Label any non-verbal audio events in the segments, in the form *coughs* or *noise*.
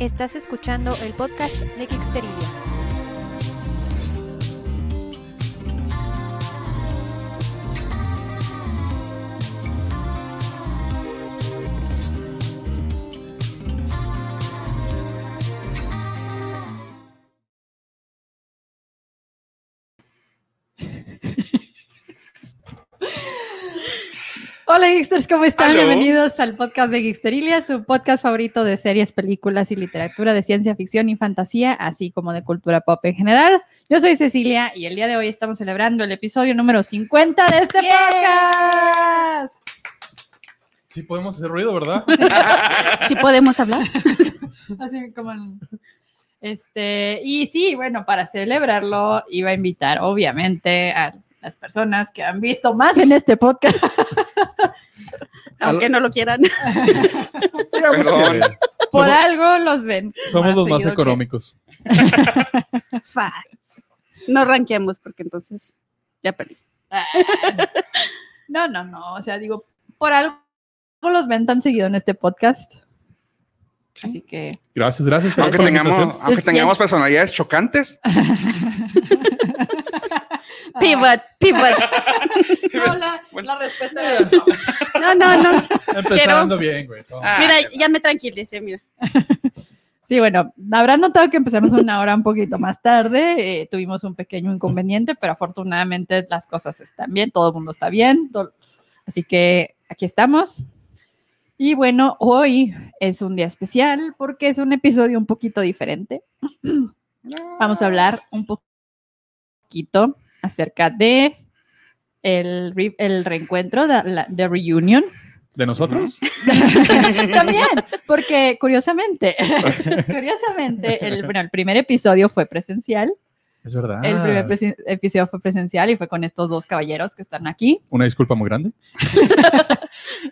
Estás escuchando el podcast de Kixteria. Hola Geeksters, ¿cómo están? Aló. Bienvenidos al podcast de Geeksterilia, su podcast favorito de series, películas y literatura de ciencia ficción y fantasía, así como de cultura pop en general. Yo soy Cecilia y el día de hoy estamos celebrando el episodio número 50 de este podcast. Sí podemos hacer ruido, *laughs* ¿verdad? si podemos *laughs* hablar. Así como en- este, y sí, bueno, para celebrarlo iba a invitar obviamente a las personas que han visto más en este podcast. Aunque no lo quieran. Digamos Perdón. que Por *laughs* Somos- algo los ven. somos los más seguido que- económicos. Fa. No ranqueamos porque entonces ya perdí. Ah, No, no, no. O sea, digo, por algo los ven tan seguido en este podcast. Sí. Así *laughs* que. Gracias, gracias. por Aunque esta tengamos, invitación. Pues, aunque Es- tengamos es- personalidades chocantes, Pivot, pivot. No, la, Bueno. la respuesta era no. No, no, no. *laughs* Empezando bien, güey. No. Ah, Mira, qué ya me tranquilicé, mira. Sí, bueno, habrán notado que empezamos una hora un poquito más tarde. eh, tuvimos un pequeño inconveniente, pero afortunadamente las cosas están bien, todo el mundo está bien. to- Así que aquí estamos. Y bueno, hoy es un día especial porque es un episodio un poquito diferente. Vamos a hablar un po- poquito acerca de el, re- el reencuentro, de la de reunion. ¿De nosotros? También, porque curiosamente, *laughs* curiosamente, el, bueno, el primer episodio fue presencial. Es verdad. El primer presen- episodio fue presencial y fue con estos dos caballeros que están aquí. Una disculpa muy grande.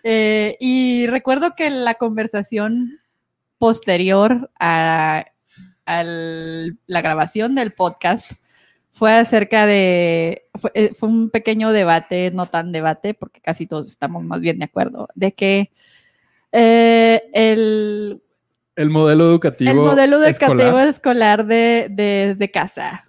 Eh, y recuerdo que la conversación posterior a, a la grabación del podcast fue acerca de, fue, eh, fue un pequeño debate, no tan debate, porque casi todos estamos más bien de acuerdo, de que eh, el El modelo educativo. El modelo educativo escolar. escolar, de, de- desde casa.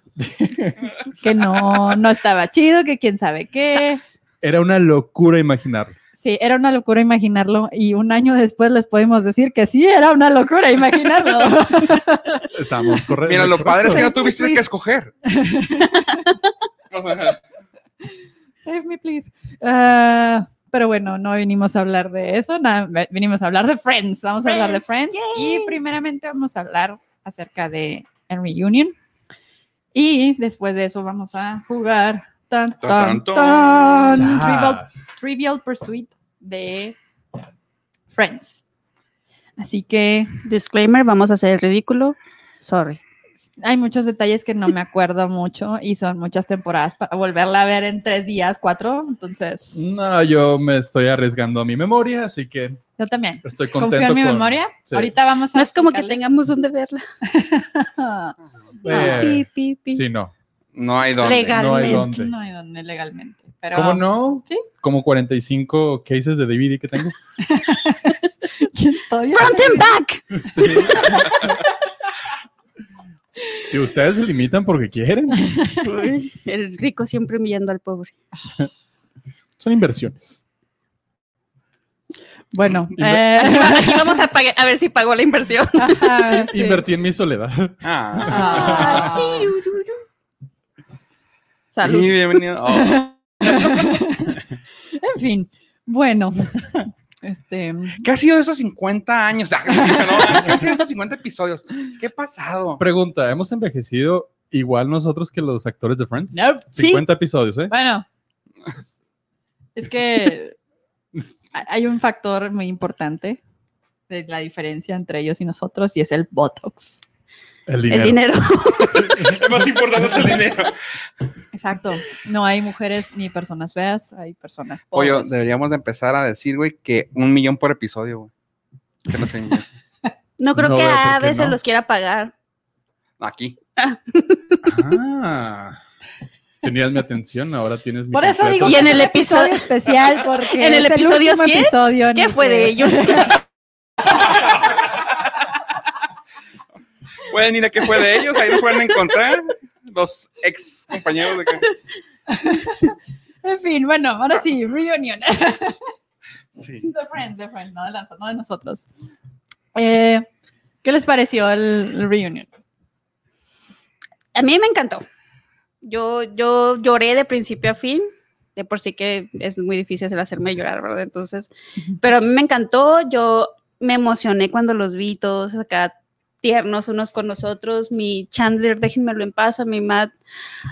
que no, no estaba chido, que quién sabe qué. Sas. Era una locura imaginarlo. Sí, era una locura imaginarlo. Y un año después les podemos decir que sí, era una locura imaginarlo. *laughs* Estábamos correctos. Mira, lo padre es que no tuviste Sí. que *laughs* escoger. Save me, please. Ah, pero bueno, no vinimos a hablar de eso, nada, ve- vinimos a hablar de Friends. Vamos a hablar de Friends. Friends, Y primeramente vamos a hablar acerca de En Reunion. Y después de eso vamos a jugar tan, tan, Tan, tan, tan, Zas. Trivial Trivial Pursuit de Friends. Así que Disclaimer, vamos a hacer el ridículo. Sorry. hay muchos detalles que no me acuerdo mucho y son muchas temporadas para volverla a ver en tres días, cuatro. Entonces, No, yo me estoy arriesgando a mi memoria, así que yo también. estoy contento. Confío en mi con- memoria. Sí. Ahorita vamos a. No es como que explicarles. tengamos donde verla. Ah, *laughs* Eh, Ah, Pi, pi, pi. sí, no. No hay dónde. Legal. No hay Legalmente. dónde. No hay donde legalmente. Pero ¿Cómo no? Sí. Como 45 cases de DVD que tengo. *laughs* todavía Front and back. Sí. y ustedes se limitan porque quieren. Uy, El rico siempre humillando al pobre. Son inversiones. Bueno, Inver- eh, Aquí vamos a, pagar- a ver si pagó la inversión. *laughs* ajá, eh, sí. Invertí en mi soledad. Ah. Ah. Y Salud. bienvenido. *laughs* Oh, En fin, bueno. *laughs* Este, ¿Qué ha sido de esos 50 años? *laughs* Ah, no, ¿Qué ha sido de esos 50 episodios? ¿Qué ha *laughs* pasado? Pregunta, ¿hemos envejecido igual nosotros que los actores de Friends? nope. Sí. 50 episodios, ¿eh? Bueno, es que ha- hay un factor muy importante de la diferencia entre ellos y nosotros y es el Botox. El El dinero. dinero. Lo más importante es *laughs* el dinero. Exacto. No hay mujeres ni personas feas, hay personas Pollo, pobres. deberíamos de empezar a decir, güey, que un millón por episodio, güey. Que nos envíen. No creo No que veo por a qué veces no. los quiera pagar. Aquí. Ah. Tenías mi atención, ahora tienes mi Por eso completa digo Y que en es el un episodio- *laughs* especial porque En el es episodio último 100, eh, episodio en ¿Qué el fue que- de ellos? Pueden ir a qué fue de ellos, ahí los pueden encontrar. Los ex compañeros de que- *laughs* En fin, bueno, ahora sí, *laughs* reunion. Sí. The Friends, The Friends, no de, las- no de nosotros. Eh, ¿Qué les pareció el, el reunion? *laughs* A mí me encantó. Yo, yo lloré de principio a fin. De por sí que es muy difícil el hacerme llorar, ¿verdad? Entonces, pero a mí me encantó. Yo me emocioné cuando los vi todos acá tiernos unos con nosotros. Mi Chandler, déjenmelo en paz, a mi Matt,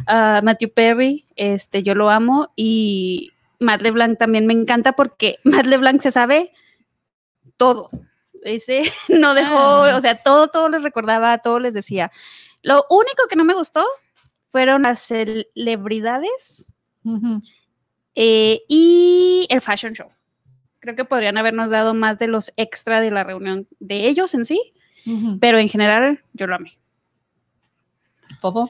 a Matthew Perry, este, yo lo amo. Y Matt LeBlanc también me encanta porque *laughs* Matt LeBlanc se sabe todo. Ese *laughs* no dejó, Ah. o sea, todo, todo les recordaba, todo les decía. Lo único que no me gustó fueron las celebridades Ujú. eh, y el fashion show. Creo que podrían habernos dado más de los extra de la reunión de ellos en sí, Ujú. pero en general yo lo amé. Todo.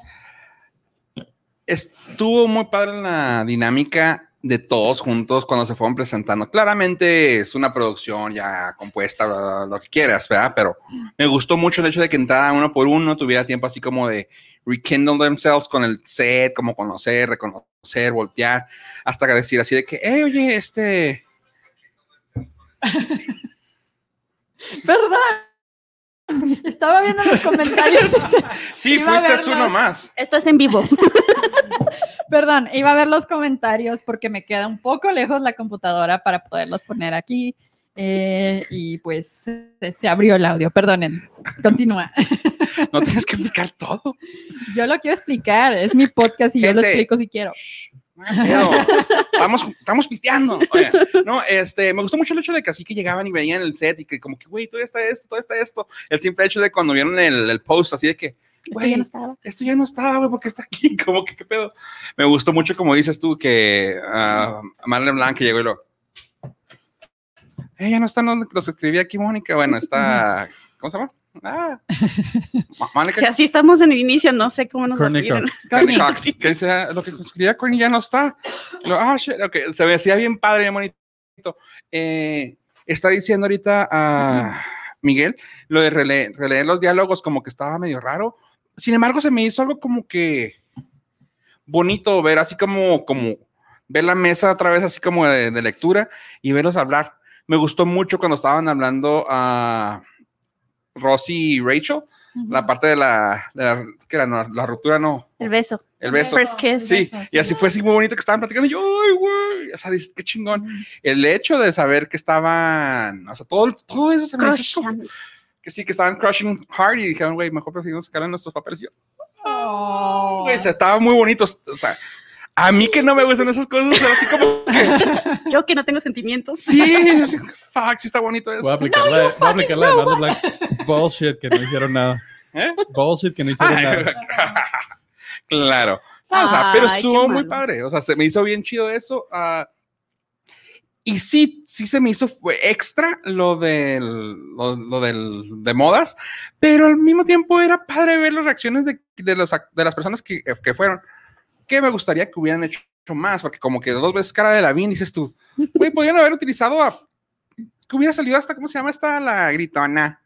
Estuvo muy padre la dinámica de todos juntos cuando se fueron presentando. Claramente es una producción ya compuesta, bla, bla, bla, lo que quieras, ¿verdad? Pero me gustó mucho el hecho de que entrara uno por uno, tuviera tiempo así como de rekindle themselves con el set, como conocer, reconocer, voltear, hasta que decir así de que, eh, oye, este, ¿Verdad? Estaba viendo los *laughs* comentarios. sí, Iba a fuiste tú verlas. nomás. Esto es en *laughs* vivo. Perdón, iba a ver los comentarios porque me queda un poco lejos la computadora para poderlos poner aquí. eh, y pues se, se abrió el audio, perdonen. Continúa. *laughs* No tienes que explicar todo. Yo lo quiero explicar, es mi podcast y yo lo Gente. explico si quiero. No *laughs* hay pedo. estamos, estamos pisteando. Oiga, no, este, me gustó mucho el hecho de que así que llegaban y veían el set y que como que, güey, todo está esto, todo está esto. El simple hecho de cuando vieron el, el post, así de que, Esto güey, ya no estaba. esto ya no estaba, güey, porque está aquí, *laughs* como que, qué pedo. Me gustó mucho, como dices tú, que ah, Marlene Blanc llegó y lo... Eh, ya no están los, los que escribí aquí, Mónica. Bueno, está... ¿Cómo se llama? Ah, *laughs* Ma- Si Mónica así estamos en el inicio, no sé cómo nos va a Courtney ir en- Courtney Courtney. Cox, que sea, lo que escribía Courtney ya no está. Lo- ah, shit, ok, Se me hacía bien padre, bien bonito. Eh, está diciendo ahorita a Miguel lo de rele- releer los diálogos como que estaba medio raro. Sin embargo, se me hizo algo como que bonito ver así como, como ver la mesa otra vez así como de, de lectura y verlos hablar. Me gustó mucho cuando estaban hablando a Rosy y Rachel, la parte de la, de la- que era No, la ruptura, no. El beso. El beso. First kiss. Sí, y así fue así muy bonito que estaban platicando. Y yo, ay, güey, o sea, dices, qué chingón. El hecho de saber que estaban, o sea, todo, todo eso se me Crush. hizo como- que sí, que estaban crushing hard y dijeron, güey, mejor preferimos sacar nuestros papeles. Y yo, Oh. güey, o sea, estaba muy bonito. O sea, a mí que no me gustan esas cosas, pero así como, Yo que no tengo sentimientos. sí, así, *laughs* fuck, sí está bonito Voy a eso. aplicar la, voy a aplicar la de Mando Black. Bullshit, que no hicieron nada. ¿Eh? Bullshit, que no hicieron Ay, *laughs* nada. Claro. No, o sea, pero Ay, qué estuvo muy malos. padre. O sea, se me hizo bien chido eso. ah, y sí, sí se me hizo fue extra lo del, lo, lo del, de modas, pero al mismo tiempo era padre ver las reacciones de, de los, ac- de las personas que, que fueron. Que me gustaría que hubieran hecho más, porque como que dos veces cara de la dices tú, güey, podrían haber utilizado a. Que hubiera salido hasta, ¿cómo se llama esta? La gritona.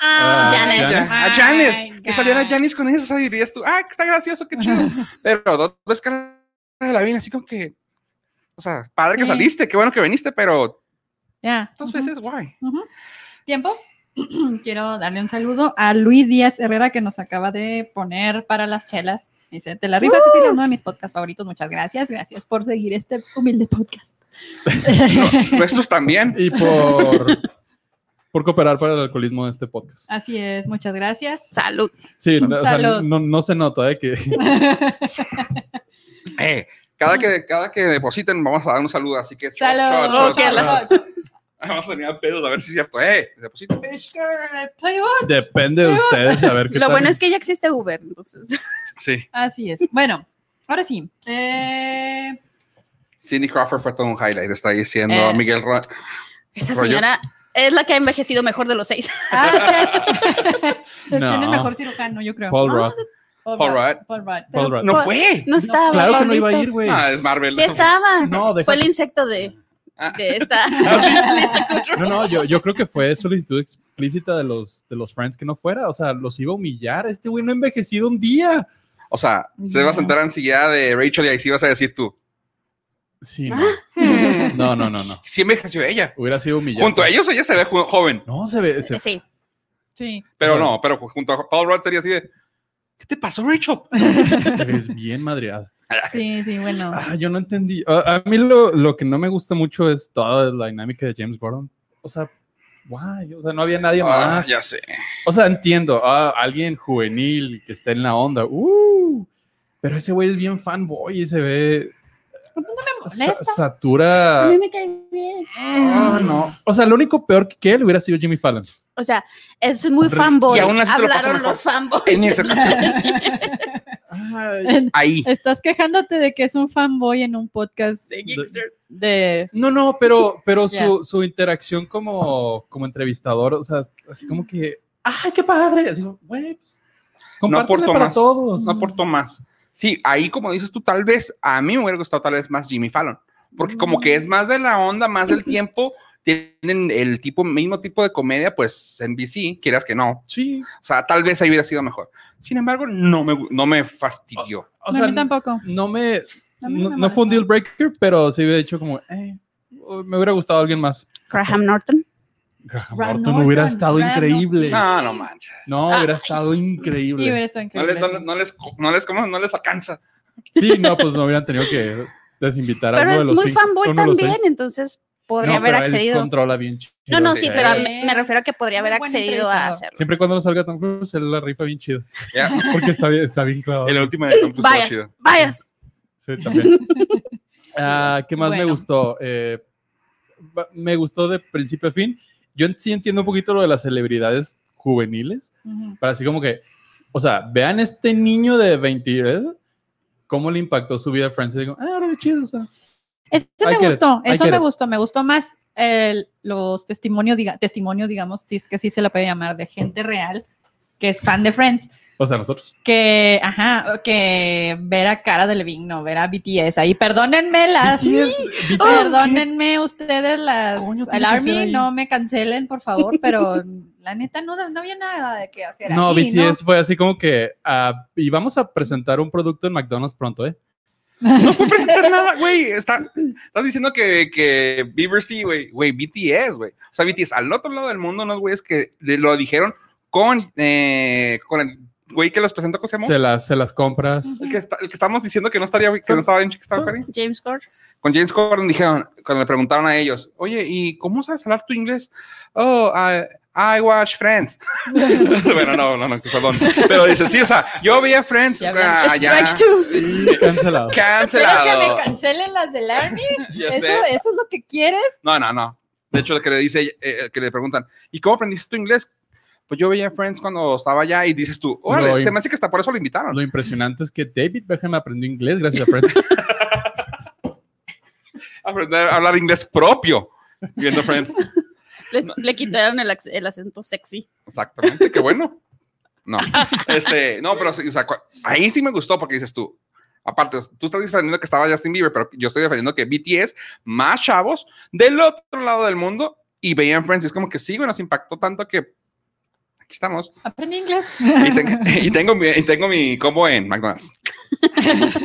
Ah, Janet. Janet. Ya, A Janis, que saliera Janis con eso, o sea, dirías tú, ah, que está gracioso, qué chido. Pero dos ves cara de la vida, así como que, o sea, padre que Sí. saliste, qué bueno que viniste, pero Ya. dos Ujú. veces, guay. Ujú. Tiempo. *clears throat* Quiero darle un saludo a Luis Díaz Herrera que nos acaba de poner para las chelas. Dice, te la rifas, ¡Uh! Cecilia, es uno de mis podcasts favoritos. Muchas gracias. Gracias por seguir este humilde podcast. Nuestros también. Y por, por cooperar para el alcoholismo de este podcast. Así es, muchas gracias. Salud. Sí, no, o sea, Salud. no, no se nota eh, que Eh, cada, que, cada que depositen, vamos a dar un saludo, así que. chao, chao, chao, Saludos. que chao. la- Vamos a tener pedos, a ver si es cierto. Eh, depositen. *laughs* depende de ustedes saber qué Lo tal. bueno es que ya existe Uber, entonces. Sí, Así es. Bueno, ahora sí. Eh, Cindy Crawford fue todo un highlight, está diciendo Eh. Miguel Ra- Esa Rollo. señora es la que ha envejecido mejor de los seis. ah, sí, es- *laughs* No. Tiene el mejor Ah, cirujano, yo creo. Paul Rudd. Paul Rudd. Paul Rudd. Paul Rudd. Pues, No fue. *laughs* No estaba. Claro que no iba a ir, Pablito. güey. Ah, es Marvel. Sí *laughs* estaba. No, deja- Fue el insecto de. Ah. *laughs* de esta *laughs* Lisa Kudrow. No, no, yo, yo creo que fue solicitud explícita de los, de los friends que no fuera. O sea, los iba a humillar. Este güey no ha envejecido un día. O sea, se Ya. va a sentar enseguida de Rachel y ahí sí vas a decir tú. Sí, no. Ah. *laughs* No, no, no, no. Sí envejeció ella. Hubiera sido humillante. Junto a ellos ella se ve jo- joven. No, se ve. se- Sí, Sí. Pero Ajá. no, pero junto a Paul Rudd sería así de... ¿Qué te pasó, Rachel? te ves bien madreada. Sí, sí, bueno. Ah, yo no entendí. A, a mí lo, lo que no me gusta mucho es toda la dinámica de James Gordon. O sea, guay. O sea, no había nadie Ah, más. ya sé. O sea, entiendo, ah, alguien juvenil que está en la onda, uh, pero ese güey es bien fanboy y se ve. sa- molesta. satura. a mí me cae bien. Ah, no. O sea, lo único peor que él hubiera sido Jimmy Fallon. O sea, es muy Re- fanboy. y aún así te lo paso Hablaron mejor. los fanboys. En ese *laughs* caso, ahí. Estás quejándote de que es un fanboy en un podcast de Geekster. de... No, no, pero, pero su, Ya. su interacción como, como entrevistador, o sea, así como que, ¡ay, qué padre! Así, como, güey, pues, compártele aportó para más. todos. no aportó más. Sí, ahí como dices tú, tal vez a mí me hubiera gustado tal vez más Jimmy Fallon, porque como Mm. que es más de la onda, más del tiempo, tienen el tipo, mismo tipo de comedia, pues en BC, quieras que no. Sí, O sea, tal vez ahí hubiera sido mejor. Sin embargo, no me, gu- no me fastidió. o no, sea, a mí tampoco. no me, A mí no, me no fue molestó. un deal breaker, pero sí hubiera dicho como, eh, me hubiera gustado alguien más. Graham Norton. Graham Graham Norton, hubiera Norton, estado Graham increíble. Norton. No, no manches. No, hubiera Ay. estado Y hubiera increíble. estado No les, increíble. no, no les, no les, ¿cómo? No les alcanza. Sí, no, pues no hubieran tenido que desinvitar a Pero uno de es los muy cinco- fanboy uno de los también, seis. entonces podría No, haber pero él accedido. controla bien chido. No, no, sí. sí, Sí. pero me me refiero a que podría haber Muy buen accedido a entrevistador. hacerlo. Siempre cuando no salga Tom Cruise, él la rifa bien chido. Ya, Porque está bien, está bien clavado. el último de Tom Cruise Vayas, Pues chido. vayas. Sí, *laughs* también. Ah, ¿Qué más me Bueno. gustó? Eh, ba- me gustó de principio a fin. Yo en- sí entiendo un poquito lo de las celebridades juveniles. Ujú. Para así como que, o sea, vean este niño de 20 ¿eh? cómo le impactó su vida a Francis. Digo, ah, órale, chido, o sea, Ese I me get it, gustó, I eso get me it. gustó, me gustó más el- los testimonios, diga, testimonios, digamos, si es que sí se la puede llamar, de gente real que es fan de Friends, O sea, nosotros. que, ajá, que ver a Cara Delevingne, no ver a BTS ahí, perdónenme las, BTS, BTS, perdónenme ustedes las, Coño, tiene el que ser ARMY, ahí. no me cancelen, por favor, *laughs* pero la neta no, no había nada de qué hacer No, ahí, ¿no? BTS fue así como que, ah, y vamos a presentar un producto en McDonald's pronto, ¿eh? No fue presentar nada, güey. Está, estás diciendo que, que Bieber sí, güey. Güey, BTS, güey. O sea, BTS, al otro lado del mundo, unos güeyes que de- lo dijeron con, eh, con el güey que los presentó, ¿cómo se llamó? Se las, se las compras. El, que está- el que estamos diciendo que no estaría, que no estaba bien, que estaba Sí. bien. James Gore. Con James Corden dijeron, cuando le preguntaron a ellos, oye, ¿y cómo sabes hablar tu inglés? Oh, I, I watch Friends. *laughs* bueno, no, no, no, perdón. Pero dice, sí, o sea, yo vi a Friends. Ya ah, ya. Strike two. Cancelado. ¿Quieres que me Cancelado. cancelen las *laughs* del ARMY? Ya ¿Eso, sé. ¿Eso es lo que quieres? No, no, no. De hecho, que le dice, eh, eh, que le preguntan, ¿y cómo aprendiste tu inglés? Pues yo veía Friends cuando estaba allá y dices tú, órale, Lo im- se me hace que hasta por eso lo invitaron. Lo impresionante es que David Beckham aprendió inglés gracias a Friends. Aprender a hablar inglés propio *laughs* viendo Friends. Les- Le quitaron el, ac- el acento sexy. Exactamente, qué bueno. No, este, no, pero sí, o sea, cu- ahí sí me gustó porque dices tú, aparte, tú estás defendiendo que estaba Justin Bieber, pero yo estoy defendiendo que BTS, más chavos, del otro lado del mundo y veían Friends. Y es como que sí, güey, nos impactó tanto que aquí estamos. Aprendí inglés. *laughs* Y, ten- y tengo, *laughs* mi, y tengo mi combo en McDonald's.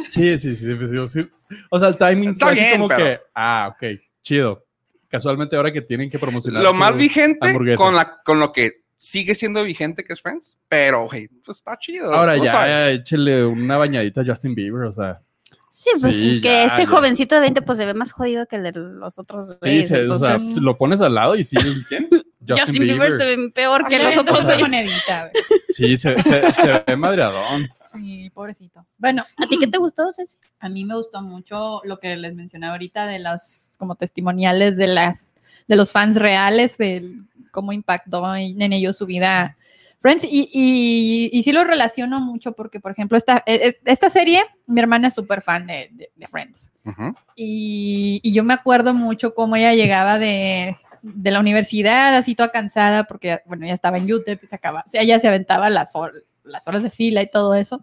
sí, sí, sí, sí, sí, sí. O sea, el timing Está fue así bien, como pero- que, ah, ok, chido. Casualmente ahora que tienen que promocionar. lo su- más vigente hamburguesa. con, la, con lo que sigue siendo vigente que es Friends, pero hey, pues está chido. Ahora tú ya, sabes. échele una bañadita a Justin Bieber, o sea. Sí, pues Sí, es que ya, este ya. jovencito de 20 pues se ve más jodido que el de los otros. Sí, güeyes, se- o sea, entonces- lo pones al lado y sí. *laughs* ¿Quién? pues, Justin, Bieber. se ve peor que Ay, los no, otros. es seis. monedita, güey. Sí, se, se- se ve madreadón. Sí, pobrecito. Bueno, ¿A ti qué te gustó, Ceci? a mí me gustó mucho lo que les mencionaba ahorita de las como testimoniales de las de los fans reales, de cómo impactó en en ellos su vida. Friends, y, y, y sí lo relaciono mucho porque, por ejemplo, esta, e- e- esta serie, mi hermana es súper fan de- de- de Friends. Ujú. Y, y yo me acuerdo mucho cómo ella llegaba de, de la universidad, así toda cansada, porque, ya- bueno, ya estaba en UTEP, y se acaba, o sea, ella se aventaba las, hor- las horas de fila y todo eso.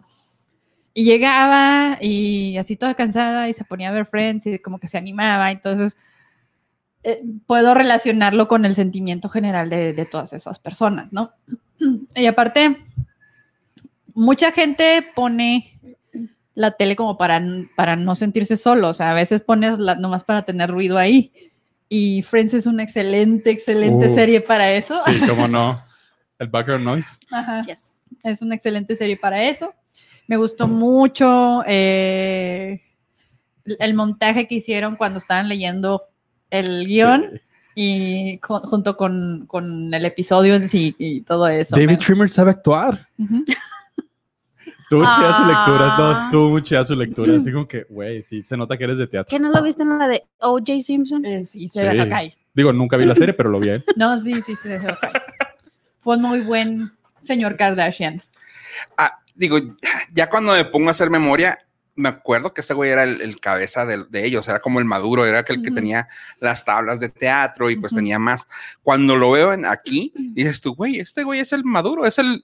Y llegaba y así toda cansada y se ponía a ver Friends y como que se animaba. Entonces, eh, puedo relacionarlo con el sentimiento general de, de todas esas personas, ¿no? *clears throat* Y aparte, mucha gente pone la tele como para, n- para no sentirse solo, o sea, a veces pones la, nomás para tener ruido ahí. Y Friends es una excelente, excelente Uh. serie para eso. Sí, cómo no. El background noise. *laughs* Ajá Yes. es una excelente serie para eso. Me gustó mucho eh, el montaje que hicieron cuando estaban leyendo el guión y co- junto con, con el episodio en sí y todo eso. David Me- Trimmer sabe actuar. Ujú. Estuvo chida su lectura, Ah. no, estuvo muy chida su lectura. Así como que, güey, sí, se nota que eres de teatro. ¿Qué no lo viste en la de O.J. Simpson? Eh, sí, se Sí. dejó caer. Digo, nunca vi la serie, pero lo vi a él. No, sí, sí, se dejó caer. Fue un muy buen señor Kardashian. Ah, digo, ya cuando me pongo a hacer memoria, me acuerdo que este güey era el, el cabeza del- de, ellos, era como el maduro, era aquel que Ujú. tenía las tablas de teatro y pues Ujú. tenía más. Cuando lo veo en aquí, dices tú, güey, este güey es el maduro, es el,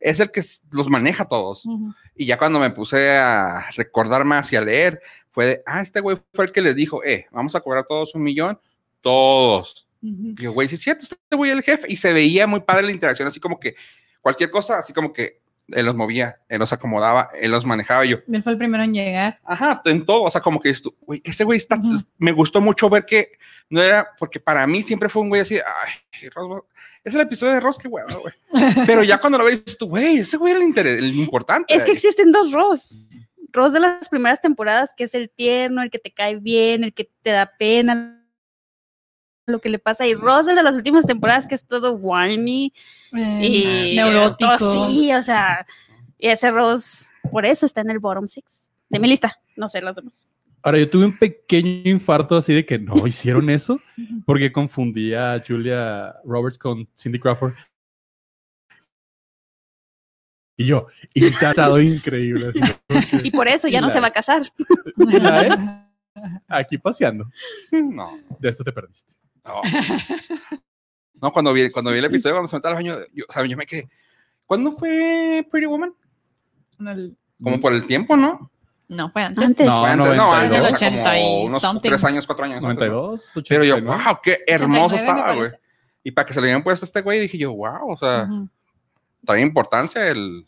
es el que s- los maneja a todos. Ujú. Y ya cuando me puse a recordar más y a leer, fue de, ah, este güey fue el que les dijo, eh, vamos a cobrar todos un millón, todos. Ujú. Digo, güey, sí es cierto, este güey era el jefe. Y se veía muy padre la interacción, así como que cualquier cosa, así como que él los movía, él los acomodaba, él los manejaba. Y yo, Él fue el primero en llegar. ajá, en todo. O sea, como que dices tú, güey, ese güey está. Ujú. Me gustó mucho ver que no era, porque para mí siempre fue un güey así, ay, Roswell, es el episodio de Ross, qué hueva, güey. *laughs* Pero ya cuando lo ves, dices tú, güey, ese güey era el, inter- el importante. Es que ahí". existen dos Ross. Ross de las primeras temporadas, que es el tierno, el que te cae bien, el que te da pena lo que le pasa y Ross el de las últimas temporadas que es todo whiny Eh, y neurótico. todo sí, o sea, y ese Ross por eso está en el bottom six de mi lista, no sé los demás. Ahora, yo tuve un pequeño infarto así de que no hicieron eso Ujú. porque confundía a Julia Roberts con Cindy Crawford. Y yo, encantado, increíble. así como que- Y por eso ya Y no la se va a ex. casar. ¿Y la ex? *laughs* Aquí paseando. No. De esto te perdiste. No. Oh, No, cuando vi, cuando vi el episodio, cuando se metió al baño, yo, o sea, yo me quedé. ¿Cuándo fue Pretty Woman? No, Como por el tiempo, ¿no? No, fue antes. Antes. No. Fue antes, no, 92. antes, o sea, En el 80 y como unos something. tres años, cuatro años. antes, ¿no? 92, Pero yo, 89. wow, qué hermoso 89 me estaba, güey. parece. Y para que se le hubieran puesto a este güey, dije yo, wow, o sea, Ujú. trae importancia el,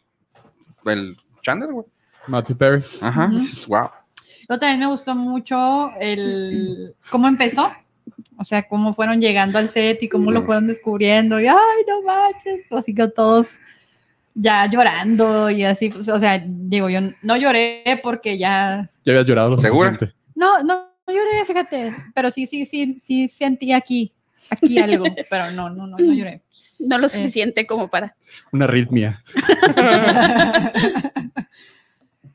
el Chandler, güey. Matthew Perry. Ajá, Ujú. dices, wow. Yo también me gustó mucho el cómo empezó, o sea, cómo fueron llegando al set y cómo lo fueron descubriendo. Y ay, no manches, así que todos ya llorando y así, pues, o sea, digo, yo no lloré porque ya, Ya habías llorado lo ¿Segura? suficiente. no, no, no lloré, fíjate, pero sí, sí, sí, sí sentí aquí, aquí algo, pero no, no, no, no lloré. No Eh. lo suficiente como para. Una arritmia. *laughs*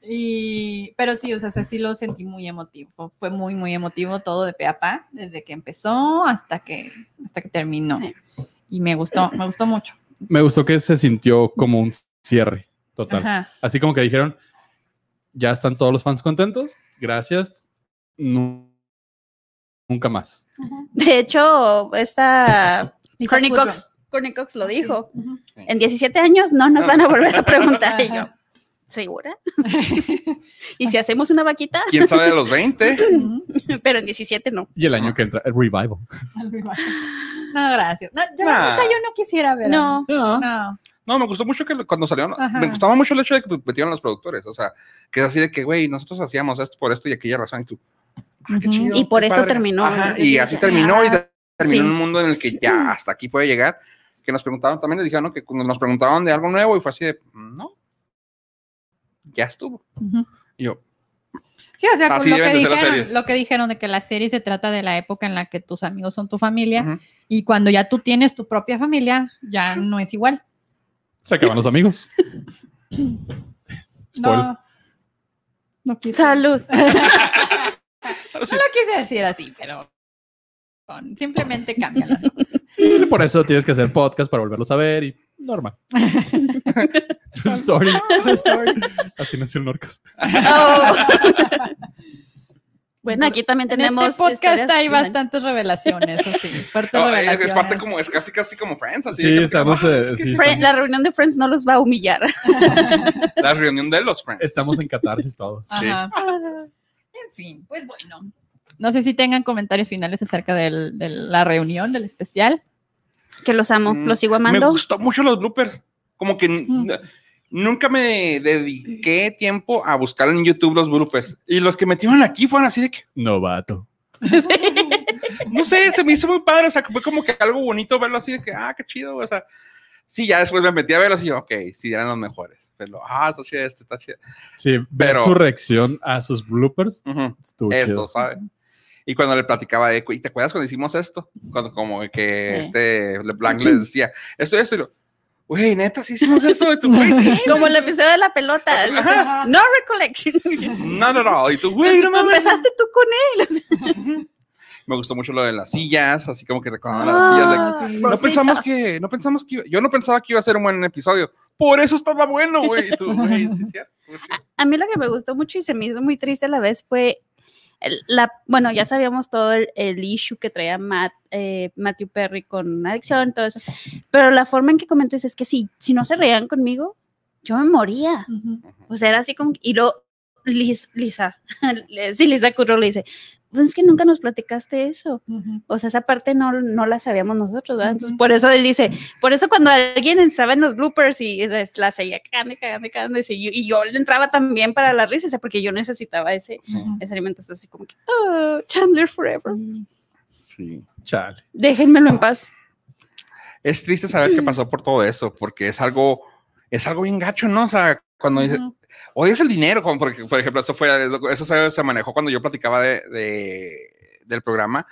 y, pero sí, o sea, sí- sí lo sentí muy emotivo. Fue muy, muy emotivo todo de pe a pa, desde que empezó hasta que, hasta que terminó. Y me gustó, me gustó mucho. Me gustó que se sintió como un cierre total. Ajá. Así como que dijeron, ya están todos los fans contentos, gracias, nu- nunca más. De hecho, esta *laughs* Lisa Courtney Kudrow. Cox, Courtney Cox lo dijo. Sí. Ujú. En 17 años no nos van a volver a *laughs* preguntar. Y yo, Ajá. ¿segura? ¿Y si hacemos una vaquita? *laughs* ¿Quién sabe de *laughs* los 20? Ujú. Pero en 17 no. Y el año que entra, el revival. Algo igual. No, gracias. No, yo, Nah. la neta, yo no quisiera ver. a- No. No. No, me gustó mucho que lo- cuando salieron, Ajá. me gustaba mucho el hecho de que metieron los productores, o sea, que es así de que, güey, nosotros hacíamos esto por esto y aquella razón, y tú, qué Ujú. chido, Y por qué esto terminó, Ajá, ¿no? y así terminó, y te- terminó sí. en un mundo en el que *clears throat* ya hasta aquí puede llegar, que nos preguntaron también, les dijeron que cuando nos preguntaban de algo nuevo, y fue así de, no, ya estuvo. Ujú. Y yo, Sí, o sea, Así con lo que, deben de ser las dijeron, series. lo que dijeron de que la serie se trata de la época en la que tus amigos son tu familia Ujú. y cuando ya tú tienes tu propia familia, ya no es igual. Se acaban los amigos. Spoil. No, no, quise, *laughs* Salud. no lo quise decir así, pero con- simplemente cambian las cosas. Y por eso tienes que hacer podcast para volverlos a ver y normal. True story, true story. Así nació el Norcas. Oh. Bueno, aquí también En este tenemos. podcast historias hay online. bastantes revelaciones, eso sí, fuertes no, es, revelaciones. es parte como, es casi casi como Friends, así Sí, de que estamos, platicamos, eh, "Ah, es que sí, Fre- estamos, la reunión de Friends no los va a humillar. *laughs* la reunión de los Friends. *laughs* estamos en catarsis todos. sí. Ajá. En fin, pues bueno. No sé si tengan comentarios finales acerca del- de la reunión, del especial. Que los amo, Mm, los sigo Me amando. gustó mucho los bloopers. Como que n- Mm. n- nunca me dediqué tiempo a buscar en YouTube los bloopers. Y los que metieron aquí fueron así de que, Novato. no sé, se me hizo muy padre. O sea, que fue como que algo bonito verlo así de que, ah, qué chido. O sea, sí, ya después me metí a verlos y yo, ok, sí, eran los mejores. Pero, ah, está chido este, está chido. Sí, ver Pero- su reacción a sus bloopers Ujú. estuvo esto, chido. ¿sabes? Y cuando le platicaba de, "Güey, ¿te acuerdas cuando hicimos esto? Cuando como que Sí. este LeBlanc le decía, esto, esto, y lo, güey, neta, sí *laughs* hicimos eso de tu güey, sí". Como el episodio de la pelota. no recollection. *laughs* Not at all. Y tú, güey, Entonces, no tú mames". empezaste tú con él. Me gustó mucho lo de las sillas, así como que recordando las sillas. de- Ah, sí. No Rosita. pensamos que, no pensamos que iba- yo no pensaba que iba a ser un buen episodio. Por eso estaba bueno, güey. Y tú, güey, sí, es cierto. A mí lo que me gustó mucho y se me hizo muy triste a la vez fue el- la, bueno, ya sabíamos todo el, el issue que traía Matt, eh, Matthew Perry con adicción, todo eso, pero la forma en que comentó es, es que si, si no se reían conmigo, yo me moría. Ujú. O sea, era así como, y luego Liz- Lisa, *laughs* sí, Lisa Curro le dice, pues es que nunca nos platicaste eso. Ujú. O sea, esa parte no, no la sabíamos nosotros, ¿verdad? Entonces, Ujú. por eso él dice, por eso cuando alguien estaba en los bloopers y o sea, la seguía cagando y cagando y cagando, y, se- y yo le entraba también para las risas, o sea, porque yo necesitaba ese, Ujú. ese alimento. Entonces, así como que, oh, Chandler Forever, Sí. Sí. Chale. déjenmelo en paz. Es triste saber que pasó por todo eso, porque es algo, es algo bien gacho, ¿no? O sea, cuando dices, Ujú. odias el dinero, como porque, por ejemplo, eso fue, eso se, se manejó cuando yo platicaba de, de- del programa,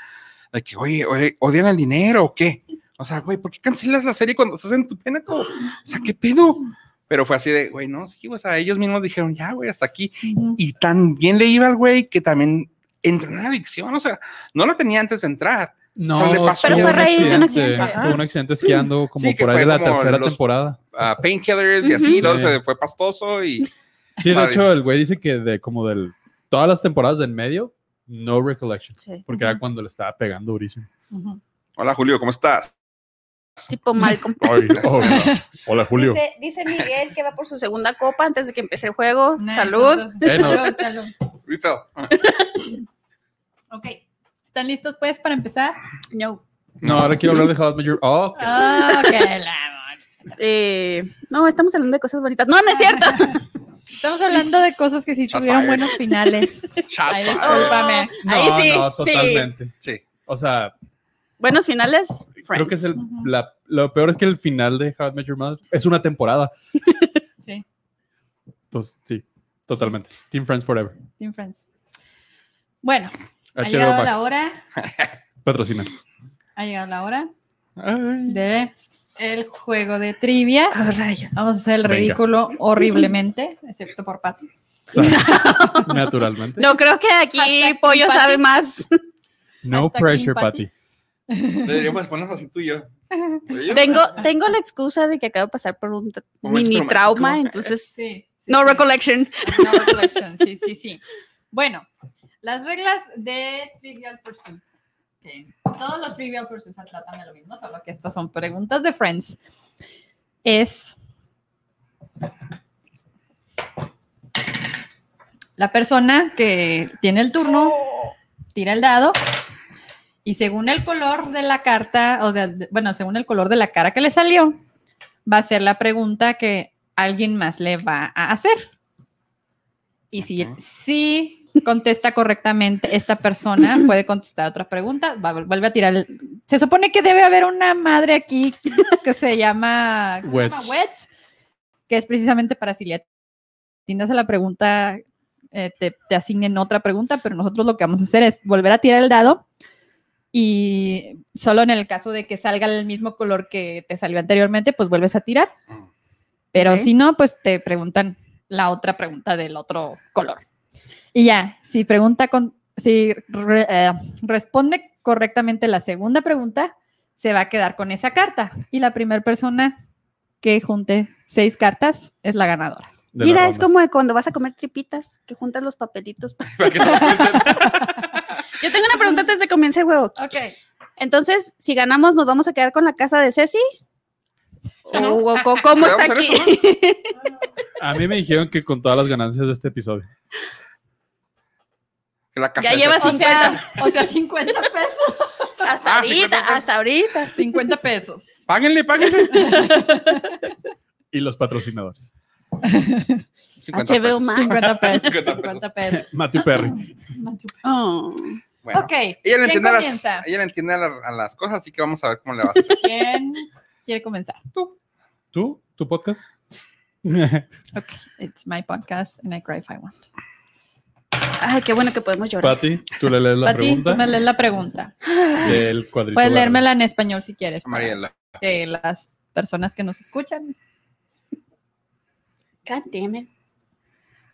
de que, oye, oye, ¿odian el dinero o qué? O sea, güey, ¿por qué cancelas la serie cuando estás en tu penaco? O sea, ¿qué pedo? Pero fue así de, güey, no, sí, o sea, ellos mismos dijeron, ya, güey, hasta aquí. Ujú. Y tan bien le iba al güey que también entró en la adicción, o sea, no lo tenía antes de entrar. No, O sea, le pasó Pero tuvo fue a raíz de un accidente. Tuvo un accidente esquiando como Sí, que por ahí fue de la como tercera los- temporada. a painkillers y así, Ujú. luego Sí. se fue pastoso y Sí, de Madre. hecho, el güey dice que de como del todas las temporadas del medio, no recollection. Sí. Porque era Ujú. cuando le estaba pegando durísimo. Ujú. hola Julio, ¿cómo estás? *laughs* Tipo Malcolm. *laughs* oh. Oh, Hola, Dice, dice Miguel que va por su segunda copa antes de que empiece el juego. Nice, Salud. entonces, Bueno. Salud, salud. Refill. Ok. ¿Están listos pues para empezar? No. No, ahora quiero hablar de How I Met Your- Oh, ok. Ah, ok, la- Eh, no, estamos hablando de cosas bonitas. Ah, No, no *laughs* es cierto. Estamos hablando de cosas que sí Shots tuvieron fired. buenos finales. *laughs* Shots Ay, fired. discúlpame. No, Oh. ahí sí, no, sí. totalmente. Sí. O sea, Buenos finales. creo que es Friends. el, Ujú. la- lo peor es que el final de How I Met Your Mother es una temporada. Sí, Entonces, sí, totalmente. Team Friends Forever. Team Friends. Bueno, ha HBO llegado Max. la hora, Patrocínanos. ha llegado la hora Ay. de el juego de trivia. Ah, rayos. Vamos a hacer el Venga. ridículo horriblemente, excepto por Pat. O sea, Naturalmente. No, *laughs* No, creo que aquí Hashtag Pollo Team sabe Patty. más. Hashtag pressure, Team Patty. Patty. Deberíamos ponernos así tú y yo. Tengo, tengo la excusa de que acabo de pasar por un tra- Momento mini trauma, traumático. entonces. Sí. No recollection. No recollection, sí, sí, sí. Bueno, las reglas de Trivial Pursuit. Ok, Todos los Trivial Pursuit se tratan de lo mismo, solo que estas son preguntas de Friends. Es la persona que tiene el turno, tira el dado y según el color de la carta, o sea, de- bueno, según el color de la cara que le salió, va a ser la pregunta que alguien más le va a hacer. Y si, Ujú. si contesta correctamente esta persona, puede contestar otra pregunta, va- vuelve a tirar. el- se supone que debe haber una madre aquí que se llama ¿cómo se llama? Wedge. Wedge, que es precisamente para si le atinas a la pregunta, eh, te, te asignen otra pregunta, pero nosotros lo que vamos a hacer es volver a tirar el dado y solo en el caso de que salga el mismo color que te salió anteriormente, pues vuelves a tirar. Pero Ok. si no, pues te preguntan la otra pregunta del otro color. Y ya, si pregunta con, si re- eh, responde correctamente la segunda pregunta, se va a quedar con esa carta. Y la primera persona que junte seis cartas es la ganadora. de la Mira, es ronda. como de cuando vas a comer tripitas, que juntas los papelitos. pa- *laughs* Para que nos cuenten. *laughs* Yo tengo una pregunta antes de comenzar el juego. Ok. Entonces, si ganamos, ¿nos vamos a quedar con la casa de Ceci? ¿O, o- o cómo está Vamos a aquí? hacer A mí me dijeron que con todas las ganancias de este episodio. que la caja Ya de llevas O zapatos. sea, o sea, 50 pesos. *laughs* Hasta Ah, ahorita, 50 pesos. hasta ahorita. 50 pesos. Páguenle, páguenle. Y los patrocinadores. 50 HBO pesos. Max. 50 *laughs* pesos. 50 50 pesos. Matthew Perry. Oh. Bueno, ok. Ella le ¿Quién entiende, a las, comienza? ella le entiende a, la- a las cosas, así que vamos a ver cómo le va a hacer. ¿Quién quiere comenzar? ¿Tú? ¿Tu podcast? Ok. It's my podcast and I cry if I want. Ay, qué bueno que podemos llorar. Pati, tú le lees la Pati, tú pregunta me lees la pregunta. del cuadrito. Puedes verde. leérmela en español si quieres. para *laughs* Mariela. Que las personas que nos escuchan. God damn it.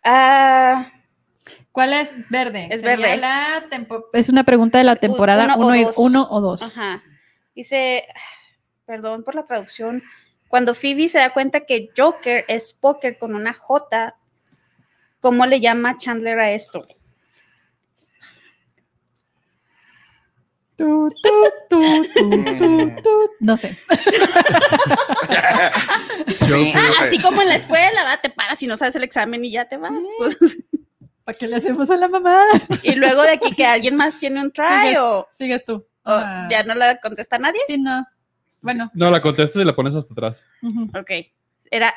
Ah, ¿Cuál es verde? Es Sería verde. la tempo- es una pregunta de la temporada uno o 1 y dos. 1 o 2. ajá. Dice, perdón por la traducción. Cuando Phoebe se da cuenta que Joker es póker con una J, ¿cómo le llama Chandler a esto? Mm. No sé. Sí, Ah, sí. así como en la escuela, va, te paras y no sabes el examen y ya te vas. Pues, *laughs* ¿Para qué le hacemos a la mamá? y luego de aquí que alguien más tiene un try Sigues- o, o Sigues tú. Ah, Oh, ya no la contesta nadie. Sí, no. Bueno. No, la contestas y la pones hasta atrás. ujú. Ok. Era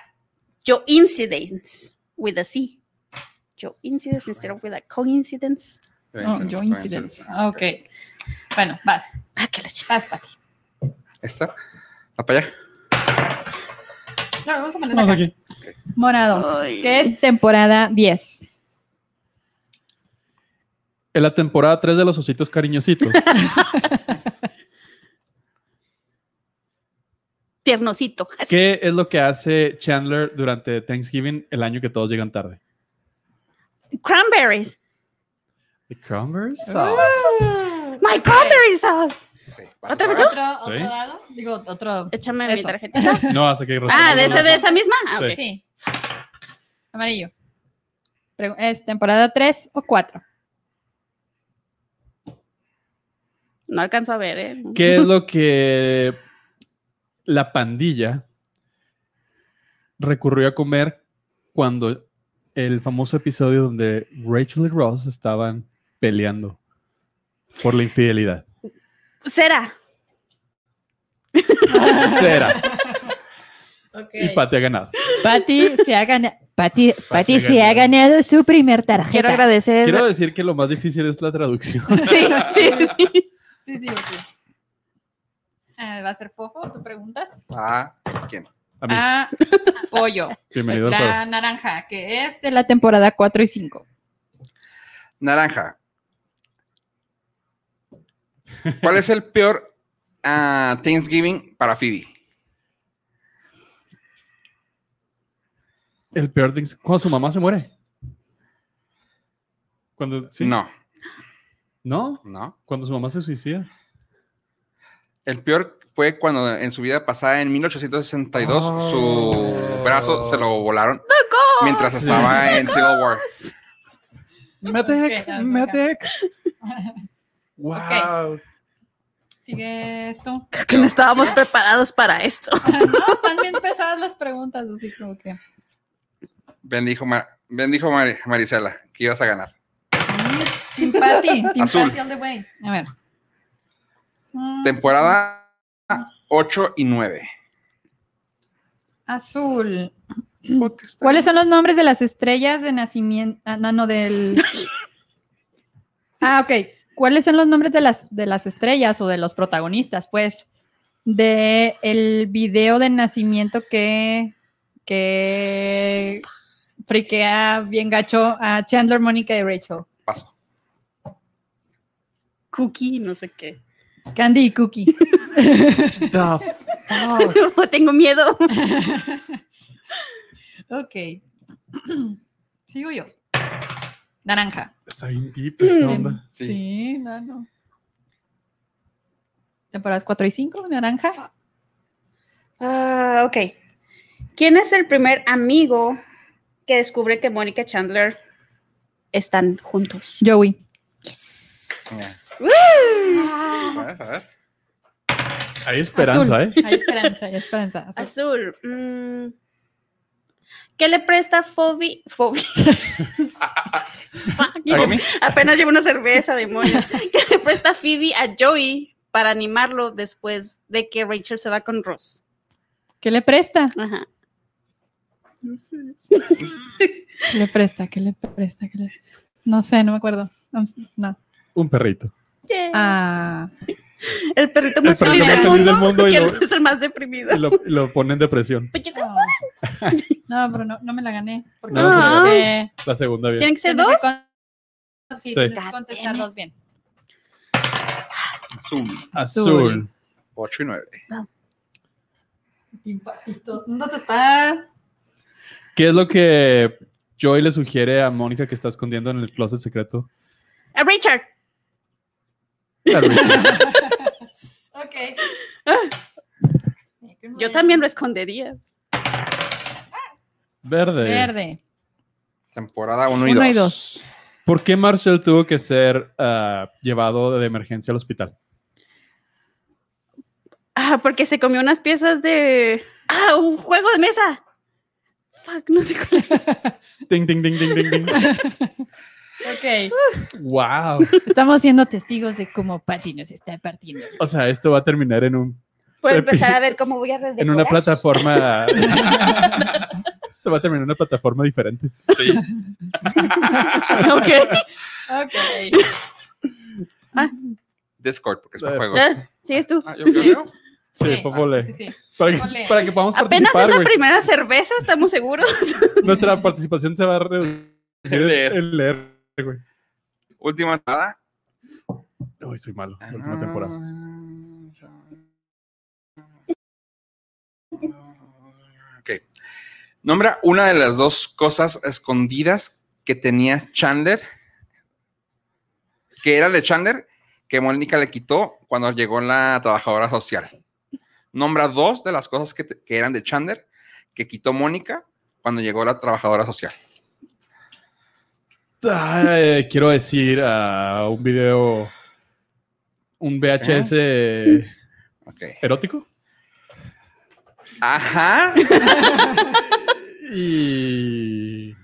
yo incidents with a C. Yo incidents instead of with a coincidence. Oh, yo incidents. Ah, Ok. Bueno, vas. Ah, que la ch- Vas, Pati. ¿Esta? ¿La para allá? No, vamos a poner Vamos acá. aquí. Morado. Ay. Que es temporada 10. En la temporada 3 de los *laughs* ositos cariñositos. Tiernocito. ¿Qué es lo que hace Chandler durante Thanksgiving el año que todos llegan tarde? Cranberries. The Cranberries. My cranberry sauce. Sí, vas ¿Otra a vez pagar. ¿Otro, otro Sí. dado? Digo, otro. Échame mi Eso. tarjetita. *laughs* No, hasta que Ah, de, esa- de esa misma. Ah, Sí. ok. Sí. Amarillo. Pregu- ¿Es temporada 3 o 4? No alcanzo a ver, ¿eh? ¿Qué es lo que la pandilla recurrió a comer cuando el famoso episodio donde Rachel y Ross estaban peleando por la infidelidad? Será. Cera. Ok. Y Pati ha ganado. Pati se ha ganado. Pati, Pati se ganado. ha ganado su primer Quiero tarjeta. agradecer. Quiero decir que lo más difícil es la traducción. *laughs* Sí, sí, sí. Sí, sí, ok. Ah, ¿Va a ser fofo? ¿Tú preguntas? Ah, ¿quién? A mí, Ah, pollo. bienvenido al juego. La naranja, que es de la temporada 4 y 5. Naranja. ¿Cuál es el peor ah, Thanksgiving para Phoebe? El peor thing es cuando su mamá se muere. Cuando, ¿sí? No, ¿No? no. Cuando su mamá se suicida. El peor fue cuando en su vida pasada, en 1862, su brazo se lo volaron mientras Sí. estaba en Civil War. Matec, Ok, ya, Matec. *laughs* Wow. Sigue esto. Ah, Creo que no estábamos preparados para esto. No, están bien pesadas las preguntas, así como que. Bendijo, Ma- bendijo Mari- Marisela que ibas a ganar. Sí, Team Patty, Team Azul. Patty all the way. A ver. Mm, Temporada 8 y 9. Azul. ¿Cuáles son los nombres de las estrellas de nacimiento? Ah, no, no, del. Ah, ok. ¿Cuáles son los nombres de las, de las estrellas o de los protagonistas? Pues, de el video de nacimiento que, que friquea bien gacho a Chandler, Mónica y Rachel. Paso. Cookie, no sé qué. Candy y Cookie. The fuck. *laughs* Tengo miedo. Ok. *clears throat* Sigo yo. Naranja. Está bien deep Mm. esta onda. Sí. Em, Sí, no, no. Temporadas 4 y 5, naranja. Ah, ok. ¿Quién es el primer amigo que descubre que Mónica y Chandler están juntos? Joey. Mira, Ah. Hay ¿sabes? A ver. Hay esperanza, ¿eh? esperanza, hay esperanza. azul. Azul. mm, ¿Qué le presta Fobi? *laughs* Fobi. Tommy, Apenas llevo una cerveza, *laughs* demonio. ¿Qué le presta Phoebe a Joey para animarlo después de que Rachel se va con Ross? ¿Qué le presta? Ajá. ¿Qué le presta? ¿Qué le presta? ¿Qué le... No sé, no me acuerdo. No, no. Un perrito. Yeah. Ah, el perrito más perrito más feliz del feliz mundo, del mundo y que lo- es el más deprimido. Y lo, y lo pone en depresión. Pues yo creo- no. No, pero no, no me la gané. Porque No, no se la ganó. Eh, La segunda bien. ¿Tienen que ser tienes que dos? con- Sí, Sí. tienes que contestar dos bien. Zoom, Azul. 8 y 9. Simpatitos. No te está. ¿Qué es lo que Joey le sugiere a Mónica que está escondiendo en el closet secreto? A Ah, Richard. Claro, sí. Ok. Ah. Yo también lo escondería. Verde. Verde. Temporada 1 y 2. Uno y ¿Por qué Marcel tuvo que ser ah, llevado de emergencia al hospital? Ah, porque se comió unas piezas de. ¡Ah! ¡Un juego de mesa! Fuck, no sé cuál. Ding, ding, ding, ding, ding, ding. Ok. wow. Estamos siendo testigos de cómo Patty nos está partiendo. O sea, esto va a terminar en un Puedo empezar a ver cómo voy a redecorar. en una plataforma. esto va a terminar en una plataforma diferente. Sí. *laughs* Ok. Ok. Ah, Discord, porque es para Eh, juego. Ah, Sigues tú. Ah, yo creo. Sí, Sí. Popole. Ah, Sí, sí. Para, que, Popole. para que podamos Apenas es participar, la güey. primera cerveza, estamos seguros. Nuestra participación se va a *laughs* reducir en Leer. en leer, güey. Última nada. Uy, soy malo. La Ah. última temporada. Ok. Nombra una de las dos cosas escondidas que tenía Chandler, que era de Chandler, que Mónica le quitó cuando llegó la trabajadora social. Nombra dos de las cosas que, te- que eran de Chandler, que quitó Mónica cuando llegó la trabajadora social. Ah, eh, quiero decir a un video, un VHS Ok. erótico *laughs* Ajá. y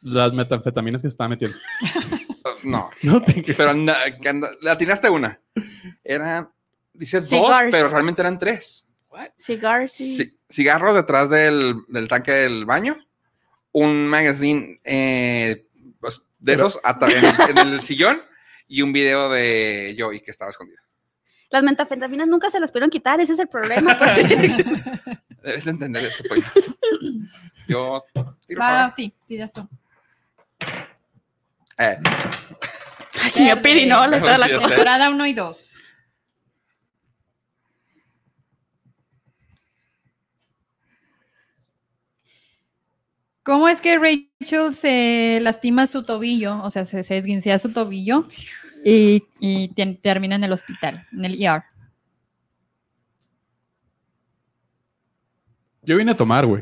las metanfetaminas que se estaba metiendo. *laughs* No. No tengo- Pero anda- que anda- le atinaste una. Eran, dice Cigars. dos, pero realmente eran tres. Cigar, Ci- cigarros detrás del, del tanque del baño, un magazine eh, pues, de Pero- esos atra- en, en el sillón y un video de Joey que estaba escondido. Las metafentaminas nunca se las pudieron quitar, ese es el *laughs* problema. porque- Debes de entender eso, pues. Yo tiro Va, para- sí, sí, ya está. eh, Ay, señor pirinola y toda la Verde. cosa. Temporada 1 y 2. ¿Cómo es que Rachel se lastima su tobillo? O sea, se, se esguincea su tobillo y, y tien- termina en el hospital, en el ER. Yo vine a tomar, güey.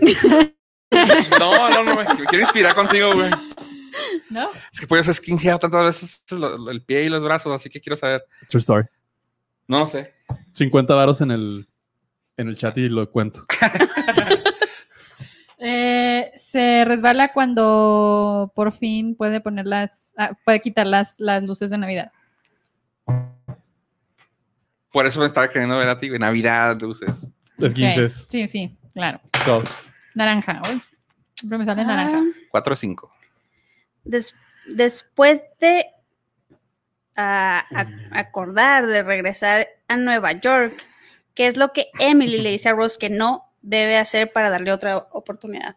No, no, no, güey, me quiero inspirar contigo, güey. ¿No? Es que pues, puedes esquinciar tantas veces lo- lo- el pie y los brazos, así que quiero saber. True story. No, no sé. 50 varos en el, en el chat y lo cuento. Eh, se resbala cuando por fin puede poner las, ah, puede quitar las, las luces de Navidad. Por eso me estaba queriendo ver a ti, güey. Navidad, luces. Esguinces. Ok, Sí, sí, claro. Dos. Naranja, uy. Siempre me sale Ah. naranja. 4 o 5. Des- después de ah, a- acordar de regresar a Nueva York, ¿qué es lo que Emily le dice a Rose que no debe hacer para darle otra oportunidad?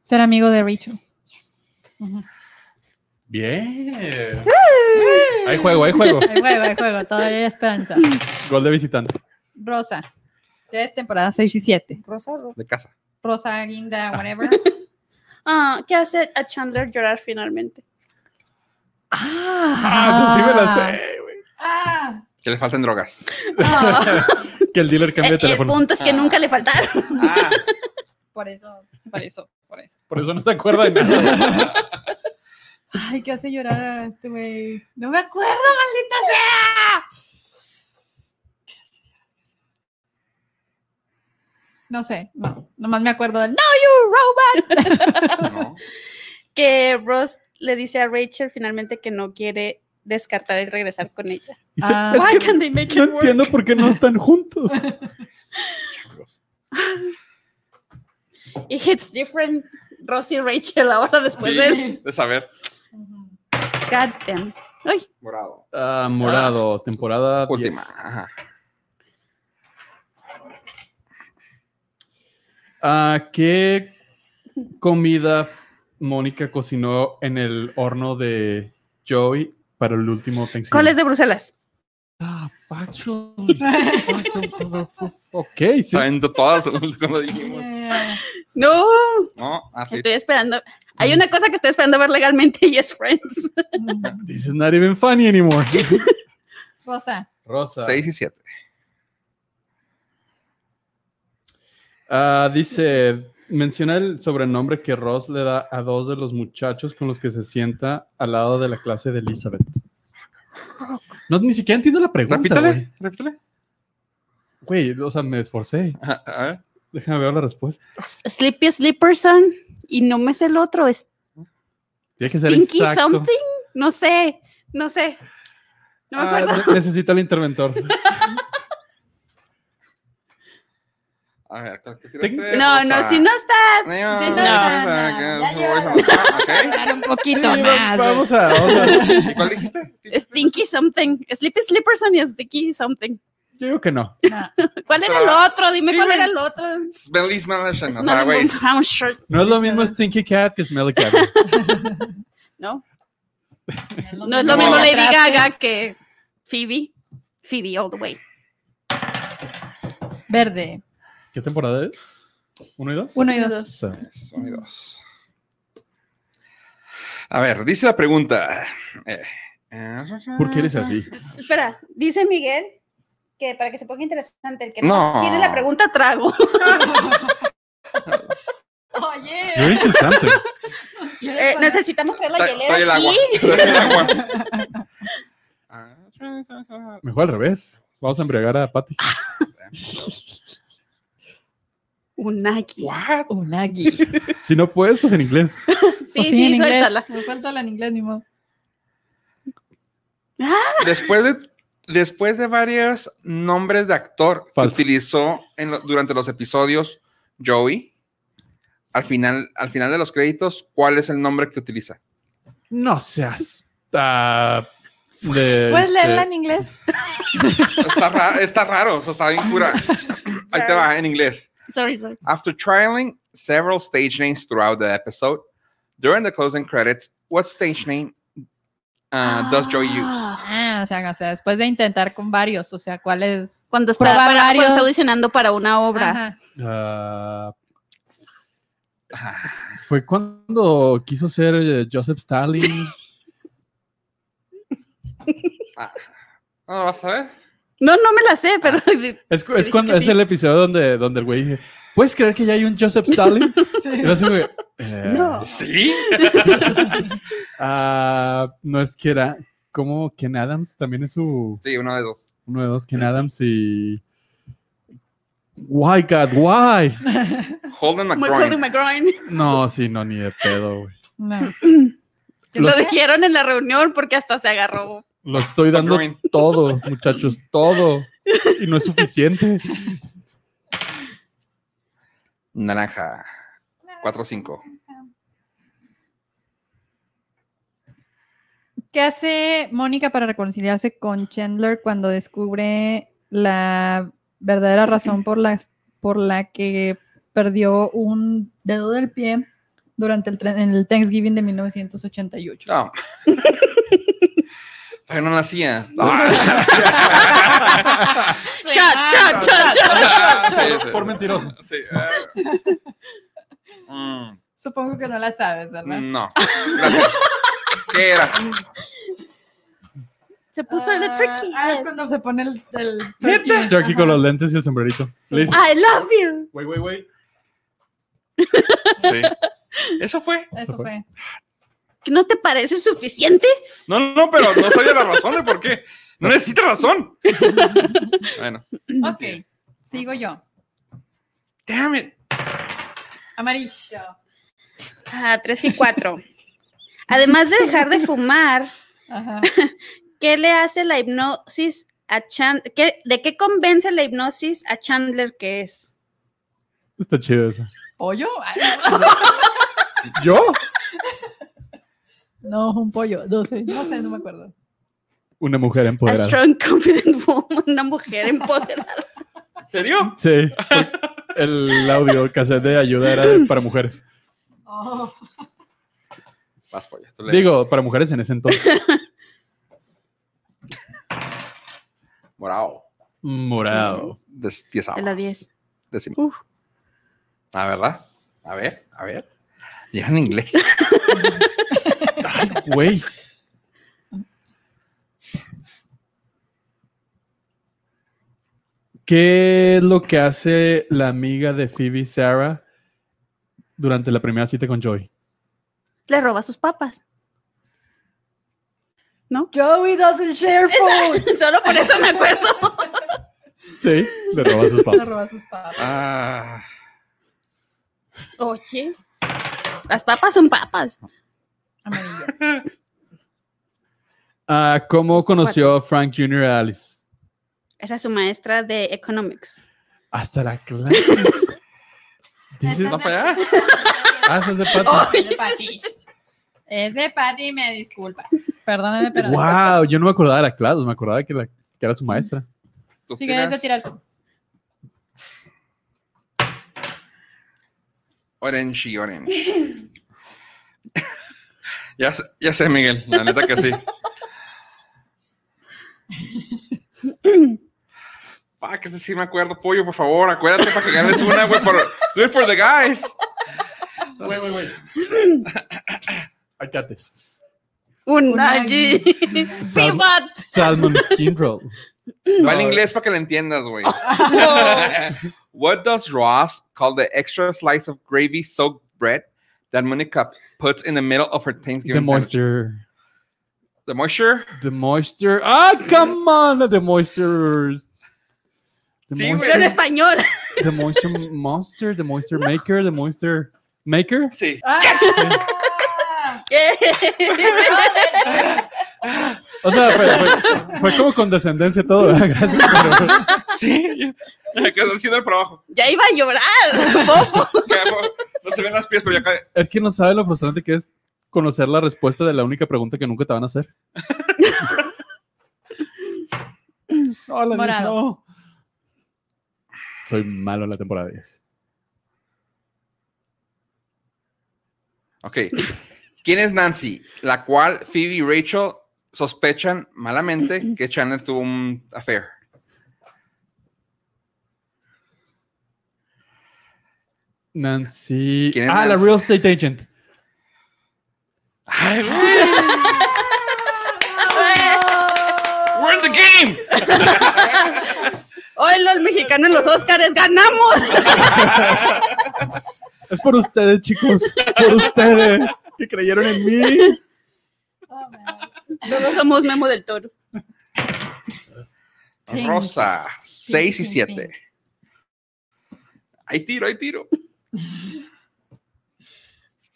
Ser amigo de Rachel. Ujú. Bien. Hay juego, hay juego. Hay juego, hay juego, todavía hay esperanza. Gol de visitante. Rosa, ya es temporada 6 y 7. Rosa, Ro- De casa. Rosa, Guinda, whatever. Ah, ¿Qué hace a Chandler *laughs* llorar finalmente? Ah, pues sí me la Ah. sé, güey. Ah, Que le faltan drogas. Ah, Que el dealer cambie el, de teléfono. punto es que nunca le faltaron. Ah, por eso, por eso, por eso. Por eso no se acuerda de nada. Ay, que hace llorar a este güey. No me acuerdo, maldita sea. No sé, no. Nomás me acuerdo del No, you robot. No. Que Ross le dice a Rachel finalmente que no quiere descartar el regresar con ella. *laughs* Dice, Ah. "Es Why que can't they make no it work? entiendo por qué no están juntos. It hits different Ross y Rachel ahora después de Sí, de saber. God damn. Ay, Morado. *laughs* Ah, morado, temporada Última. 10. Ajá. Ah, ¿Qué comida Mónica cocinó en el horno de Joey para el último Thanksgiving? coles de Bruselas. Ah, facho. ok, sí. Sabiendo todas cuando dijimos. No, No, así. estoy esperando. Hay una cosa que estoy esperando ver legalmente y es Friends. This is not even funny anymore. *laughs* Rosa. Rosa. 6 y 7. Ah, dice, menciona el sobrenombre que Ross le da a dos de los muchachos con los que se sienta al lado de la clase de Elizabeth. No, ni siquiera entiendo la pregunta. Repítale, repítale. Güey, Güey, o sea, me esforcé. Ajá, a ver. Déjame ver la respuesta. *laughs* Sleepy Sleeperson y no me sé el otro. Es Tiene que ser Stinky exacto. Something. No sé, no sé. No me Ah, acuerdo. ne- necesita el *laughs* interventor. A ver, ¿cuál que Tec- tiraste? No, no, Rosa. si no está. No, Sí, no, no, no, ya no, llevamos. no, ¿Eh? no, ok. Hablar un poquito Sí, va- más. vamos a. vamos a- ¿Y cuál dijiste? Stinky Something. Sleepy Sleeperson y Stinky Something. Yo digo que no. ¿Cuál era Ah, el otro? Dime cuál era el otro. Smelly Smellerson. O sea, Smelling ah, güey. Bone Hound Shirt. No es lo mismo Stinky Cat que Smelly Cat. No, no es lo mismo Lady Gaga que Phoebe. Phoebe all the way. Verde. ¿Qué temporada es? ¿Uno y dos? Uno y dos. Sí. Son y dos. A ver, dice la pregunta. Eh, eh, ¿Por qué eres así? Espera, dice Miguel que para que se ponga interesante, el que no No. tiene la pregunta *laughs* trago. Eh, Oye. Qué interesante. necesitamos traer la Trae- hielera trae el aquí. agua. Trae el agua. Mejor al revés. Vamos a embriagar a Patty. Unagi. What? Unagi. Sí, Si no puedes, pues en inglés. Sí, sí, suéltala. Inglés. Suéltala en inglés, ni modo. Después de, después de varios nombres de actor Falso. que utilizó en lo- durante los episodios Joey, al final, al final de los créditos, ¿cuál es el nombre que utiliza? No seas. ah, de, Pues ¿Puedes este, leerla Pues en inglés? Está, ra- está raro, o sea, está bien cura. Ahí te va, en inglés. Sorry, sorry. After trialing several stage names throughout the episode, during the closing credits, what stage name uh, does Joey use? Ah, Ah, o sea, o sea, después de intentar con varios, o sea, ¿cuál es? Cuando está, Probar para, cuando varios. está audicionando para una obra. Ajá. ah, fue cuando quiso ser eh, Joseph Stalin. ¿No lo vas a ver? No, no me la sé, pero Ah, *laughs* Es, cu- Te es, dije cuando, que es sí. el episodio donde, donde el güey dice: ¿Puedes creer que ya hay un Joseph *laughs* Stalin? Y lo hace, güey. eh, No. Sí. ah, no es que era. Como Ken Adams también es su. Sí, uno de dos. Uno de dos, Ken Adams y. Why, God, why? Holding Holden McCroin. McGroin. No, sí, no, ni de pedo, güey. No. Lo Los- dijeron en la reunión porque hasta se agarró. Lo estoy dando McGroin. todo, muchachos, todo. Y no es suficiente. Naranja. 4-5. ¿Qué hace Mónica para reconciliarse con Chandler cuando descubre la verdadera razón por la, por la que perdió un dedo del pie durante el, tre- en el Thanksgiving de Ah. 1988? No. Todavía Ah. no nacía. Ah. Shot, Ah, shot, shot, shot. *laughs* Por mentiroso. *laughs* Sí, eh. Mm, Supongo que no la sabes, Mm. ¿verdad? no. Gracias. ¿Qué era? Se puso el de Ah, tricky. Ah, es cuando se pone el, el turkey. Chucky con Ajá. los lentes y el sombrerito. Le dice, I love you. güey, güey, güey. Sí. Eso fue. Eso fue. ¿Que no te parece suficiente? No, no, no, pero no sabía la razón de por qué. No necesita razón. Bueno, Ok, sigo yo. Damn it. Amarillo. Ah, tres y cuatro. *laughs* Además de dejar de fumar, Ajá. ¿qué le hace la hipnosis a Chandler? ¿De qué convence la hipnosis a Chandler que es? Está chido esa. ¿Pollo? Ay, ¿Yo? no, un pollo. No sé, no sé, no me acuerdo. Una mujer A empoderada. strong, *laughs* confident woman, una mujer empoderada. ¿En serio? Sí. El audio cassette de ayuda era de- para *laughs* mujeres. Oh, Vas, pues, polla, tú le- Digo, para mujeres en ese entonces. Morado. Morado. Des- diez De la 10. Decime. Ah, ¿verdad? A ver, a ver. Ya en inglés. Güey. ¿Qué es lo que hace la amiga de Phoebe Sarah durante la primera cita con Joy? Le roba sus papas. Joey doesn't share *laughs* food. *laughs* Solo por eso me acuerdo. Sí, le roba sus Le papas. roba sus papas. Ah, Oye. Las papas son papas. Amarillo. Ah, ¿Cómo conoció Frank Jr. a Alice? Era su maestra de Economics. Hasta la *laughs* clase. Dices, ¿va para allá? *laughs* ah, estás de pata. Es de Patty. Es de Patty, me disculpas. Perdóname, pero. Wow, yo no me acordaba de la clase, me acordaba que, la- que era su maestra. Tú Si quieres de tiras tirar tú. Orange y orange. ya, sé- ya sé, Miguel. La neta que sí. Pa, que ese sí me acuerdo, pollo, por favor, acuérdate para que ganes una, güey, por, do it for the guys. Güey, güey, güey. Alcates. Un Unagi. Unagi. *laughs* *laughs* Pivot. Salmon skin roll. Va al inglés para que lo entiendas, güey. What does Ross call the extra slice of gravy soaked bread that Monica puts in the middle of her The Thanksgiving? sandwiches? moisture. The moisture. The moisture. Ah, come on. The moisture. The Sí, güey. Pero en moisture. español. The moisture monster. The moisture maker. The moisture maker. Sí. ¡Ah! O sea, fue, fue- fue como con descendencia todo. *laughs* ¿verdad? Gracias. pero- Sí. Me quedo haciendo el trabajo. *laughs* ya iba a llorar. Fofo. *laughs* No se ven las pies, pero ya cae. es que no sabe lo frustrante que es conocer la respuesta de la única pregunta que nunca te van a *laughs* hacer. No, la 10 Morado. no. Soy malo en la temporada 10. Ok. ¿Quién es Nancy? La cual Phoebe y Rachel sospechan malamente que Chandler tuvo un affair. Nancy. ¿Quién es Ah, la Nancy? real estate agent. Ay, güey. We're in the game. Hoy los mexicanos en los Óscares ganamos. Es por ustedes, chicos. Por ustedes que creyeron en mí. Oh, man. Todos somos Memo del Toro. Ping. Rosa, 6 y ping, 7. Hay tiro, hay tiro.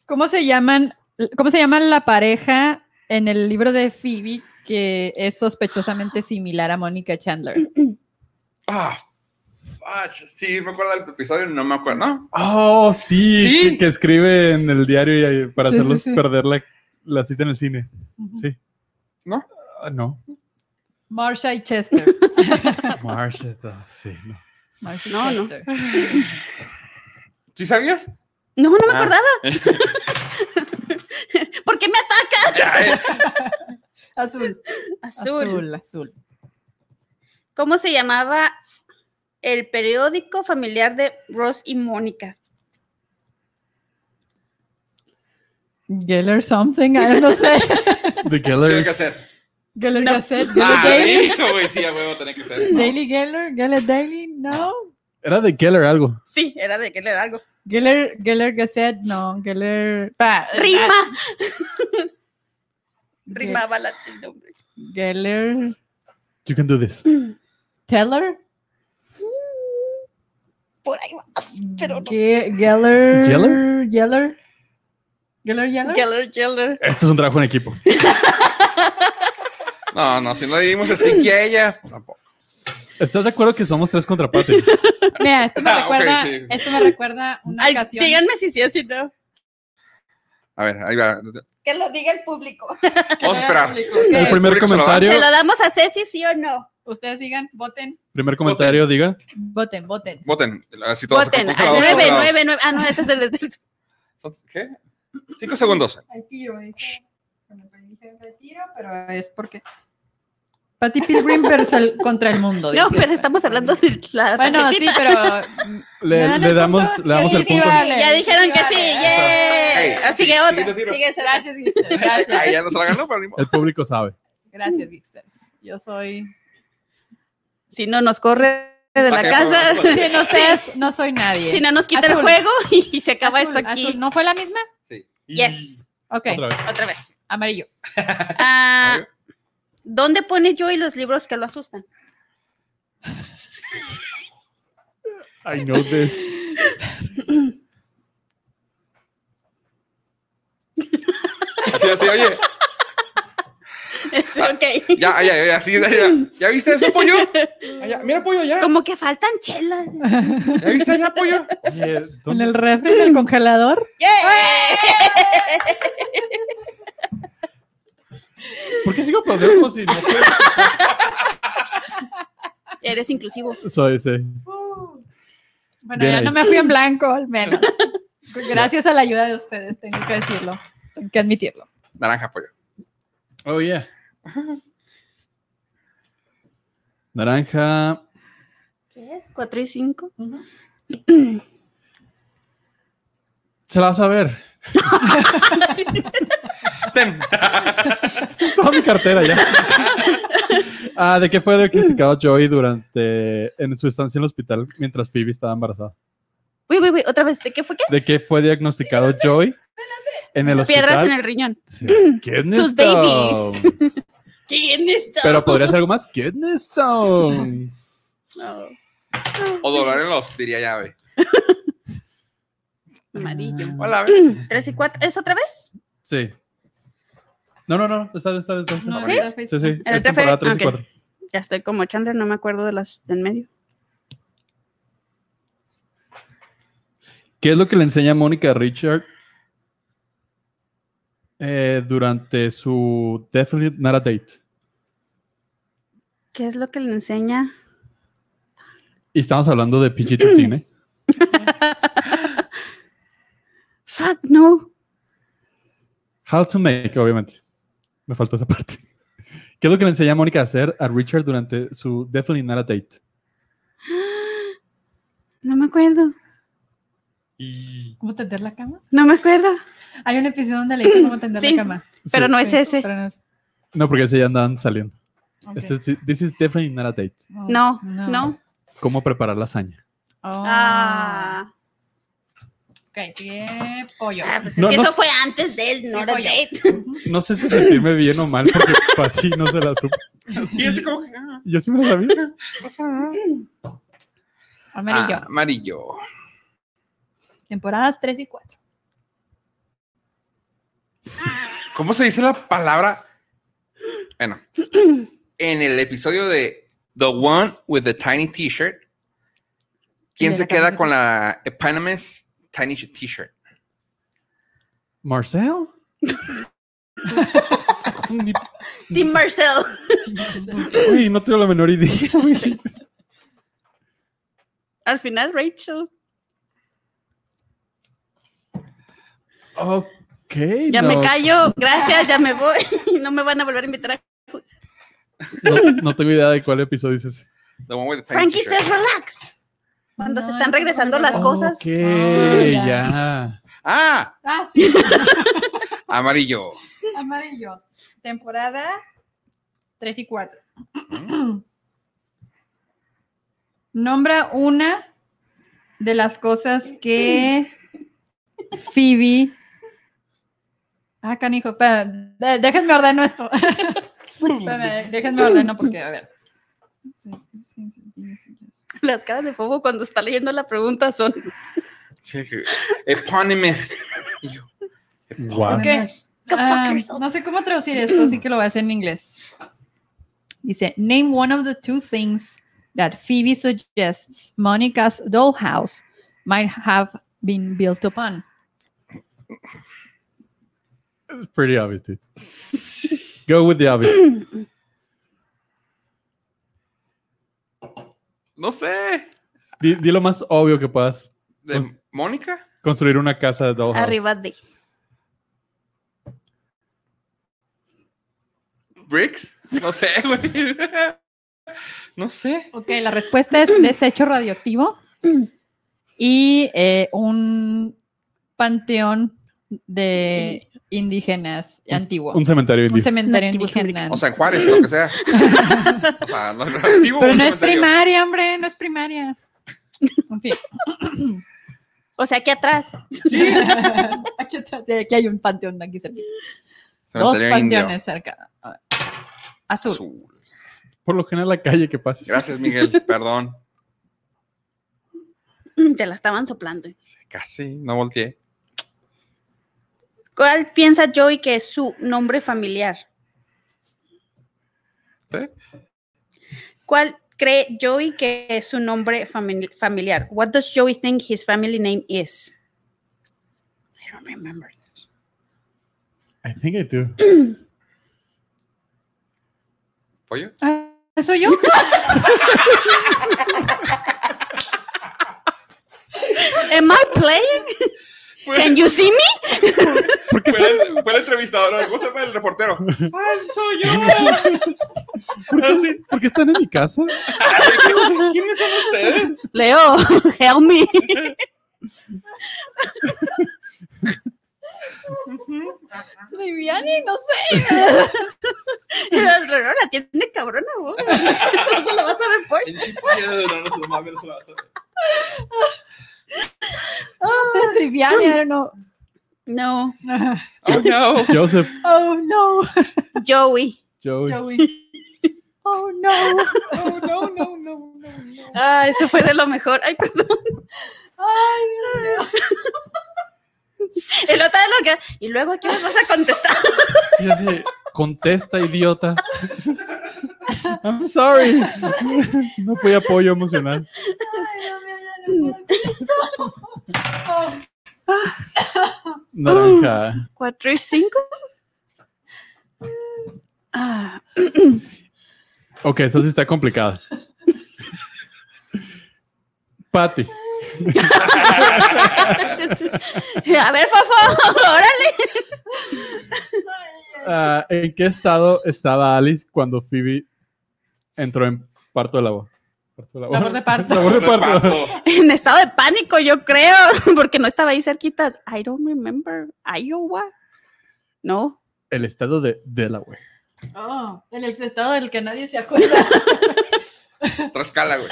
¿Cómo se llaman? ¿Cómo se llama la pareja en el libro de Phoebe que es sospechosamente similar a Mónica Chandler? Ah, fudge. sí, me acuerdo del episodio, no me acuerdo, ¿no? Oh, sí. Sí. Que, que escribe en el diario y ahí- para Sí, hacerlos sí, sí. perder la, la cita en el cine. Sí. ¿No? Ah, no. Marsha y Chester. Marsha, no, sí. no. Marsha y No, no. Chester. ¿Sí sabías? No, no me Ah. acordaba. ¿Por qué me atacas? eh, *laughs* Azul. Azul. Azul, azul. ¿Cómo se llamaba el periódico familiar de Ross y Mónica? Geller something, ah, no *laughs* sé. The Tiene que Killers. hacer. Geller No. Gazette, Geller Ah, Daily. hijo, güey, sí, a huevo, tiene que ser. ¿no? Daily Geller, Geller Daily, no. Era The Keller algo. Sí, era de que era algo. Geller, Geller Gazette, no. Geller. eh, pa, Rima, Ge- rimaba la- el nombre. Geller You can do this. Teller. por ahí vas, pero no. Ge- Geller. ¿Geller? Geller. Geller, Geller. Yeller, yeller. Esto es un trabajo en equipo. No, no, si no le dimos sticky a ella, pues tampoco. ¿Estás de acuerdo que somos tres contra Patty? Mira, esto me Ah, ok, recuerda, sí. esto me recuerda una Ay, ocasión. díganme si sí o si no. A ver, ahí va. Que lo diga el público. Vamos a esperar. Que El primer público se lo da. comentario, ¿Se lo damos a Ceci, sí o no? Ustedes digan, voten, primer comentario, diga. voten, voten. Voten. Así todos Voten. Ah, todos Al lados, 9, todos 9, 9. Ah, no, ese es el de. *laughs* lados. ¿Qué? Cinco segundos. Al tiro, dice. Bueno, pues dijeron al tiro, pero es porque. Patty Pilgrim versus el- contra el mundo. No, dice. pero estamos hablando de la. Bueno, sí, pero. ¿Me *laughs* Le, dan le el damos, punto? le damos Sí, el sí, punto. vale. Ya dijeron que sí, Vale. yeah. Ey, Ah, sigue sigue otra. tu tiro. *laughs* Sigue esa. Gracias, Gixter. Ah, Gracias. ya no se la ganó, pero ni modo. El público sabe. Gracias, Gixters. Yo soy. Si no nos corre de la Ok, casa, vamos. Sí, no sé, no soy nadie. si no nos quita Azul. el juego *laughs* y se acaba Azul, esto aquí. azul. ¿No fue la misma? Sí. Yes, Ok, Otra vez. otra vez. amarillo. Ah, ¿Dónde pone Joy los libros que lo asustan? *laughs* I know this. Así, así, oye. Sí, Ah, ok. Ya, ya, ya, así, ya, ya. ¿Ya viste *laughs* eso, pollo? Allá, mira, pollo, ya. Como que faltan chelas. ¿Ya viste allá, pollo? *laughs* Oye, ¿En ¿dónde- el refri, en el congelador? ¿Por qué sigo aplaudiendo como si no fuera- Eres inclusivo. *laughs* Soy ese. Bueno, Bien ya ahí. no me fui en blanco, al *laughs* menos. Gracias a la ayuda de ustedes, tengo que decirlo. Tengo que admitirlo. Naranja, pollo. Oh, yeah. Naranja. ¿Qué es? ¿Cuatro y cinco? Se la vas a ver. Ten. *laughs* Toda mi cartera *laughs* ya. Ah, ¿de qué fue diagnosticado Joey durante en su estancia en el hospital mientras Phoebe estaba embarazada? Uy, uy, uy, otra vez. ¿De qué fue qué? ¿De qué fue diagnosticado Joy en el hospital? Piedras en el riñón. Sí. Kidney Sus stones. ¿Quién está? Pero podría ser algo *laughs* más. Kidney stones. Oh, *laughs* O dolor en los, diría ya, ve. amarillo. Hola, ve. *clears throat* ¿Tres y cuatro? ¿Es otra vez? Sí. No, no, no. Está, está, está. está. No, sí, está sí. Facebook. ¿El es temporada TFE? 3 y Ok. 4. Ya estoy como Chandler, no me acuerdo de las del medio. ¿Qué es lo que le enseña Mónica a Richard eh, durante su Definitely Not a Date? ¿Qué es lo que le enseña? Y estamos hablando de PG-13, *clears throat* ¿eh? Fuck, no. How to make, obviamente. Me faltó esa parte. *laughs* ¿Qué es lo que le enseña Mónica a hacer a Richard durante su Definitely Not a Date? No me acuerdo. ¿Cómo tender la cama? No me acuerdo. Hay un episodio donde le dicen cómo tender Sí. la cama. Pero no es Sí, ese. pero no es- No, porque ese ya andan saliendo. ok. Este es- this is Definitely Not a Date. Oh, No, no. ¿Cómo preparar lasaña? Oh. Ah. Ok, sigue pollo. Ah, pues No, es que no eso sé. fue antes del Not a pollo. Date. No sé si sentirme bien o mal *laughs* porque Pati no se la supo. Sí, así como que. ah, Yo sí me la sabía. Amarillo. ah, amarillo. Temporadas 3 y 4. ¿Cómo se dice la palabra? *clears throat* Bueno, en el episodio de The One with the Tiny T-shirt, ¿quién De se la queda camiseta. con la eponymous Tiny T-shirt? *laughs* ¿Marcel? Ni- Tim Marcel. Uy, no tengo la menor idea. güey. Al final, Rachel. Ok. Ya no, me callo. Gracias, ya me voy. *laughs* No me van a volver a invitar a. No, no tengo idea de cuál episodio es ese. The One with the Tiny Frankie T-shirt. says relax. Cuando se No, están no, regresando no, las no. cosas. Ok, Ah, ya. Ah, Ah, sí. amarillo. *laughs* Amarillo. Temporada 3 y 4. Mm. Nombra una de las cosas que Phoebe. Ah, canijo, espera, de- déjenme ordeno esto. Espérame, déjenme ordeno porque, a ver. Las caras de Fobo cuando está leyendo la pregunta son. Sí, que- Eponymous. Y yo, Guau. "Eponymous". Ok. Go fuck Ah, yourself. no sé cómo traducir esto, así que lo voy a hacer en inglés. Dice, name one of the two things that Phoebe suggests Monica's dollhouse might have been built upon. It's pretty obvious, dude. Go with the obvious. No sé. Di, di lo más obvio que puedas. ¿De Pues- Mónica? Construir una casa de dollhouse. Arriba de. ¿Bricks? No sé, *laughs* güey. No sé. Ok, la *clears throat* respuesta es desecho radioactivo y eh, un panteón de indígenas antiguo. Un cementerio Un indígena. cementerio Nativos indígena. O sea, en Juárez, lo *laughs* que sea. O sea, no es relativo. Pero no un es comentario. primaria, hombre, no es primaria. En fin. O sea, aquí atrás. *laughs* aquí, atrás, de aquí hay un panteón aquí cerquita. Dos Cementerio indio. panteones cerca. A ver. Azul. Azul. Por lo general, la calle que pases. Gracias, *laughs* Miguel. Perdón. Te la estaban soplando. Casi, no volteé. ¿Cuál piensa Joey que es su nombre familiar? ¿Eh? ¿Cuál cree Joey que es su nombre famili- familiar? What does Joey think his family name is? I don't remember. I think I do. ¿Pollo? Ah, ¿Soy *laughs* yo? Am I playing? Can you see me? ¿Por qué Fue están, el, fue el entrevistador, ¿cómo se llama el *laughs* reportero? ¡Ay, soy yo! por qué- por qué están en mi casa? ¿Quiénes son ustedes? Leo, *laughs* help me. Soy Vianney, no sé. Leo, la tiene cabrona vos. *laughs* No se la vas a ver pues. En Chipotle, no, no, no, mami, no se la vas a ver. No sé, soy Vianney, I don't know. No, Oh, no. Joseph, Oh no, Joey. Joey. Joey. Oh no. Oh no, no, no, no. no. Ah, eso fue de lo mejor. Ay, perdón. Ay, Dios mío. *laughs* El otro de lo que. Y luego, ¿qué nos vas a contestar? Sí, así, contesta, idiota. *laughs* I'm sorry. *laughs* No fui apoyo emocional. Ay, Dios mío, ya no puedo con esto. Oh, Naranja. ¿Cuatro y cinco? Ah, *laughs* Ok, eso sí está complicado. Patty. a ver, Fofo, órale. Ah, ¿En qué estado estaba Alice cuando Phoebe entró en parto de labor? Parto de labor. Labor de parto. Labor de parto. En estado de pánico, yo creo, porque no estaba ahí cerquitas. I don't remember. Iowa. No. El estado de Delaware. oh, en el estado del que nadie se acuerda. Trascala, güey.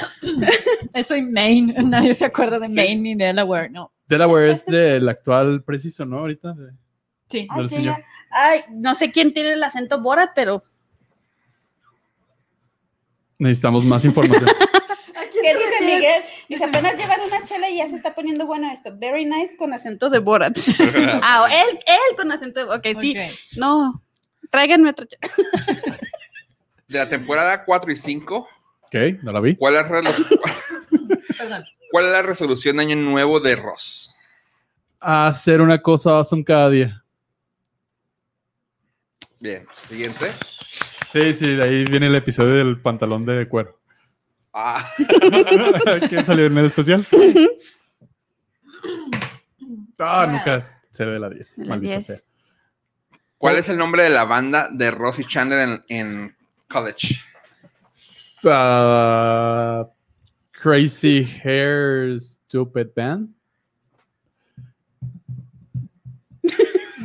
Eso en Maine. Nadie se acuerda de Sí. Maine ni Delaware, no. Delaware es del actual preciso, ¿no? Ahorita. de- Sí. Del señor. Ay, no sé quién tiene el acento Borat, pero Necesitamos más información. ¿qué dice Miguel? Dice, apenas llevan una chela y ya se está poniendo bueno esto. Very nice con acento de *laughs* Borat. Ah, él, él con acento de Ok, sí. Ok. No. Tráiganme otra chela. De la temporada 4 y 5, ok, no la vi. ¿cuál es, relo- Perdón. cuál es la resolución de año nuevo de Ross? Hacer una cosa awesome cada día. Bien, siguiente. Sí, sí, de ahí viene el episodio del pantalón de cuero. *laughs* Ah, ¿Quién salió en el especial? Ah, nunca se ve la 10. La Maldita 10. sea. ¿Cuál es el nombre de la banda de Ross y Chandler en, en college? Ah, crazy Hair Stupid Band.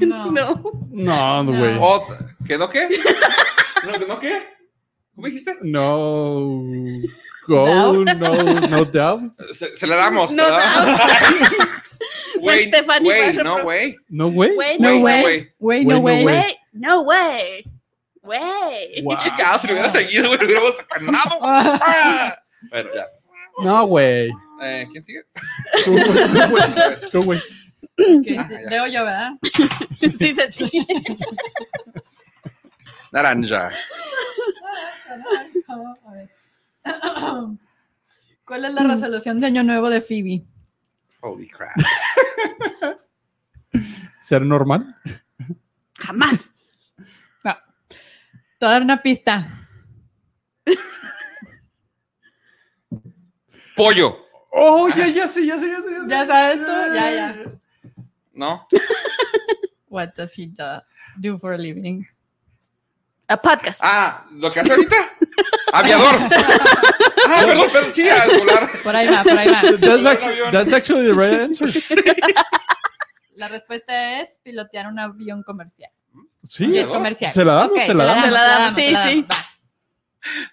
No. No. No, No. güey. Oh, ¿Quedó qué? ¿No quedó qué? ¿Cómo dijiste? No. Go, Doubt. no, no doubt. Se, se la damos. No se la damos. *laughs* Güey, Stephanie güey, va a no, repro- güey. No, güey. Güey, No Güey, no, way. güey. Güey, no Güey, no way. way. Güey, no way. Güey. Wow. *laughs* Chicas, si lo hubiera seguido, güey, lo hubiéramos ganado. Ah, Ah, Bueno, ya. No, güey. Eh, ¿Quién sigue? Tú, güey. Tú, güey. Que Ah, sí, ya. Leo yo, ¿verdad? *coughs* Sí, se- sí. Naranja. A ver. ¿Cuál es la Mm. resolución de Año Nuevo de Phoebe? Holy crap. Ser normal. Jamás. No. Te voy a dar una pista. Pollo. Oh, ya, ya sé, ya sé, ya sé. sé. Eh, Ya sabes tú, ya, ya. ¿No? What does he do, do for a living? A podcast. Ah, ¿lo que hace ahorita? Aviador. Ah, perdón, pero sí, a volar. Por ahí va, por ahí va. That's actually, that's actually the right *laughs* answer. La respuesta es pilotear un avión comercial. Sí. Y es Aviador. comercial. ¿Se la damos? Ok, ¿Se la damos? Se la damos, se sí, la sí. damos,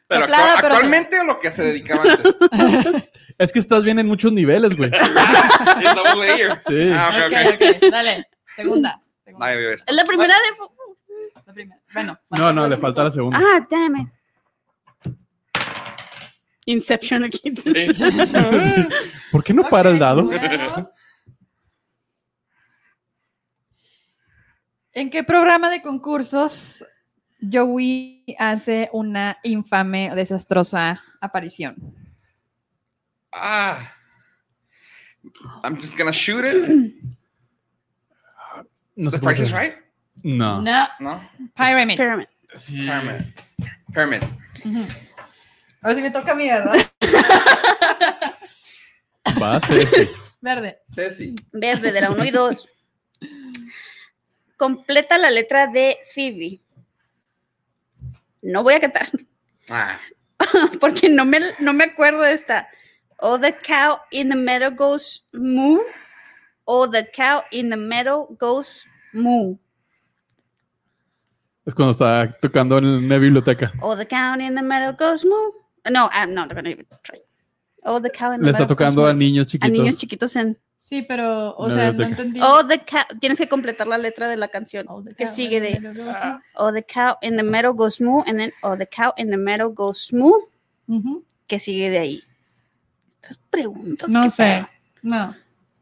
Pero Soplada, actua- pero- actualmente o lo que se dedicaba antes. *laughs* Es que estás bien en muchos niveles, güey. Es double layer. Sí. Ah, ok, ok. va. Ok, ok, dale. Segunda. segunda, Nadie vio esto. Es la primera de. la primera. Bueno. No, no, le falta la segunda. Ah, damn it. Inception aquí. Sí. Ah. ¿Por qué no para el dado? luego. ¿En qué programa de concursos Joey hace una infame o desastrosa aparición? Ah. I'm just gonna shoot it. No sé The cómo price is se- right. No. No, ¿No? Pyramid. Pyramid. Sí. Pyramid. Pyramid. Ujú. A ver si me toca a mí, ¿verdad? Va, Ceci. Verde. Ceci. Verde, de la 1 y 2. Completa la letra de Phoebe. No voy a cantar *laughs* Ah. porque no me, no me acuerdo de esta. Oh, the cow in the meadow goes moo. Oh, the cow in the meadow goes moo. Es cuando está tocando en una biblioteca. Oh, the cow in the meadow goes moo. No, I'm not going to even try. Oh, the cow in the Le pues, meadow está goes tocando a moo. niños a chiquitos. niños chiquitos en Sí, pero, o Una sea, no biblioteca. entendí. Oh, the cow. Tienes que completar la letra de la canción. Oh, the ¿Qué cow, sigue de- no, no, no, no. Oh, the cow in the meadow goes moo. And then, oh, the cow in the meadow goes moo. Ujú. ¿Qué sigue de ahí? Estas preguntas. No ¿qué sé. pedo? No,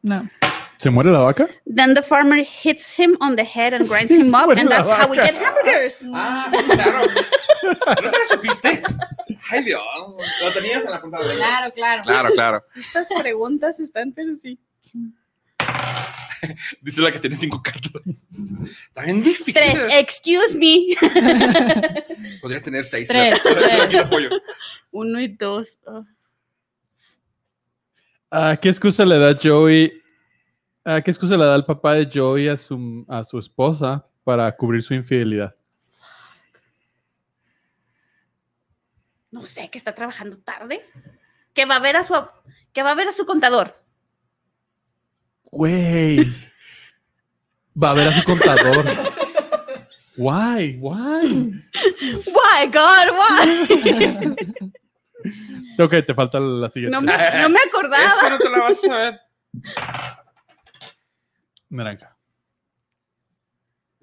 no. ¿Se muere la vaca? Then the farmer hits him on the head *laughs* and grinds Sí, him up. bueno, And la that's how we vaca. get hamburgers. Ah, claro. ¿No te lo supiste? Ay, Dios. Lo tenías en la punta de la lengua. Claro, claro. Claro, claro. Estas preguntas están, pero sí. Dice la que tiene cinco cartas. Está bien difícil. Tres. Excuse me. Podría tener seis. Tres, Pero- pero tres. aquí lo apoyo. *laughs* Uno y dos. Oh. Ah, ¿Qué excusa le da Joey? ah, ¿Qué excusa le da el papá de Joey a su, a su esposa para cubrir su infidelidad? No sé, que está trabajando tarde. Que va a ver a su, que va a ver a su contador. Güey. Va a ver a su contador. Why? Why? Why, God, why? *laughs* Ok, te falta la siguiente. No me, no me acordaba. Eso no te la vas a saber. Naranja.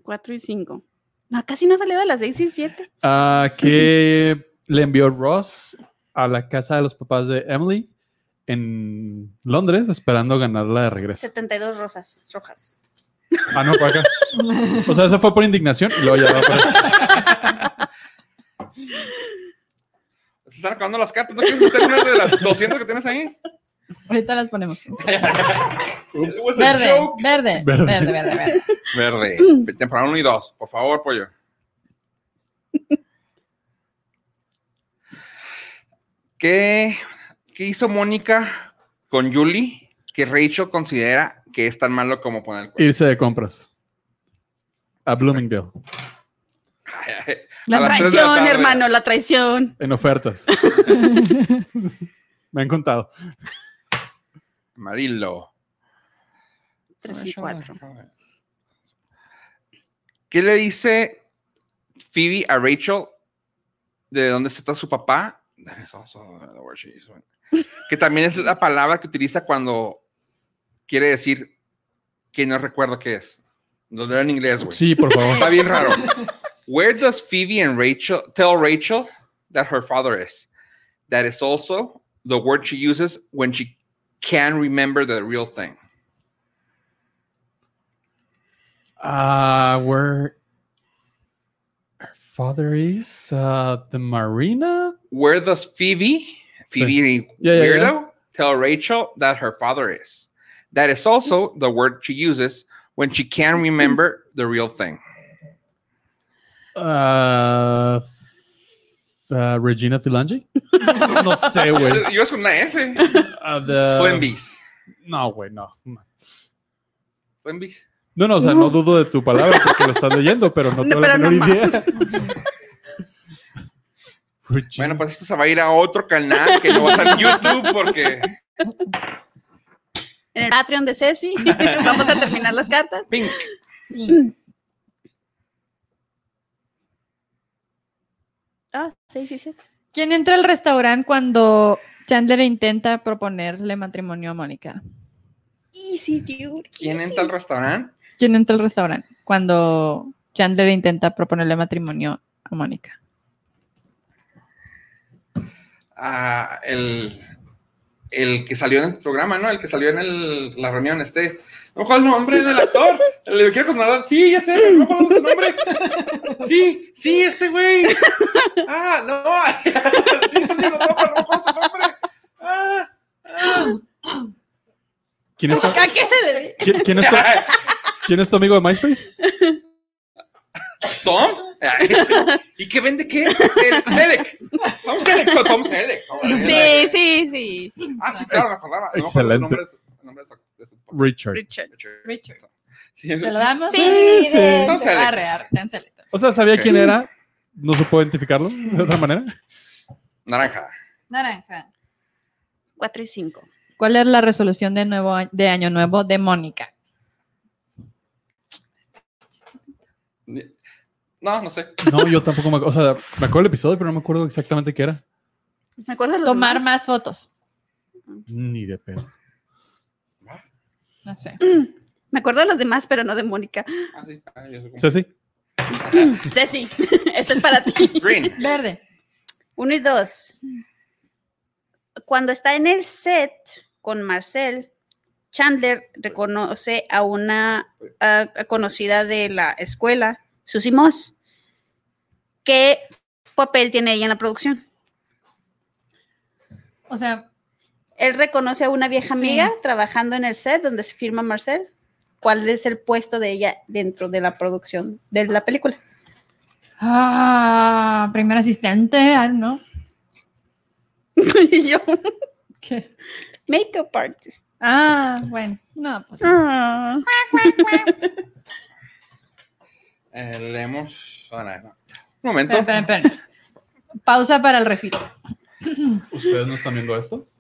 Cuatro y cinco. No, casi no ha salido de las seis y siete. Ah, ¿Qué le envió Ross a la casa de los papás de Emily en Londres esperando ganarla de regreso? 72 rosas rojas. Ah, no, por acá. O sea, eso fue por indignación y luego ya va para- Se están acabando las cartas. ¿No quieres meter una de las 200 que tienes ahí? Ahorita las *laughs* ponemos. It was a Verde, joke. verde, Verde. verde, verde, verde, Verde. *clears throat* Temprano 1 y 2. Por favor, pollo. ¿Qué, qué hizo Mónica con Julie que Rachel considera que es tan malo como poner el cuerpo? irse de compras a Bloomingdale A La *laughs* las tres de la traición, tarde. hermano, la traición. en ofertas. Me han contado. Amarillo. Tres y cuatro. ¿Qué le dice Phoebe a Rachel de dónde está su papá? That is also another word she used. Que también es la palabra que utiliza cuando quiere decir que no recuerdo qué es. Lo leo en inglés, güey. Sí, por favor. Está bien raro. Where does Phoebe and Rachel tell Rachel that her father is? That is also the word she uses when she can remember the real thing. Uh, where her father is, uh, the marina. Where does Phoebe, Phoebe Yeah, yeah, weirdo, yeah. tell Rachel that her father is? That is also the word she uses when she can remember the real thing. Uh, uh, Regina Filangi. *laughs* no sé, güey. Yo es una F. Uh, the- Flenbis. No, güey, no. Flenbis. No, no, o sea, no. dudo de tu palabra porque lo estás leyendo, pero no tengo *laughs* No, pero la menor no idea. mames. *laughs* Regina. Bueno, pues esto se va a ir a otro canal que no va a ser YouTube porque En el Patreon de Ceci. *laughs* Vamos a terminar las cartas. Pink. *laughs* Ah, sí, sí, sí. ¿Quién entra al restaurante cuando Chandler intenta proponerle matrimonio a Mónica? Easy, dude. ¿Quién entra al restaurante? ¿Quién entra al restaurante cuando Chandler intenta proponerle matrimonio a Mónica? Ah, el, el que salió en el programa, ¿no? El que salió en el- la reunión, este. No me acuerdo el nombre del actor. Le quiero contar. Sí, ya sé, no me acuerdo su nombre. Sí, sí, este güey. Ah, no. *laughs* Sí, sí, no, no, no, me acuerdo su nombre. Ah, ¿Quién *laughs* es tu, ¿A qué se debe? quién- quién es tu- quién es tu amigo de MySpace? Tom. Ay, ¿Y qué vende qué? Sel- Selec. Tom Selec, o Tom Selec. Tom Sí, Selec. sí, sí. Ah, sí, claro, me acordaba. No me acuerdo su Excelente. nombre de su- el nombre de su- de su- Richard. Richard. Richard. Sí, ¿Te lo damos? Sí, Sí, sí. de- Tom Selleck. Arre, arre, cancele. O sea, sabía Ok. quién era, no supo identificarlo de otra manera. Naranja. Naranja. 4 y 5. ¿Cuál es la resolución de, nuevo, a- de Año Nuevo de Mónica? No, no sé. No, yo tampoco me acuerdo. O sea, me acuerdo el episodio, pero no me acuerdo exactamente qué era. ¿Me acuerdas de los Tomar demás? más fotos. Ni de pedo. No sé. Me acuerdo de los demás, pero no de Mónica. Ah, sí. Ah, yo sé cómo. Ceci, Ceci, *laughs* esta es para ti. Green. Verde. Uno y dos. Cuando está en el set con Marcel, Chandler reconoce a una a- a conocida de la escuela, Susie Moss. ¿Qué papel tiene ella en la producción? O sea, Él reconoce a una vieja Sí. amiga trabajando en el set donde se firma Marcel. ¿Cuál es el puesto de ella dentro de la producción de la película? ah, primer asistente, ah, ¿no? *laughs* Y yo, ¿Qué? makeup artist. Ah, bueno, no, pues. Ah. Eh, leemos. ah, no, no. Un momento. Espera, espera, espera. Pausa para el refil. ¿ustedes no están viendo esto? *laughs*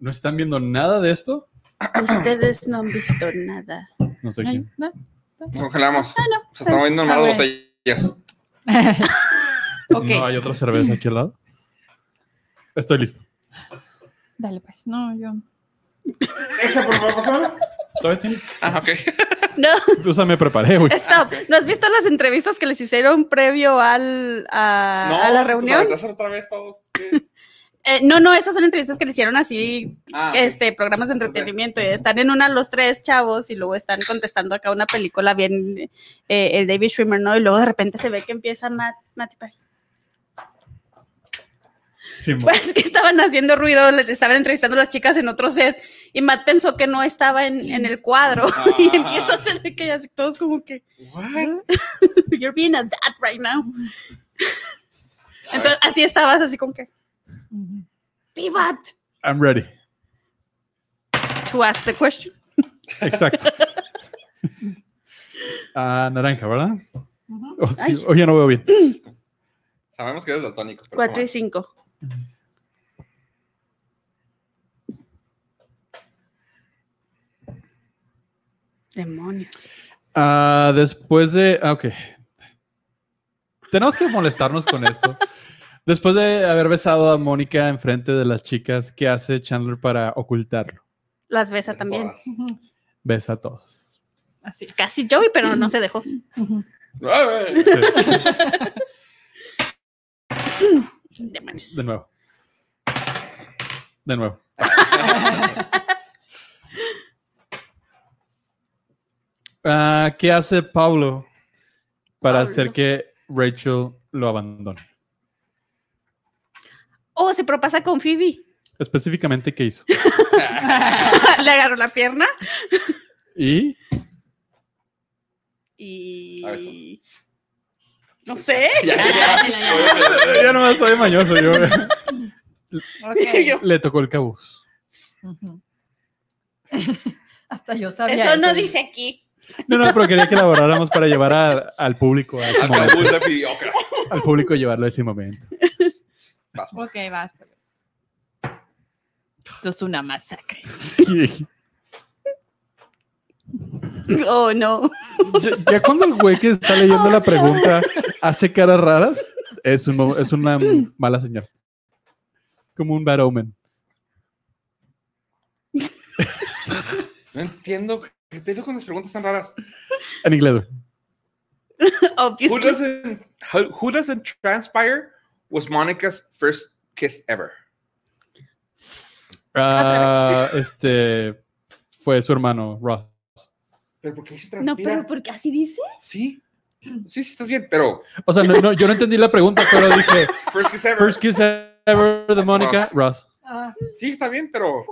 ¿No están viendo nada de esto? Ustedes no han visto nada. No sé Ay, quién. ¿no? *laughs* Nos congelamos. Se están moviendo Ah, más bueno. botellas. ok, No, hay otra cerveza aquí al lado. Estoy listo. dale pues. No, yo. ¿Esa por favor pasaba? Todavía tiene- Ah, ok. *laughs* No, O sea, me preparé, güey. stop. ¿No has visto las entrevistas que les hicieron previo al, a, a pues, la reunión? ¿Vas a hacer otra vez todos? Eh, no, no, esas son entrevistas que le hicieron así, Ah, este, programas de entretenimiento. y Están en una los tres chavos y luego están contestando acá una película bien, eh, el David Schwimmer, ¿no? Y luego de repente se ve que empieza Matt, Matty Perry. Simón. Pues es que estaban haciendo ruido, le estaban entrevistando a las chicas en otro set y Matt pensó que no estaba en, en el cuadro *laughs* y empieza a hacerle que así todos como que... What? *laughs* You're being a dad *laughs* right now. Entonces, así estabas, así como que, Ujú. pivot I'm ready. to ask the question. *laughs* Exacto. Ah, naranja, ¿verdad? Ujú. O sí, o ya no veo bien. Sabemos que eres daltónico. pero Cuatro y bueno. cinco. Demonio. Ah, después de. ah, ok. Tenemos que molestarnos con *laughs* esto. Después de haber besado a Mónica enfrente de las chicas, ¿qué hace Chandler para ocultarlo? Las besa también. Ujú. Besa a todos. Así es. Casi Joey, pero no se dejó. *laughs* Ujú. Ay, Sí. *clears throat* Demonios. De nuevo. De *laughs* nuevo. Ah, ¿Qué hace Pablo para Pablo. hacer que Rachel lo abandone? Oh, se propasa con Phoebe. *laughs* Específicamente, ¿qué hizo? Le agarró la pierna Y y. Ah, A eso. No sé. Ya, ya. ya no estoy mañoso. Yo *laughs* Ok. Yo- le tocó el cabuz. Ujú. *laughs* Hasta yo sabía. Eso no dice. dice aquí. *laughs* No, no, pero quería que elaboráramos para llevar a- al público a ese Acabó momento. esa mediocre. Al público llevarlo a ese momento. Vas, pues. Ok, vas. Pepe. Esto es una masacre. Sí. Oh, no. *laughs* Ya, ya cuando el güey que está leyendo la pregunta hace caras raras, es, un mo- es una mala señal. Como un bad omen. No entiendo. ¿Qué pedo con las preguntas tan raras? En inglés, güey. Who Obviously. doesn't, who who doesn't transpire was Monica's first kiss ever. Ah, este fue su hermano, Ross. ¿Pero por qué se transpira? No, pero pues porque así dice. Sí. Sí, sí, estás bien, pero O sea, no, no, yo no entendí la pregunta, pero dije, first kiss ever. first kiss ever de Mónica, Ross. Ah, Sí, está bien, pero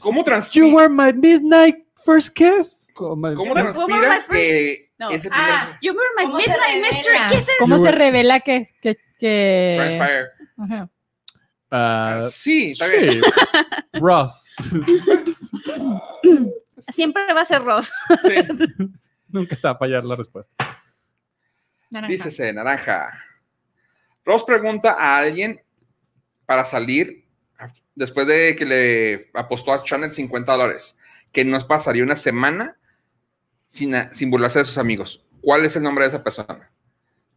¿cómo transpira? You were my midnight first kiss. ¿Cómo Woman transpira was first- que No. ese primer Ah, You were my ¿Cómo se midnight mystery revela? kisser. ¿Cómo You se were- revela que... que, que... transpire? Ajá. Ah, sí, está sí. bien. *laughs* Ross. Siempre va a ser Ross. Sí. Nunca te va a fallar la respuesta. Naranja. Dícese, naranja. Ross pregunta a alguien para salir después de que le apostó a Chandler 50 dólares, que nos pasaría una semana sin, sin burlarse de sus amigos. ¿Cuál es el nombre de esa persona?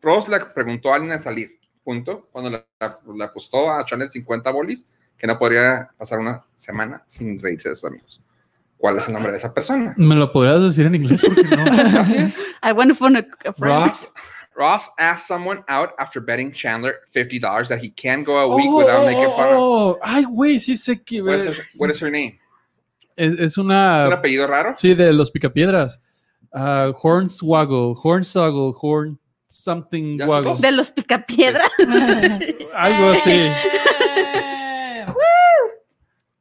Ross le preguntó a alguien a salir, punto, cuando le, le apostó a Chandler 50 bolis, que no podría pasar una semana sin reírse de sus amigos. ¿Cuál es el nombre de esa persona? ¿Me lo podrías decir en inglés? Porque *laughs* no. Así es. I want to phone a, a friend. Ross Ross asked someone out after betting Chandler fifty dollars that he can go a week Oh, without oh, making fun of. oh, Ay, güey, sí sé que. What is, her, what is her name? Es, es ¿Es un una. apellido raro? Sí, de los picapiedras. Ah, hornswoggle, hornswoggle, horn something ¿Ya son woggle. dos? De los picapiedras. Algo así. Eh,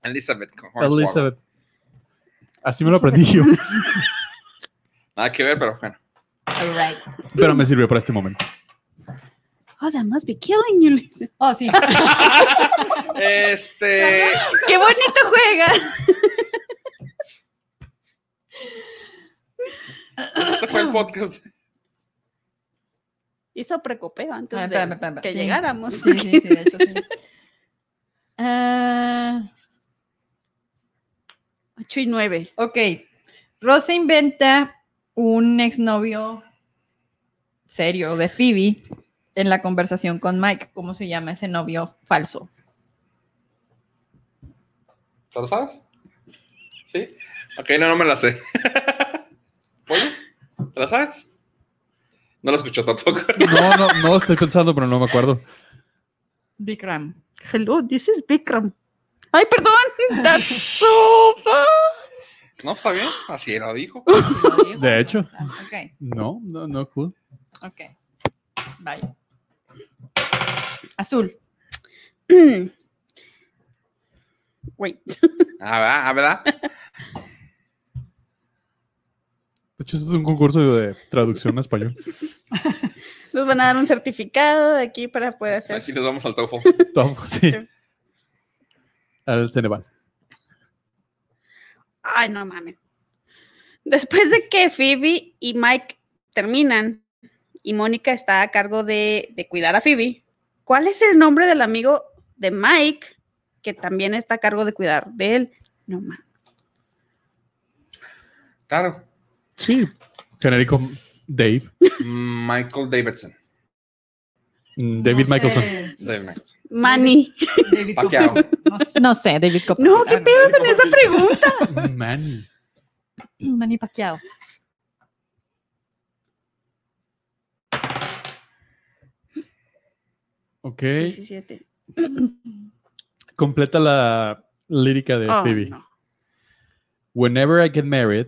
Elizabeth. con Hornswoggle. Elizabeth. Así me lo aprendí *laughs* yo, Nada que ver, pero bueno. all right. pero me sirvió para este momento. Oh, that must be killing you, Lisa. Oh, sí. Este. Qué bonito juega. Este *laughs* fue el podcast. Hizo precopeo antes Ah, de espérame, espérame, que sí. llegáramos. Sí, sí, sí, de hecho, sí. Ah, 8 y 9. ok. Rosa inventa un exnovio serio de Phoebe en la conversación con Mike. ¿Cómo se llama ese novio falso? ¿Tú lo sabes? Sí. Ok, no, no me la sé. *laughs* ¿Pollo? ¿Te la sabes? No la escucho tampoco. *laughs* No, no, no, estoy pensando, pero no me acuerdo. Vikram. Hello, this is Vikram. Ay, *laughs* perdón. That's *clears throat* so fun. No, está bien. Así lo dijo. De hecho. Ok, No, no, no, cool. ok. Bye. Azul. Wait. Ah, ¿verdad? Ah, ¿verdad? *laughs* De hecho, esto es un concurso de traducción a español. Nos van a dar un certificado de aquí para poder hacer. Aquí les vamos al topo. *laughs* Tom, sí. Al Ceneval. Ay, no mames. Después de que Phoebe y Mike terminan y Mónica está a cargo de, de cuidar a Phoebe, ¿cuál es el nombre del amigo de Mike que también está a cargo de cuidar de él? No mames. Claro. Sí. Genérico Dave. Michael Davidson. Mm, David Michelson. David Michelson. Manny. David Paqueado. *laughs* No, no sé, David Copperfield. No, qué Ah, pedo con esa pregunta. *laughs* Manny. Mm, Manny Pacquiao. Ok. Sí, sí, siete. Completa la lírica de Ah, Phoebe. no. Whenever I get married,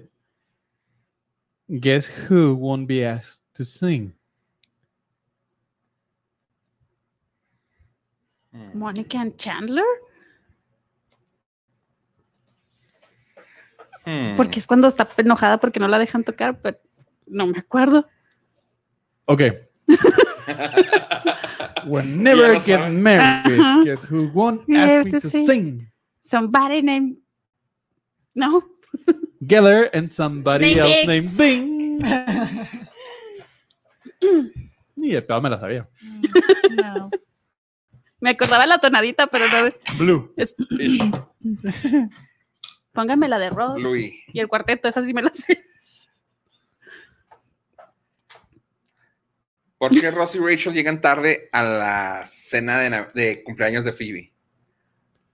guess who won't be asked to sing? Monica and Chandler, Mm. porque es cuando está enojada porque no la dejan tocar, pero no me acuerdo. *laughs* Okay. Whenever I lo get sabe. married, guess who won't ask me Married to to sing. sing? Somebody named. No. Geller and somebody Name else Bing. named *laughs* Bing. Ni de pedo me la sabía. Mm, No. Me acordaba la tonadita, pero no. Blue. Póngame la de Ross. Luis. Y el cuarteto, esa sí me la sé. ¿Por qué Ross y Rachel llegan tarde a la cena de, na- de cumpleaños de Phoebe?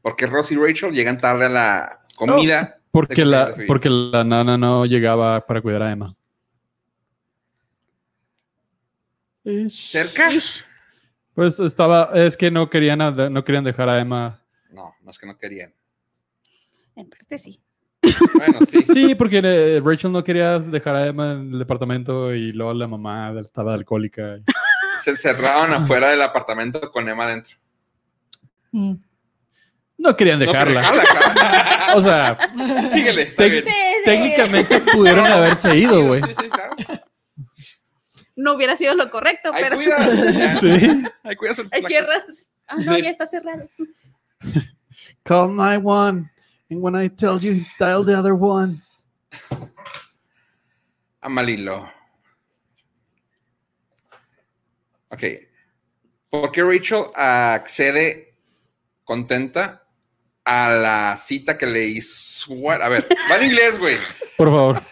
¿Por qué Ross y Rachel llegan tarde a la comida? Porque De la, cumpleaños de Phoebe. porque la nana no llegaba para cuidar a Emma. ¿Cerca? Pues estaba, es que no querían, a- no querían dejar a Emma. No, no es que no querían. Entonces este sí. Bueno, sí. Sí, porque eh, Rachel no quería dejar a Emma en el departamento y luego la mamá estaba alcohólica. Se encerraron afuera del apartamento con Emma adentro. Mm. No querían No, dejarla. dejarla, claro. O sea, Síguele. está Te- bien. técnicamente pudieron haberse ido, *laughs* güey. Sí, sí, claro. No hubiera sido lo correcto, Ahí pero. cuidas. ya. Sí. Ahí cuidas el *laughs* Ahí placa. cierras. Ah, no, Sí. ya está cerrado. Call 911 and when I tell you dial the other one. Ah, Amalilo. Ok. ¿Por qué Rachel accede contenta a la cita que le hizo? What? A ver, va en inglés, güey. Por favor.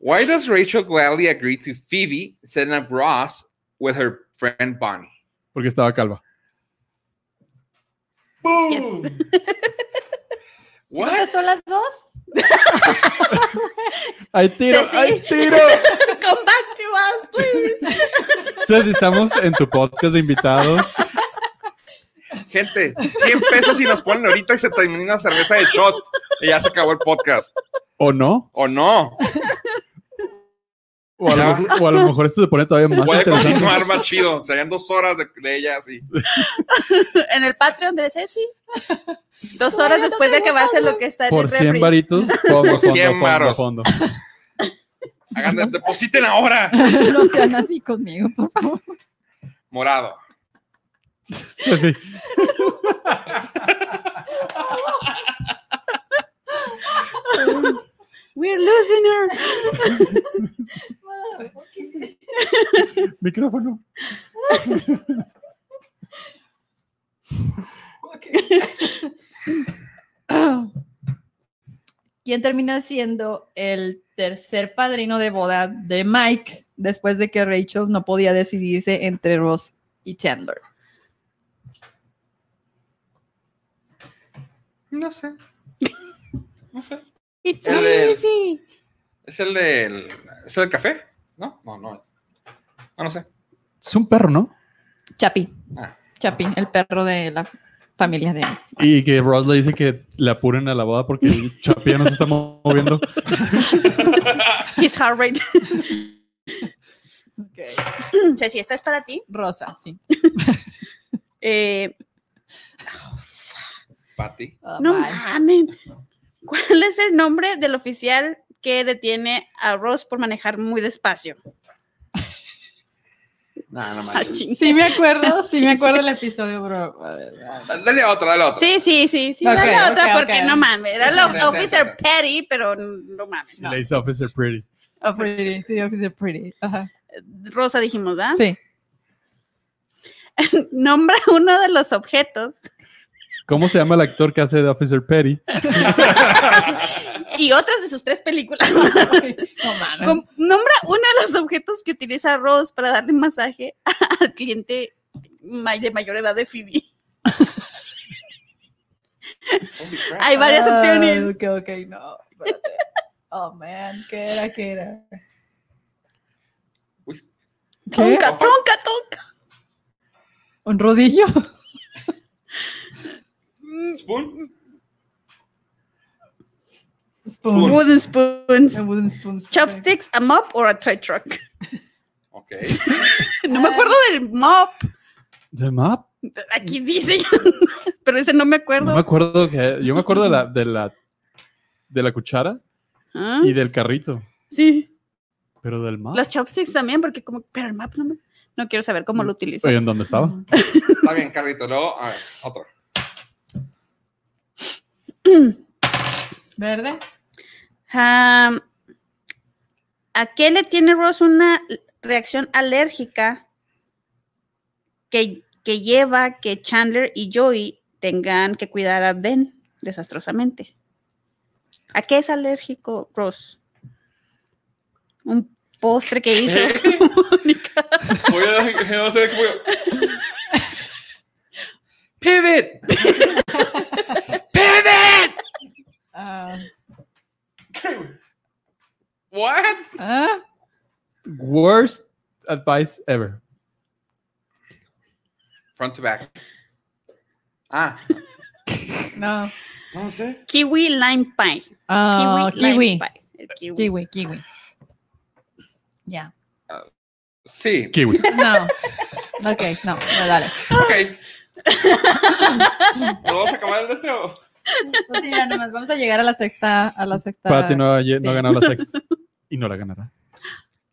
Why does Rachel gladly agree to Phoebe setting up Ross with her friend Bonnie? Porque estaba calva. Yes. *laughs* ¿Sí What? contestó las dos? Hay tiro, Ceci. hay tiro. Come back to us, pues. please. Ceci, estamos en tu podcast de invitados. Gente, 100 pesos y nos ponen ahorita y se termina una cerveza de shot. Y ya se acabó el podcast. ¿O no? ¿O no? O a, lo Ya. mejor, o a lo mejor esto se pone todavía más Puede interesante. continuar más chido. Serían dos horas de, de ella así. En el Patreon de Ceci. *laughs* Dos horas no después de acabarse lo que está en Por el 100 refri. varitos, fondo, Por 100 fondo, fondo, varos. fondo. Hagan, depositen ahora. No sean así conmigo, por favor. Morado. Ceci, We're losing her. micrófono. *clears throat* quien termina siendo el tercer padrino de boda de Mike después de que Rachel no podía decidirse entre Ross y Chandler. No sé. No sé. It's El de- easy. ¿Es el del, ¿es el del café? ¿No? No, no. Ah, No, no sé. Es un perro, ¿no? Chapi, Ah. Chapi, el perro de la familia de Y que Ross le dice que le apuren a la boda porque el Chapi ya no se está *laughs* moviendo. His heart *laughs* rate. Okay. *clears throat* Ceci, esta es para ti. Rosa, sí. Eh, Pati. Ah, no bye. mamen. ¿Cuál es el nombre del oficial que detiene a Ross por manejar muy despacio? No, no Ah, más. ching. Sí me acuerdo, sí me acuerdo el episodio, pero a ver, a ver. Ah, Dale otra, dale otra. Sí, sí, sí, sí. Ok, dale ok, otra ok. porque no mames. Era Sí, sí, sí, la Officer sí. Petty, pero no mames. Le dice Officer Pretty. Pretty, sí, Ah. Officer Pretty. Ajá. Rosa dijimos, ¿verdad? *laughs* Sí. *laughs* Nombra uno de los objetos ¿Cómo se llama el actor que hace de Officer Petty? y otras de sus tres películas. *laughs* No mames. Com- Nombra uno de los objetos que utiliza Ross para darle masaje *laughs* al cliente may- de mayor edad de Phoebe. Holy crap. Hay varias Ah, opciones. Ok, ok, no. espérate. Oh, man, ¿qué era, qué era? Uy, Tonka, tonka, tonka. Un rodillo. Spoon. Spoon. Wooden spoons. A wooden spoon. Chopsticks, a mop or a toy truck. *laughs* Ok. No me acuerdo del mop. ¿The Map? Aquí dice, *laughs* pero ese no me acuerdo. No me acuerdo que. Yo me acuerdo de la, de la, de la cuchara Ah, y del carrito. Sí. Pero del map. Los chopsticks también, porque como, pero el map no me- No quiero saber cómo lo utilizo. Oye, ¿en dónde estaba? Está bien, Carlito. Luego, a ver, otro. Verde. Am, ¿A qué le tiene Ross una reacción alérgica que, que lleva que Chandler y Joey tengan que cuidar a Ben desastrosamente? ¿A qué es alérgico Ross? Un postre que hizo Eh, Mónica. Voy a, *laughs* no sé, voy a- *laughs* Pivot. Pivot. Ah, What? ah, Worst advice ever. Front to back. Ah, no. no sé. Kiwi lime pie. Ah, lime kiwi. pie. El kiwi. Kiwi, kiwi. Ya. Sí. Kiwi. No. Ok, no, no, dale. Ok. *laughs* ¿No vamos a acabar el deseo? Entonces Pues ya nomás vamos a llegar a la sexta, a la sexta. Patty no, ha lle- sí. no ha ganado la sexta. Y no la ganará.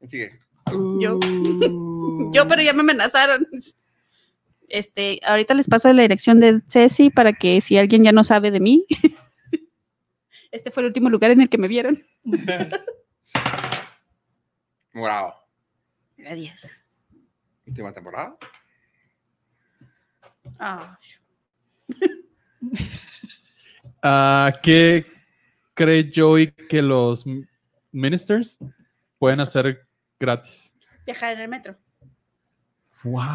Sigue. *laughs* Yo. Uh. Yo, pero ya me amenazaron. Este, ahorita les paso la dirección de Ceci para que si alguien ya no sabe de mí. *laughs* Este fue el último lugar en el que me vieron. Morado. Era 10. Última temporada. Ah, Ah, ¿Qué cree Joey que los m- ministers pueden hacer gratis? viajar en el metro. Wow.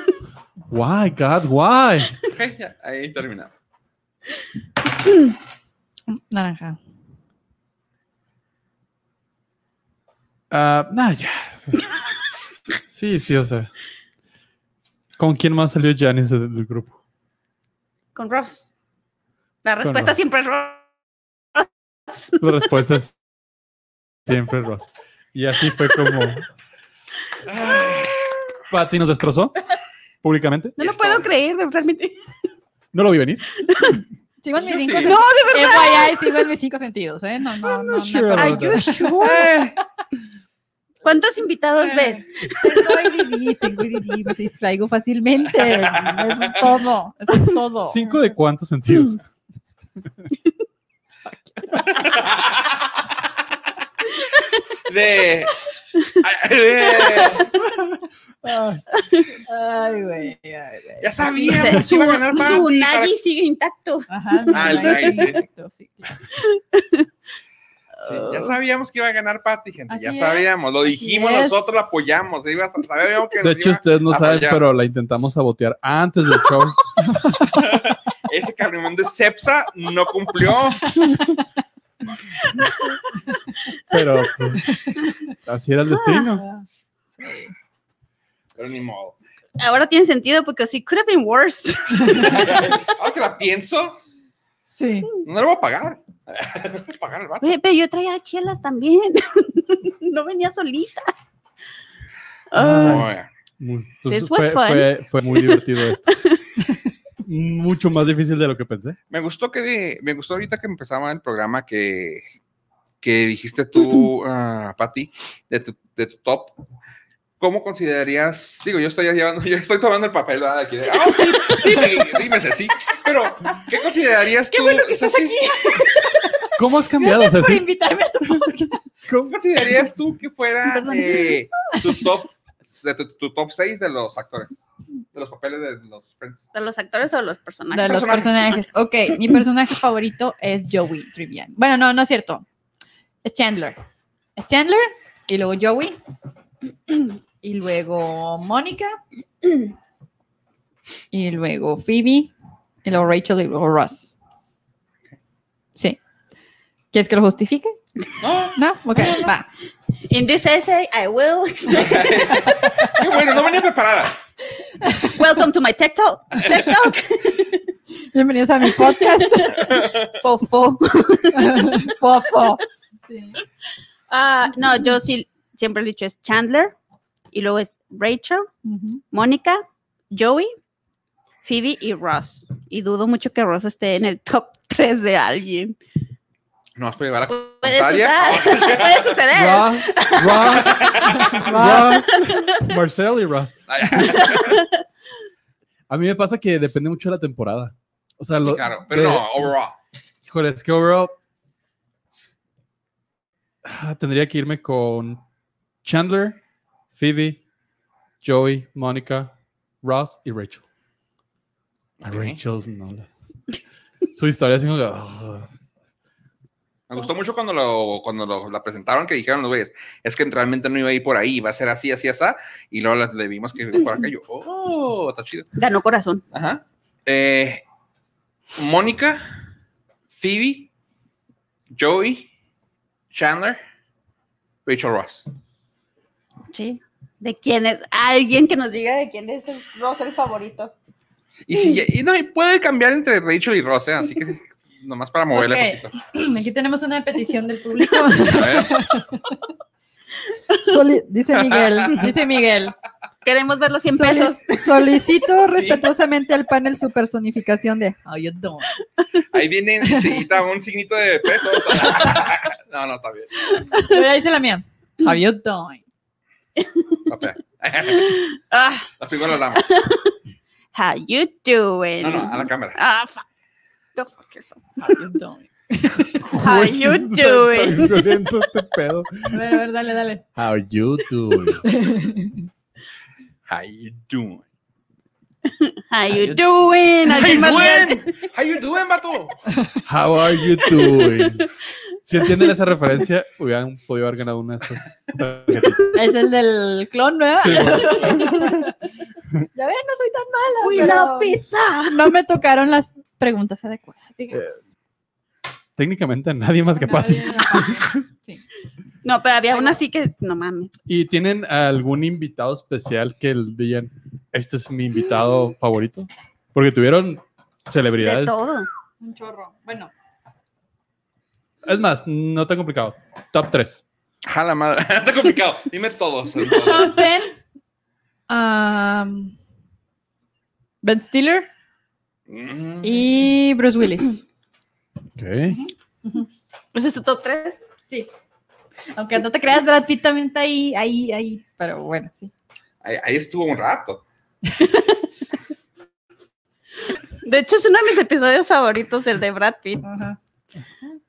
*laughs* Why, God, why? Ok, ya, ahí terminamos. Naranja. Ah, nah, ya. Sí, sí, o sea. ¿Con quién más salió Janice del, del grupo? Con Ross. La Con respuesta Ross. siempre es Ross. La respuesta es siempre Ross. Y así fue como Patty nos destrozó públicamente. No lo Esto- puedo creer, de- realmente. No lo vi venir. Sigo en mis Yo cinco sentidos. sí. No, de verdad. sigo en mis cinco sentidos, ¿eh? No, no, no. no, sure perdón. about Are you sure? Eh, ¿Cuántos invitados ves? Soy Didi, tengo Didi, me distraigo *laughs* fácilmente. Eso es todo, eso es Oh. todo. ¿Cinco de cuántos sentidos? de, de- Ah, Ay, Ay, güey. ay, güey. Ya sabía. Su, que iba a ganar Patty su para- Nagi sigue intacto. *laughs* Ajá, Ah, el mira, ahí, nice, sí. perfecto, sí, claro. Sí, ya sabíamos que iba a ganar Patty, gente. ya Oh. Así es, sabíamos. Lo así dijimos es. nosotros, la apoyamos. iba a- sabíamos que De nos hecho, iba- ustedes no Ah, saben, ya. pero la intentamos sabotear antes del show. ese carrimón de Cepsa no cumplió. Pero pues, así era el Ah, destino. sí. Pero ni modo. Ahora tiene sentido porque sí, could have been worse. Ahora que la pienso, Sí. no lo voy a pagar. *laughs* No voy a pagar el vato. Ve, ve, yo traía chelas también. *laughs* no venía solita. Ah, Oiga, Muy- entonces This was fue, fun. fue- fue muy divertido esto. Mucho más difícil de lo que pensé. me gustó que de- me gustó ahorita que empezaba el programa que, que *clears throat* dijiste tú, ah, Patty, de tu, de tu top. ¿Cómo considerarías? Digo, yo estoy llevando, *laughs* yo estoy tomando el papel ¿verdad? aquí. de, "Ah, sí, dime, dime, sí. Pero, ¿qué considerarías tú? Ceci? ¿Cómo has cambiado, Por Ceci? invitarme *laughs* a tu podcast. ¿Cómo- ¿Qué considerarías tú que fuera Perdón. eh, tu top de tu, tu top 6 de los actores? De los papeles de los Friends. ¿De los actores o de los personajes? De los personajes. personajes. Ok, mi personaje favorito es Joey Trivian. Bueno, no, no es cierto. Es Chandler. Es Chandler y luego Joey. Y luego Mónica. Y luego Phoebe. Y luego Rachel y luego Ross. Sí. ¿Quieres que lo justifique? No. No, ok, va. In this essay, I will *laughs* explain. Qué bueno, no venía preparada. Welcome to my TED Talk. TED Talk. Bienvenidos a mi podcast. Fofo. *laughs* Fofo. Sí. Ah, no, yo sí siempre he dicho es Chandler y luego es Rachel, Ujú. Mónica, Joey, Phoebe y Ross. Y dudo mucho que Ross esté en el top 3 de alguien. No vas a llevar *laughs* a *laughs* Puede Natalia. suceder. Puede suceder. Ross, *laughs* Ross, Ross, Marcel y Ross. Ah, A mí me pasa que depende mucho de la temporada. O sea, Sí, lo- claro, pero de- no, overall. Híjole, es que overall ah, tendría que irme con Chandler, Phoebe, Joey, Mónica, Ross y Rachel. A Ok. Rachel no. la- Su historia es como que, ah. Me gustó mucho cuando, lo, cuando lo- la presentaron, que dijeron los güeyes, es que realmente no iba a ir por ahí, va a ser así, así, así. Y luego la- le vimos que por acá y yo, oh, está chido. Ganó corazón. Ajá. Eh, Mónica, Phoebe, Joey, Chandler, Rachel Ross. Sí. ¿De quién es? Alguien que nos diga de quién es el Ross el favorito. Y si y no, y puede cambiar entre Rachel y Ross, ¿eh? así que nomás para moverle Ok. poquito. Aquí tenemos una petición del público. A ver, *laughs* Soli- dice Miguel, dice Miguel. Queremos ver los 100 Soli- pesos. Solicito respetuosamente al panel su personificación de How You Doing. ahí viene enseguida un signito de pesos. *laughs* No, no, está bien. Yo ya hice la mía. How You Doing. Está fea. *laughs* Ah, Las primero las damas. how you doing? No, no, a la cámara. Ah, fuck. Go fuck yourself. How You Doing. *laughs* How you doing? Está violento este pedo. A ver, a ver, dale, dale. How you doing? How you doing? How you doing? How you ¿Alguien más le- doing? *laughs* How you doing, vato? How are you doing? Si entienden esa referencia, hubieran podido haber ganado una de estas. tarjetitas. Es el del clon, ¿verdad? Sí, güey. Ya ven, no soy tan mala. We pero love pizza. No me tocaron las preguntas adecuadas. digamos. Técnicamente a nadie más que Patty. Nadie me- No, pero había una así que no mames. ¿Y tienen algún invitado especial que el- digan, este es mi invitado favorito? Porque tuvieron De celebridades. todo. Un chorro. Bueno, Es más, no tan complicado. Top 3. Jala madre. *laughs* Está complicado. Dime todos. Sean Penn. am, um, ben Stiller Mm. y Bruce Willis. ¿Ese Pues es tu top 3? Sí. Aunque no te creas, Brad Pitt también está ahí, ahí, ahí. Pero bueno, sí. Ahí, ahí estuvo un rato. De hecho, es uno de mis episodios favoritos, el de Brad Pitt. Ajá.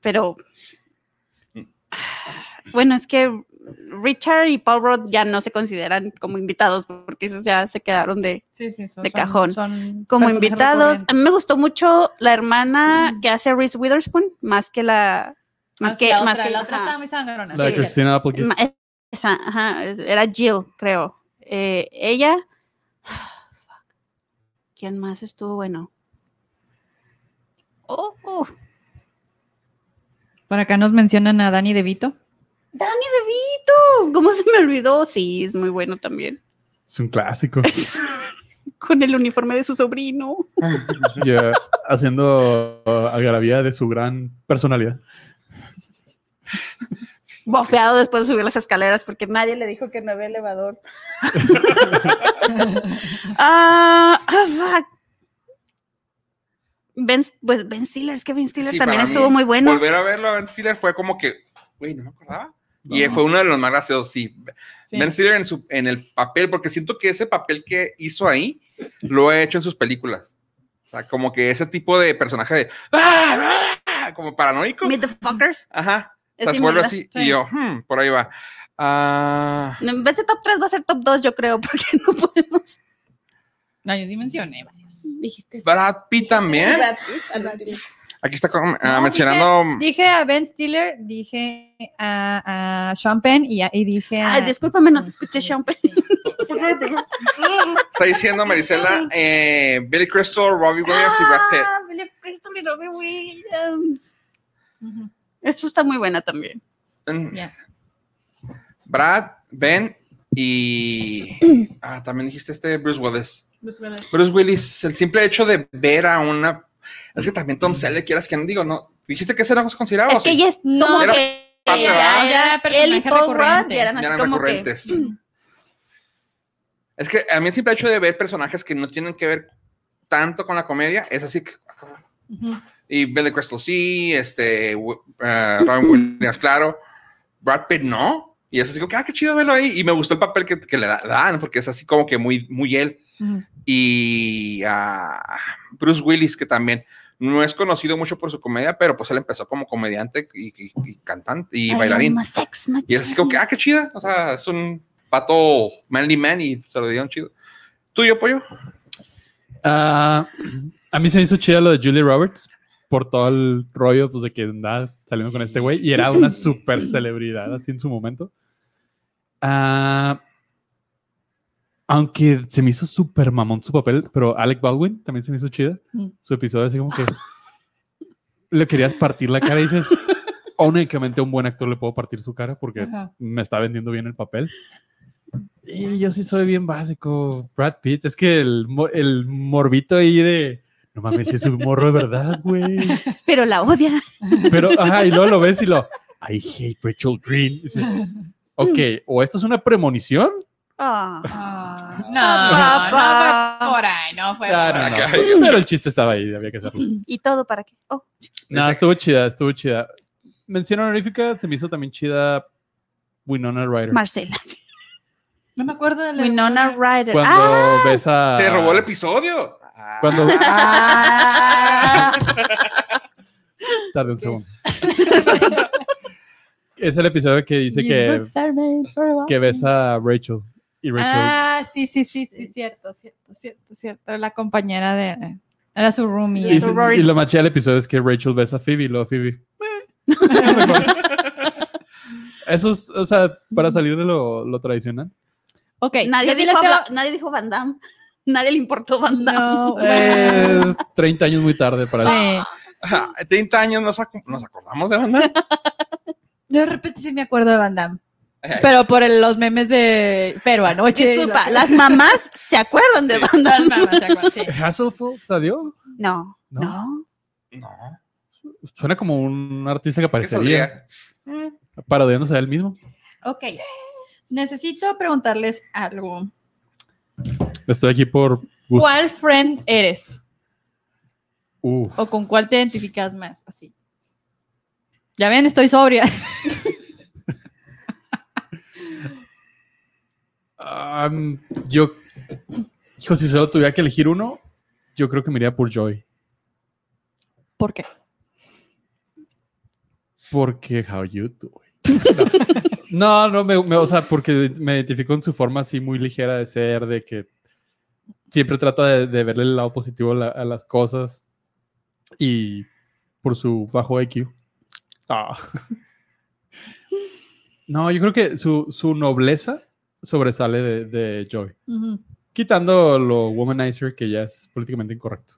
Pero. Bueno, es que Richard y Paul Rudd ya no se consideran como invitados porque esos ya se quedaron de Sí, sí, son, De son- cajón. son como personajes invitados. recurrentes. A mí me gustó mucho la hermana Mm. que hace Reese Witherspoon, más que la. Más que. Ah, la más otra, que la otra ajá. estaba muy sangrona. La de Sí. Cristina Applegate. Ma- Esa, ajá, es- era Jill, creo. Eh, ella. *sighs* fuck. ¿Quién más estuvo bueno? Oh, oh, Por acá nos mencionan a Dani DeVito. Danny DeVito. ¿Cómo se me olvidó? Sí, es muy bueno también. *laughs* Es un *laughs* clásico. Con el uniforme de su sobrino. Ya, haciendo uh, agravía de su gran personalidad. Bofeado después de subir las escaleras porque nadie le dijo que no había elevador. Ah, ah, fuck. Ben, pues Ben Stiller, es que Ben Stiller Sí, también para mí, estuvo muy bueno. Volver a verlo a Ben Stiller fue como que, güey, no me acordaba. Y No. fue uno de los más graciosos, sí. Sí. Ben Stiller en, su, en el papel, porque siento que ese papel que hizo ahí lo he hecho en sus películas. O sea, como que ese tipo de personaje de, "Ah, ah", como paranoico. Meet the fuckers. Ajá. Es Se vuelve similar. así Sí. y yo, "Hmm, por ahí va. Ah, No, En vez de top 3 va a ser top 2, yo creo, *laughs* porque no podemos. No, yo sí mencioné varios. Dijiste. Brad Pitt también. Brad Pitt, al último. Aquí está como, ah, No, mencionando. Dije a Ben Stiller, dije a, a Sean Penn y, a- y dije a... Ay, discúlpame, no te escuché, Sean *laughs* Penn. ¿Por qué empezó? Está diciendo Marisela, eh, Billy Crystal, Robbie Williams y Brad Pitt. Ah, Billy Crystal y Robbie Williams. *laughs* Ujú. Ah. Eso está muy buena también. Mm. Ya. Brad, Ben Y ah, también dijiste este Bruce Willis. Bruce Willis, el simple hecho de ver a una. Es que también Tom Selleck, quieras que no digo, no. Dijiste que ese era considerado. Es que ya es No, como era Ah, que. parte, ya ¿verdad? Ya era- era personaje él y Paul recurrente. Rudd ya eran así Ya eran como que- recurrentes. *clears throat* Es que a mí el simple hecho de ver personajes que no tienen que ver tanto con la comedia es así que. Ujú. Y Billy Crystal sí, este. Wi- eh, Robin Williams, claro. Brad Pitt no. Y es así como que, ah, qué chido verlo ahí. Y me gustó el papel que, que le da- dan, porque es así como que muy, muy él. Ujú. y a Bruce Willis, que también no es conocido mucho por su comedia, pero pues él empezó como comediante y, y- y cantante y Ay, bailarín. más sex, más Y es así como que, ah, qué chida. O sea, es un pato manly man y se lo dieron chido. ¿Tuyo, pollo? Ah, a mí se me hizo chida lo de Julie Roberts por todo el rollo pues, de que andaba saliendo con este güey y era una super celebridad así en su momento. Ah, aunque se me hizo súper mamón su papel, pero Alec Baldwin también se me hizo chida. Mm. Su episodio así como que le querías partir la cara y dices, únicamente a un buen actor le puedo partir su cara porque Ajá. me está vendiendo bien el papel. Y yo sí soy bien básico, Brad Pitt. Es que el, mo- el morbito ahí de. No mames, si es un morro de verdad, güey. Pero la odia. Pero, ajá, y luego lo ves y lo. I hate Rachel Green. Y dices, ok, o esto es una premonición. Ah. Ah, no, no, no Papá. fue por ahí, no fue Ah, por no, ahí. no. Pero el chiste estaba ahí, había que hacerlo. ¿Y todo para qué? Oh, Nada, estuvo chida, estuvo chida. Mención honorífica, se me hizo también chida Winona Ryder. Marcela. No me acuerdo de la... Winona Ryder. Cuando Ah, ves a. Se robó el episodio. *laughs* Cuando. *laughs* Ah, Tarde un segundo. es el episodio que dice these que, books are made for walking. que ves a Rachel. Y Rachel. Ah, sí, sí, sí, sí, cierto, cierto, cierto, cierto. Era la compañera de... Era su roomie. y, era se- su roomie. y lo maché al episodio es que Rachel ves a Phoebe y luego Phoebe. *laughs* Eso es, o sea, para salir de lo, lo tradicional. Ok, nadie, yo sí les dijo tengo- Bla- nadie dijo Van Damme. Nadie le importó Van Damme. *laughs* No, bueno. Es 30 años muy tarde Eh, para eso. Sí. 30 años nos, acu- nos acordamos de banda. De repente sí me acuerdo de Van Damme. Pero por el- los memes de... Pero anoche... Disculpa, las mamás se acuerdan de Sí. Van *laughs* Las Damme. mamas, ¿se acuerdan? Sí. Hasselhoff salió. No, No. no. No. Suena como un artista que ¿qué aparecería saldría? Mm. parodiándose a él mismo. Ok. Necesito preguntarles algo. Estoy aquí por gusto. ¿Cuál friend eres? Uh, ¿O con cuál te identificas más? Así. Ya ven, estoy sobria. *laughs* um, yo, hijo, si solo tuviera que elegir uno, yo creo que me iría por Joy. ¿Por qué? Porque how you do it. *laughs* No, no, me, me- o sea, porque me identifico en su forma así muy ligera de ser, de que siempre trata de, de verle el lado positivo a, la- a las cosas y por su bajo IQ. Ah. No, yo creo que su, su nobleza sobresale de, de Joy, Ujú. quitando lo womanizer que ya es políticamente incorrecto.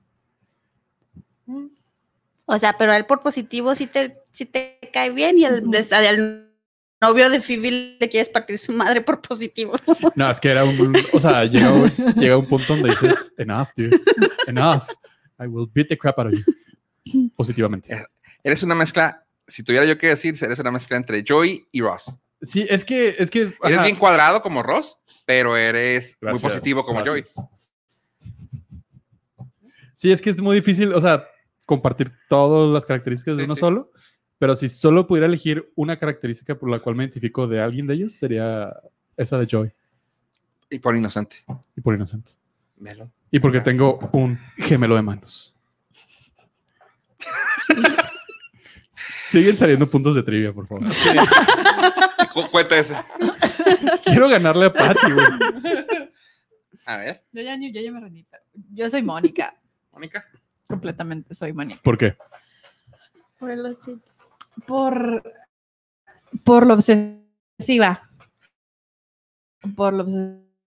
O sea, pero él por positivo sí te, sí te cae bien y el, Ujú. les- al novio de Phoebe le quieres partir su madre por positivo. No, es que era un. O sea, llega, un- llega un punto donde dices, enough, dude, enough. I will beat the crap out of you. Positivamente. Eres una mezcla. Si tuviera yo que decir, eres una mezcla entre Joey y Ross. Sí, es que. Es que Eres ajá. bien cuadrado como Ross, pero eres Gracias, muy positivo como gracias. Sí, es que es muy difícil, o sea, compartir todas las características de Sí, uno sí. solo. Pero si solo pudiera elegir una característica por la cual me identifico de alguien de ellos, sería esa de Joy Joey. Y por inocente. y por Inocente. Melo. Y porque tengo un gemelo de manos. Siguen saliendo puntos de trivia, por favor. *laughs* Cu- Cuenta ese. Quiero ganarle a Patty, güey. A ver, Yo ya, ni- yo ya me rendí. pero Yo soy Mónica. Mónica. Completamente soy Mónica. ¿Por qué? Por, por lo obsesiva. Por lo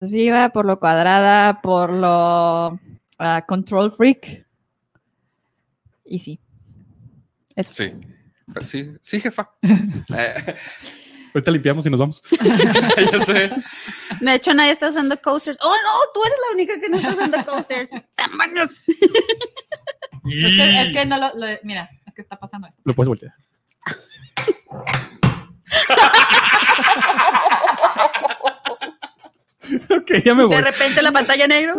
obsesiva, por lo cuadrada, por lo ah, control freak. Y sí. Eso. *laughs* Sí. Sí, sí, jefa. Eh, *laughs* Ahorita limpiamos y nos vamos. ya sé. De hecho, nadie está usando coasters. Oh, no, tú eres la única que no está usando coasters. ¡Tamaños! Es que, es que no lo, lo- Mira, es que está pasando esto. Lo puedes voltear. ok, ya me voy. De repente la pantalla negro,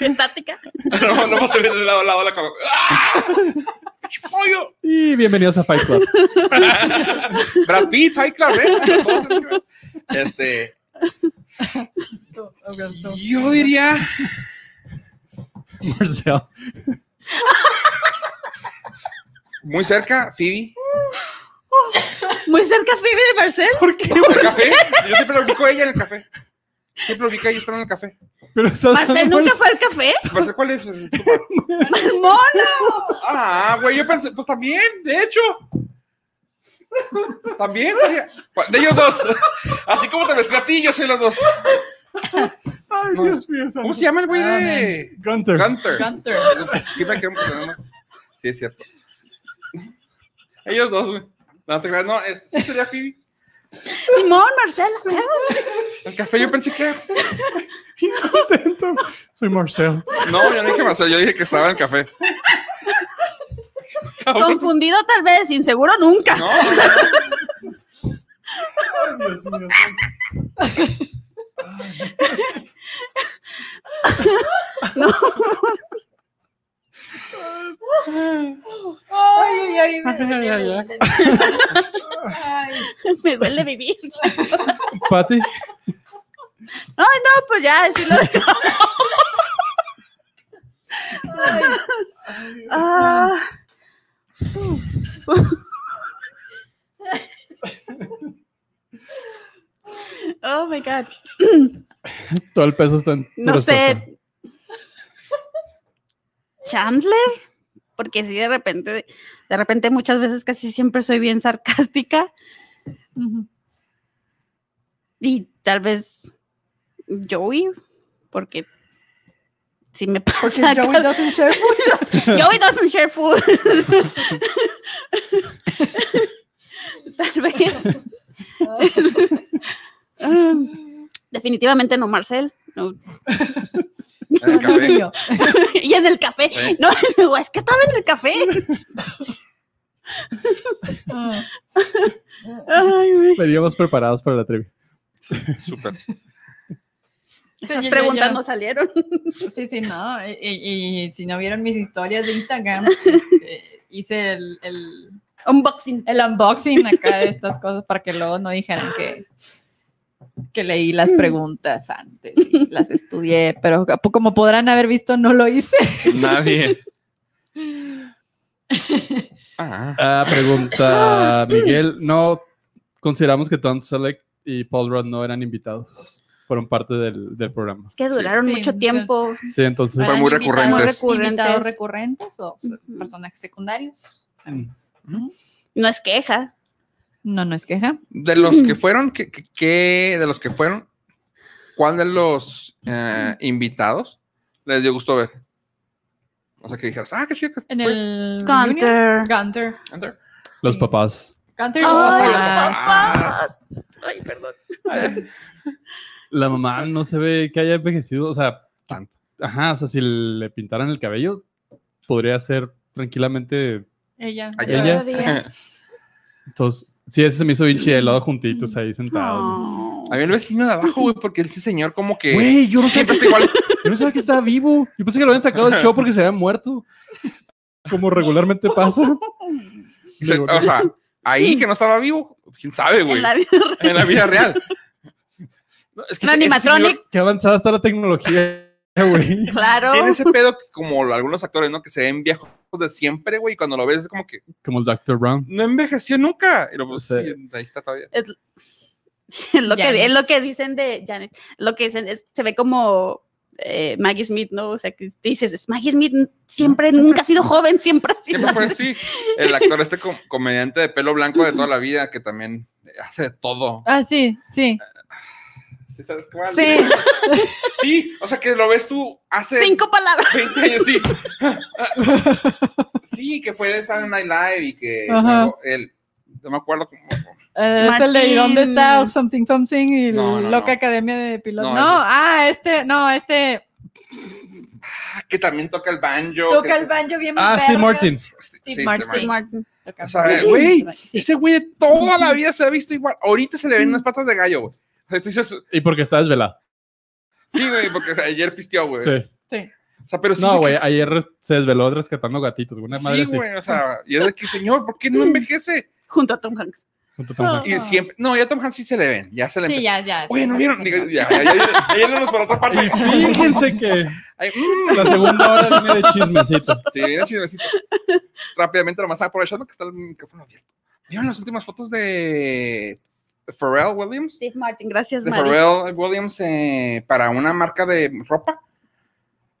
estática. No, no vas a ver el lado, lado, la cama. ¡Ah! ¡Pinche pollo! Y bienvenidos a Fight Club. Brad Pitt, Fight Club, *laughs* ¿eh? Este, yo diría, Marcel. muy cerca, Phoebe. Muy cerca Phoebe de Marcel. ¿Por qué? ¿El café? Yo siempre lo ubico a ella en el café. Siempre lo ubico a ella esperando en el café. Pero estás Marcel dando nunca fuerza. fue al café. ¿Para cuál es? ¡Marmón! Ah, güey, yo pensé, pues también, de hecho. También, sería- de ellos dos. Así como te mezclé a ti, yo soy los dos. Ay, No. Dios mío. santo. ¿Cómo se llama el güey de Gunter. Gunter? Gunter. Siempre quedamos con el nombre. Sí, es cierto. Ellos dos, güey. No, te creas, no, es, sí sería Phoebe. Simón, Marcel. a huevo. El café yo pensé que... Contento. Soy Marcel. No, yo no dije Marcel, yo dije que estaba en el café. Cabrón. Confundido tal vez, inseguro nunca. No, no, no. Ay, Dios mío. Ay, ay, Ay, ay, ay. *laughs* Me duele vivir. Patty. Ay, no, pues ya, sí lo dejo. Ah. *laughs* Oh my god. Todo el peso está en tu No sé. respuesta. Chandler, porque si de repente, de repente muchas veces casi siempre soy bien sarcástica y tal vez Joey, porque si me pasa. Porque Joey cada- doesn't *laughs* share food. Joey doesn't share food. *laughs* tal vez. Um, definitivamente no, Marcel. no. *laughs* En el café. Yo. y en el café. Sí. No, no, es que estaba en el café. Mm. Ay, güey. Veníamos preparados para la trivia. Súper. Esas yo, yo, preguntas yo. no salieron. Sí, sí, no. Y, y- y si no vieron mis historias de *laughs* Instagram, eh, hice el, el, Unboxing. el unboxing acá de estas cosas para que luego no dijeran que, que leí las preguntas antes, y las estudié, pero como podrán haber visto, no lo hice. Nadie. Ah, Ah, *laughs* pregunta Miguel. No consideramos que Tom Selleck y Paul Rudd no eran invitados. Fueron parte del, del programa. Es que duraron Sí, mucho sí. tiempo. Sí, entonces. Fue muy Eran invitados- recurrentes. invitados Recurrentes. recurrentes o s- Ujú. personajes secundarios. No es queja. No, no es queja. de los que fueron, ¿qué, qué- qué- de los que fueron, ¿cuál de los eh, invitados les dio gusto ver? O sea, que dijeras, ah, qué chido que En fue". el reunion, Gunter. Gunter. Enter. Los papás. Gunter y sus Ay, los papás. Ah. papás. Ay, perdón. La mamá no se ve que haya envejecido. O sea, Tanto. ajá, o sea, si le pintaran el cabello, podría ser tranquilamente. Ella. Ella. Ella. Entonces, sí, ese se me hizo bien chido, lado juntitos ahí sentados. Oh. Había el vecino de abajo, güey, porque ese señor como que Güey, yo no sé. siempre está igual. Yo no sabía que estaba vivo. Yo pensé que lo habían sacado del show porque se había muerto. Como regularmente pasa. *laughs* Se- o sea, ahí que no estaba vivo, quién sabe, güey. En la vida real. En la *laughs* vida real. No, Un es ese- ese señor- animatronic. Qué avanzada está la tecnología, güey. Claro. Tiene ese pedo que como algunos actores, ¿no? Que se ven viejos de siempre, güey, y cuando lo ves es como que Como el Dr. Brown. no envejeció nunca. Y lo pues, Sí. sí, ahí está todavía. *laughs* Es lo, que, es Janis. lo que dicen de Janet. Lo que dicen es, se ve como eh, Maggie Smith, ¿no? O sea, que dices, es Maggie Smith siempre, nunca ha sido joven, siempre ha sido. Siempre fue así. El actor, este com- comediante de pelo blanco de toda la vida, que también hace de todo. Ah, sí, sí. ¿Sí sabes cuál? Sí. Sí, o sea que lo ves tú hace *laughs* Cinco palabras. 20 años, sí. Sí, que fue de Saturday Night Live y que Ajá. luego él no me acuerdo cómo. Eh, es el de Martín. ¿Dónde está Something Something y No, no, Loca no. Academia de Pilotos? No, No, ese es- ah, este, no, este Ah, que también toca el banjo. que- toca el banjo bien Ah, sí, vergas. Martin. Sí, Steve sí, Martin. Steve Martin. Toca O sea, banjo. güey, Sí. Ese güey de toda la vida se ha visto igual. Ahorita se le ven unas patas de gallo, güey. *laughs* O sea, tú dices, Y porque está desvelado. sí, güey, porque ayer pisteó, güey. Sí. O sea, pero Pues, sí. No, de güey, que- pues. ayer res- se desveló rescatando gatitos. Una madre Sí, así. güey, o sea, y es de que, señor, ¿por qué no envejece? Junto a Tom Hanks. junto a Tom Hanks. Y siempre, no, ya a Tom Hanks sí se le ven, ya se le Sí, empezó. ya, ya. Oye, ¿no vieron? Digo, Digo, ya, ya, ya, ya, ya nos para otra parte. Fíjense que Ay, mm. la segunda hora viene de chismecito. Sí, viene chismecito. Rápidamente, nomás aprovechando que está el micrófono abierto. ¿Vieron las últimas fotos de Pharrell Williams? Steve Martin, gracias, de Mari. Pharrell Williams eh, para una marca de ropa.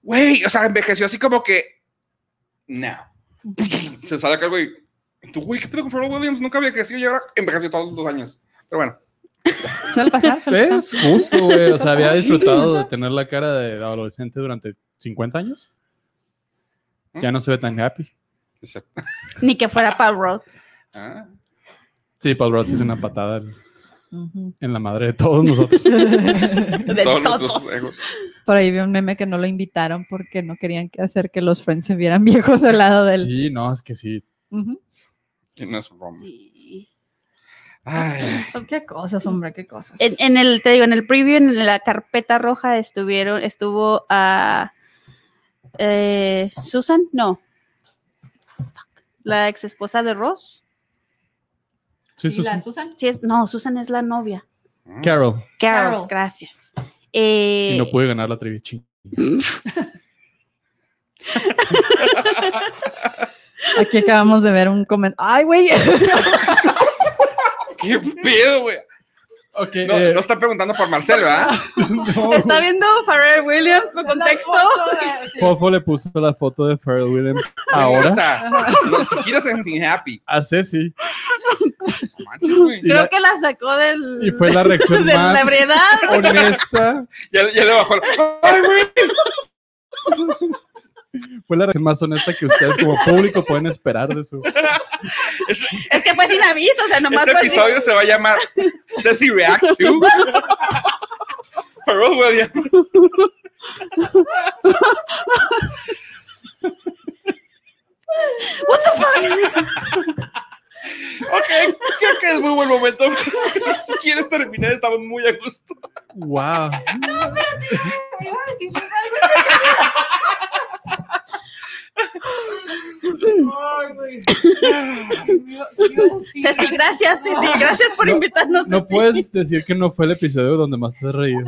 Güey, o sea, envejeció así como que. *laughs* No. Se sale acá, güey. Y Tú, güey, ¿qué pedo con Pharrell Williams? Nunca envejeció y ahora envejeció todos los años. Pero bueno, Suele pasar, suele pasar. Es justo, güey. O sea, había disfrutado de tener la cara de adolescente durante 50 años. Ya no se ve tan happy. exacto. Ni que fuera Paul Rudd. Ah, Sí, Paul Rudd se hizo una patada en- Ujú. en la madre de todos nosotros. *laughs* De todos todos. nuestros egos. Por ahí vi un meme que no lo invitaron porque no querían que- hacer que los friends se vieran viejos al lado de él. Sí, no, es que sí. Ujú. Y no es broma. Sí. Ay, *laughs* Qué cosas, hombre, qué cosas. En, en el, te digo, en el preview, en la carpeta roja estuvieron, estuvo a eh, Susan, no. Fuck. La ex esposa de Ross. Sí, ¿Y la Susan. Susan? Sí es, no, Susan es la novia. Carol. Carol, Carol. gracias. Eh, Y no pude ganar la trivia. ching. Aquí acabamos de ver un comentario. ¡Ay, *laughs* güey! qué pedo, güey. Ok. No, eh, no está preguntando por ¿ah? Marcel, ¿verdad? no, Está viendo Pharrell Williams por contexto. *laughs* Fofo le puso la foto de Pharrell *laughs* Williams O ahora Ah, sea, los giros en Sin Happy. a Ceci. No manches, güey. Y, la- Creo que la sacó del, y *laughs* fue la reacción de la más ebriedad. honesta. *laughs* Ya, ya le bajó. el- Ay, güey. Fue la reacción más honesta que ustedes como público pueden esperar de su. Es que fue sin aviso, o sea, nomás Este fue así. episodio se va a llamar Ceci Reacts to Pharrell Williams. What the fuck? Ok, creo que es muy buen momento. Si quieres terminar, estamos muy a gusto. Wow. Ceci, gracias, Ceci, gracias por invitarnos. No puedes decir que no fue el episodio donde más te has reído.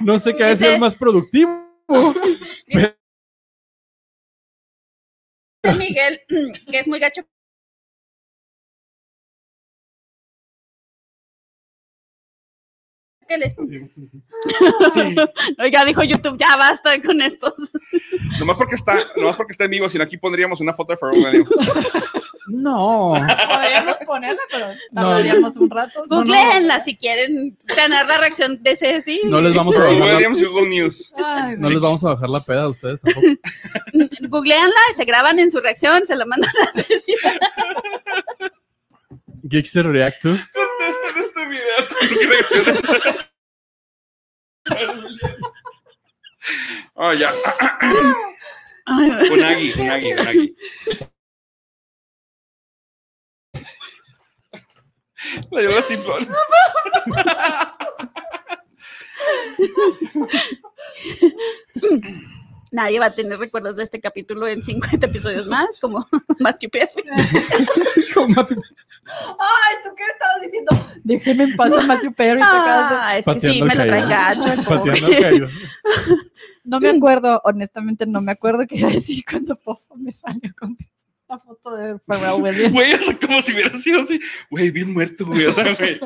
No sé qué ha de Dice- ser más productivo. Dice Miguel, *clears throat* que es muy gacho. Que les- *laughs* Oiga, dijo YouTube, ya basta con estos. Nomás porque está, nomás porque está en vivo, sino aquí pondríamos una foto de Pharrell Williams. No. Podríamos ponerla, pero No. tardaríamos un rato. No, no. Googleenla si quieren ganar la reacción de Ceci. No les vamos a Pharrell bajar la, Williams Google News. Ay, no les vamos a bajar la peda a *laughs* ustedes tampoco. *laughs* Googleanla, se graban en su reacción, se *laughs* la mandan a Ceci. Geeks React to. Contesten este video. ¿Por qué reaccionas? *laughs* Oh, ya. Unagi, Unagi, Unagi. La lleva simplón. Nadie va a tener recuerdos de este capítulo en 50 episodios más, como *laughs* Matthew Perry. Ay, ¿tú qué le estabas diciendo? Déjenme en paz a Matthew Perry. te acabas de- Ah, es que sí, Pateando me lo trae caído. gacho. *laughs* el Pateando pobre. caído. No me acuerdo, honestamente, no me acuerdo qué iba a decir cuando Fofo me salió con la foto de Pharrell *laughs* Williams. Güey, o sea, como si hubiera sido así. Güey, bien muerto, güey. O sea, güey.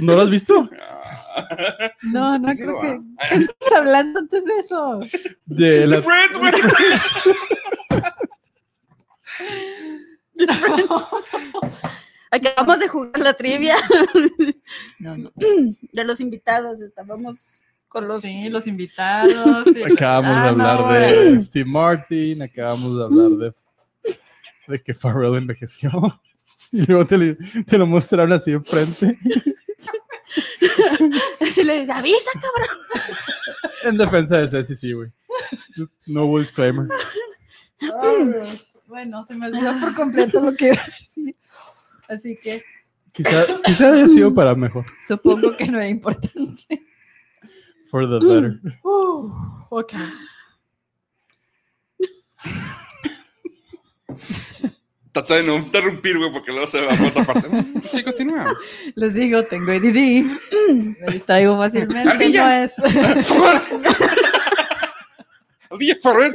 ¿No lo has visto? Ah. No, no creo que. *laughs* ¿Qué estás hablando antes de eso? De Eh, la- Friends, güey. *laughs* Acabamos de jugar la trivia *laughs* No, no. de los invitados. Estábamos con los. *laughs* Sí, los invitados. sí. Acabamos de Ah, no, hablar güey. de Steve Martin, acabamos de hablar de de que Farrell envejeció. *laughs* Y luego te, le- te lo mostraron así enfrente. Así le dice, avisa, cabrón. En defensa de Ceci, sí, güey. No hubo disclaimer. Bueno, se me olvidó por completo lo que iba a decir. Así que Quizá, quizá haya sido para mejor. supongo que no era importante. For the better. *laughs* Uh, ok. Trata de no interrumpir, güey, porque luego se va a otra parte. Sí, continúa. Les digo, tengo ADD. Me distraigo fácilmente. No Ardilla. es. *laughs* Ardilla Farrell.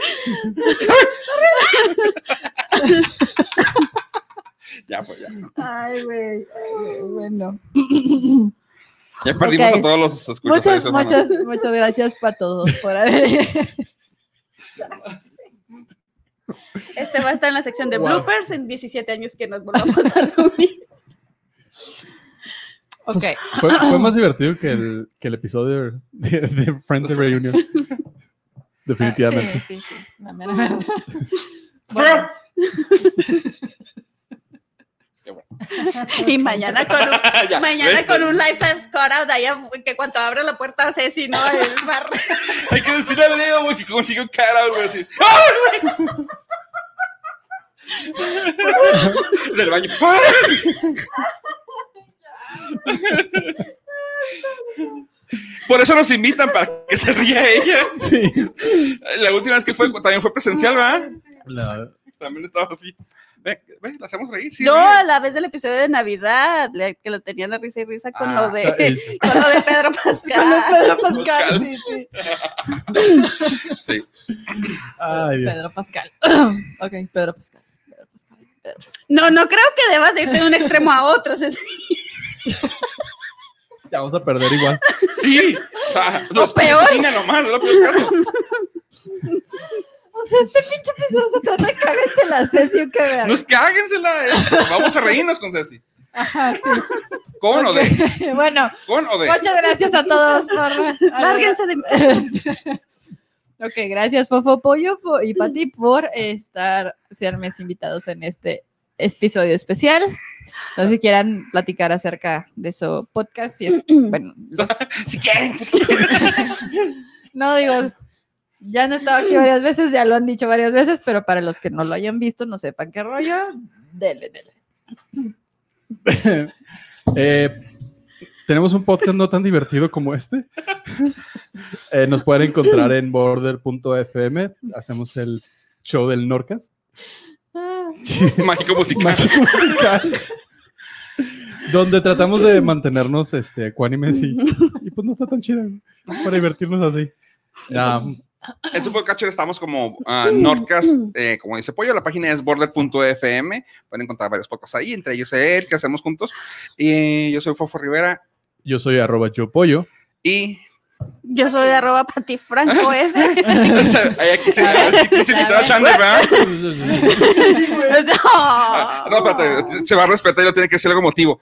ya, pues ya. Ay, güey. ay, güey, Bueno. Ya perdimos Ok. a todos los Muchas, escuchas. muchas, muchas gracias para todos por haber. Este va a estar en la sección de Wow. bloopers en 17 años que nos volvamos a *laughs* reunir. *laughs* Ok. Fue, fue más divertido que el, que el episodio de, de Friendly Reunion. Definitivamente. Sí, sí, sí. La mera verdad. Bueno, Y mañana con un, *laughs* Ya, mañana ¿ves? con un lifestyle score out allá que cuando abra la puerta Ceci, ¿no? El bar. Hay que decirle a Leo, güey, que consigue un cara, *laughs* güey, así. ¡Ah, güey! Del *laughs* baño. ¡Ah! Por eso nos invitan, para que se ría ella. Sí. La última vez que fue, también fue presencial, ¿verdad? La- También estaba así. Ve, ve, la hacemos reír, sí. No, ríe. a la vez del episodio de Navidad, le- que lo tenían la risa y risa con Ah, lo de el- *laughs* con lo de Pedro con lo de Pascal. Pedro Pascal, sí, sí. Sí. ay, Dios. Pedro Pascal. *clears throat* ok, Pedro Pascal. Pedro Pascal. Pedro Pascal. No, no creo que debas irte de un extremo a otro, Ceci. Ya vamos a perder igual. *laughs* Sí. O sea, nos peor. asesina nomás, lo peor caso. O sea, este pinche episodio se trata de cáguense la sesión que vean. Nos cáguensela. eh. Vamos a reírnos con Ceci. Ajá, sí. Con o de. Ok, *laughs* Bueno, Con o de. muchas gracias a todos por. Lárguense de *laughs* Ok, gracias Fofo Pollo po- y Pati por estar, ser mis invitados en este episodio especial. No sé si quieran platicar acerca de su podcast. si es- bueno, los- Si quieren, si no digo, ya han estado aquí varias veces, ya lo han dicho varias veces, pero para los que no lo hayan visto, no sepan qué rollo, dele, dele. Eh, tenemos un podcast no tan divertido como este. *laughs* Eh, nos pueden encontrar en border.fm. Hacemos el show del *laughs* Norcast. Ah, Mágico musical. Mágico musical. Donde tratamos de mantenernos este, ecuánimes y, y pues no está tan chido ¿no? para divertirnos así. Nah, En su podcast estamos como ah, Nordcast, eh, como dice Pollo, la página es border.fm. Pueden encontrar varios podcasts ahí, entre ellos el que hacemos juntos. Y yo soy Fofo Rivera yo soy arroba yo *laughs* pollo. y. *clears throat* *laughs* Yo soy arroba patifranco *laughs* ese. Ahí aquí se aquí se invitó a Chandler, ¿verdad? Ah, No, espérate, se va a respetar y lo tiene que decir algo motivo.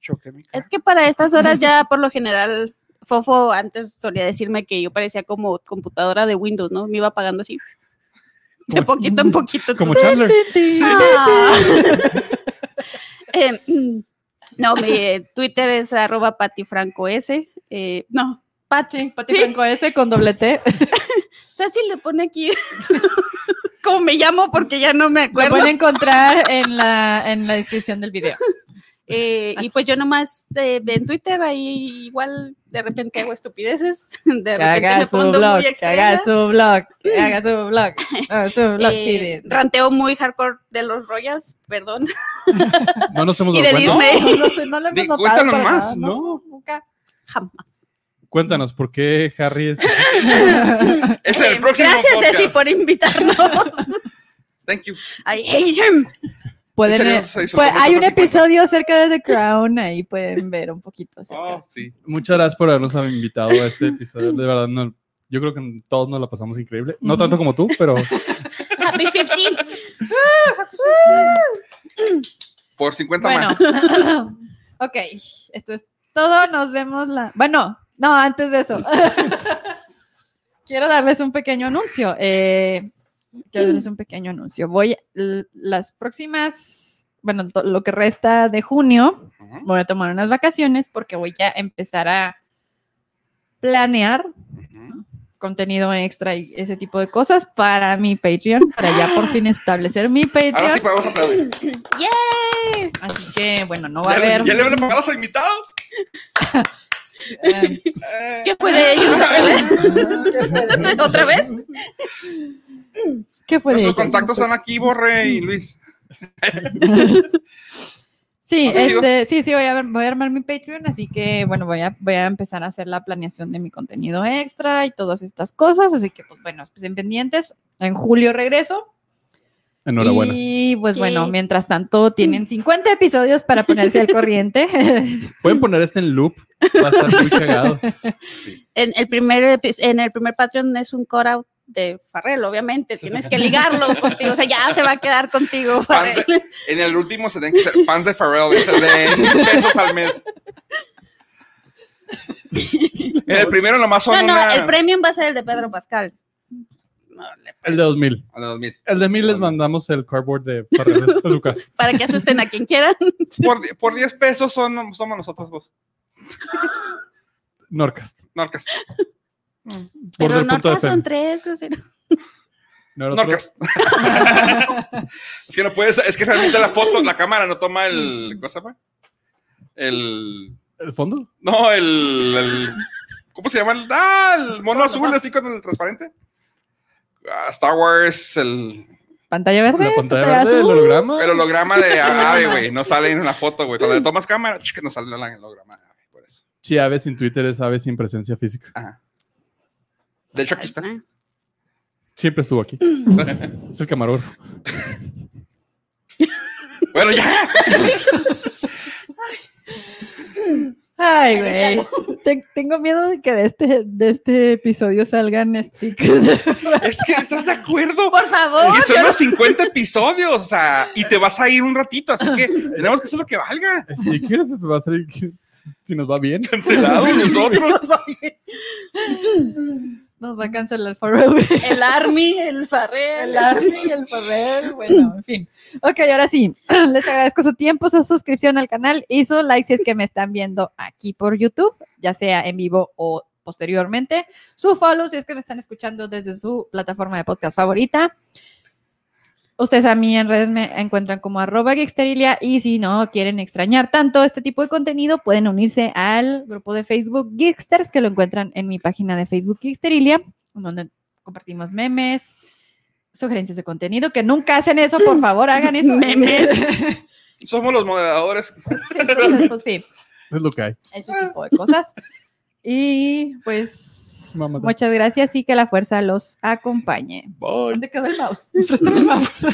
Choqué mi cara. Es que para estas horas ya por lo general Fofo antes solía decirme que yo parecía como computadora de Windows, ¿no? Me iba apagando así de Como- poquito en *laughs* poquito. Como entonces- Chandler. Ah. *laughs* Eh, mm, no, mi eh, Twitter es arroba patifranco S. Eh, no, Pati. sí, Pati Franco ese con doble T. Ceci le pone aquí *laughs* cómo me llamo porque ya no Lo me acuerdo. pueden encontrar en la, en la descripción del video. Eh, y Así. pues yo nomás eh, en Twitter ahí igual de repente hago estupideces, *laughs* de Que repente haga me su pongo blog, muy que haga extrema, su blog, que haga su blog, que haga su blog, sí, eh, de- ranteo muy hardcore de los Royals, perdón. No nos hemos Y dado de cuenta. Disney. No, no sé, no lo hemos Di- notado. cuéntanos para más, nada, ¿no? Nunca. *laughs* Jamás. Cuéntanos por qué Harry es. Ese es Eh, el próximo. Gracias, podcast. Ceci, por *laughs* invitarnos. Thank you. I hate him. Pueden, serio, eh, se hizo pues, como hay un 150. episodio acerca de The Crown, ahí pueden ver un poquito. acerca. Oh, sí. Muchas gracias por habernos invitado a este episodio. De verdad, no- yo creo que todos nos la pasamos increíble. No tanto como tú, pero Happy 50. Por 50 Bueno, más. *laughs* ok, esto es todo, nos vemos la... Bueno, no, *laughs* antes de eso. Quiero darles un pequeño anuncio. Eh, Quiero darles un pequeño anuncio. Voy l- las próximas, bueno, to- lo que resta de junio, Ujú. voy a tomar unas vacaciones porque voy a empezar a planear Ujú. contenido extra y ese tipo de cosas para mi Patreon, para ya por fin establecer mi Ahora sí pues, Patreon. podemos aplaudir. ¡Yay! Así que, bueno, no va a ¿Ya, le- haber. ya le van a pagar a los invitados? eh, Eh. ¿Qué fue de ellos? ¿Otra vez? *laughs* ¿Otra vez? *laughs* ¿Qué fue de Nuestros ellos? contactos están aquí, Borre Mm. y Luis. Sí, Ok, digo. este, sí, sí, voy a, ver- voy a armar mi Patreon, así que bueno, voy a, voy a empezar a hacer la planeación de mi contenido extra y todas estas cosas, así que pues bueno, estén pendientes. En julio regreso. Enhorabuena. Y pues Sí. bueno, mientras tanto tienen 50 episodios para ponerse al corriente. *laughs* Pueden poner este en loop. Va a estar muy cagado. En el primer, epi- en el primer Patreon es un core out de Farrell, obviamente. Tienes que ligarlo contigo. O sea, ya se va a quedar contigo, Farrell. En el último se tienen que ser fans de Pharrell, es el de mil pesos al mes. En el primero nomás son No, no, una... el premium va a ser el de Pedro Pascal. No, le- El de 2000. A los mil. El de 1000 les mandamos el cardboard de Farrell a su casa. Para que asusten a quien quieran. Por, di- por 10 pesos son, somos nosotros dos. Norcast. Norcas. Por Pero del no punto de acá son fe. tres, creo que sí. No era otro. Norcas. es que no puedes... Es que realmente la foto, la cámara no toma el... ¿Cómo se llama? El... ¿El fondo? No, el... el- ¿Cómo se llama? El, ah, el mono azul, así con el transparente. Ah, Star Wars, el... pantalla verde. La pantalla verde, el azul. holograma. El holograma *laughs* de Ave, güey, no sale en la foto, güey. Cuando le tomas cámara, ch, que no sale el holograma de Ave, por eso. Sí, ave sin Twitter es ave sin presencia física. Ajá. De hecho, aquí está. Siempre estuvo aquí. es el camarógrafo. Bueno, ya. Ay, güey. Te- tengo miedo de que de este, de este episodio salgan *laughs* stickers. Es que estás de acuerdo. Por favor. Y son los 50 episodios, o sea, y te vas a ir un ratito, así *laughs* que tenemos que hacer lo que valga. Stickers va a ser si nos va bien. *laughs* Cancelados nosotros. Nos va a cancelar forever. El Army, el Farrell. El Army y el Ferrer, bueno, en fin. Ok, ahora sí, *clears throat* les agradezco su tiempo, su suscripción al canal y su like si es que me están viendo aquí por YouTube, ya sea en vivo o posteriormente. Su follow si es que me están escuchando desde su plataforma de podcast favorita. Ustedes a mí en redes me encuentran como arroba geeksterilia y si no quieren extrañar tanto este tipo de contenido, pueden unirse al grupo de Facebook Geeksters que lo encuentran en mi página de Facebook Geeksterilia, donde compartimos memes, sugerencias de contenido, que nunca hacen eso, por favor, hagan eso. Memes. *laughs* Sí, Somos los moderadores. entonces, pues sí, Es lo que hay. ese tipo de cosas. Y pues, Mámate. muchas gracias y que la fuerza los acompañe. Bye. ¿Dónde quedó el mouse? Préstame el mouse.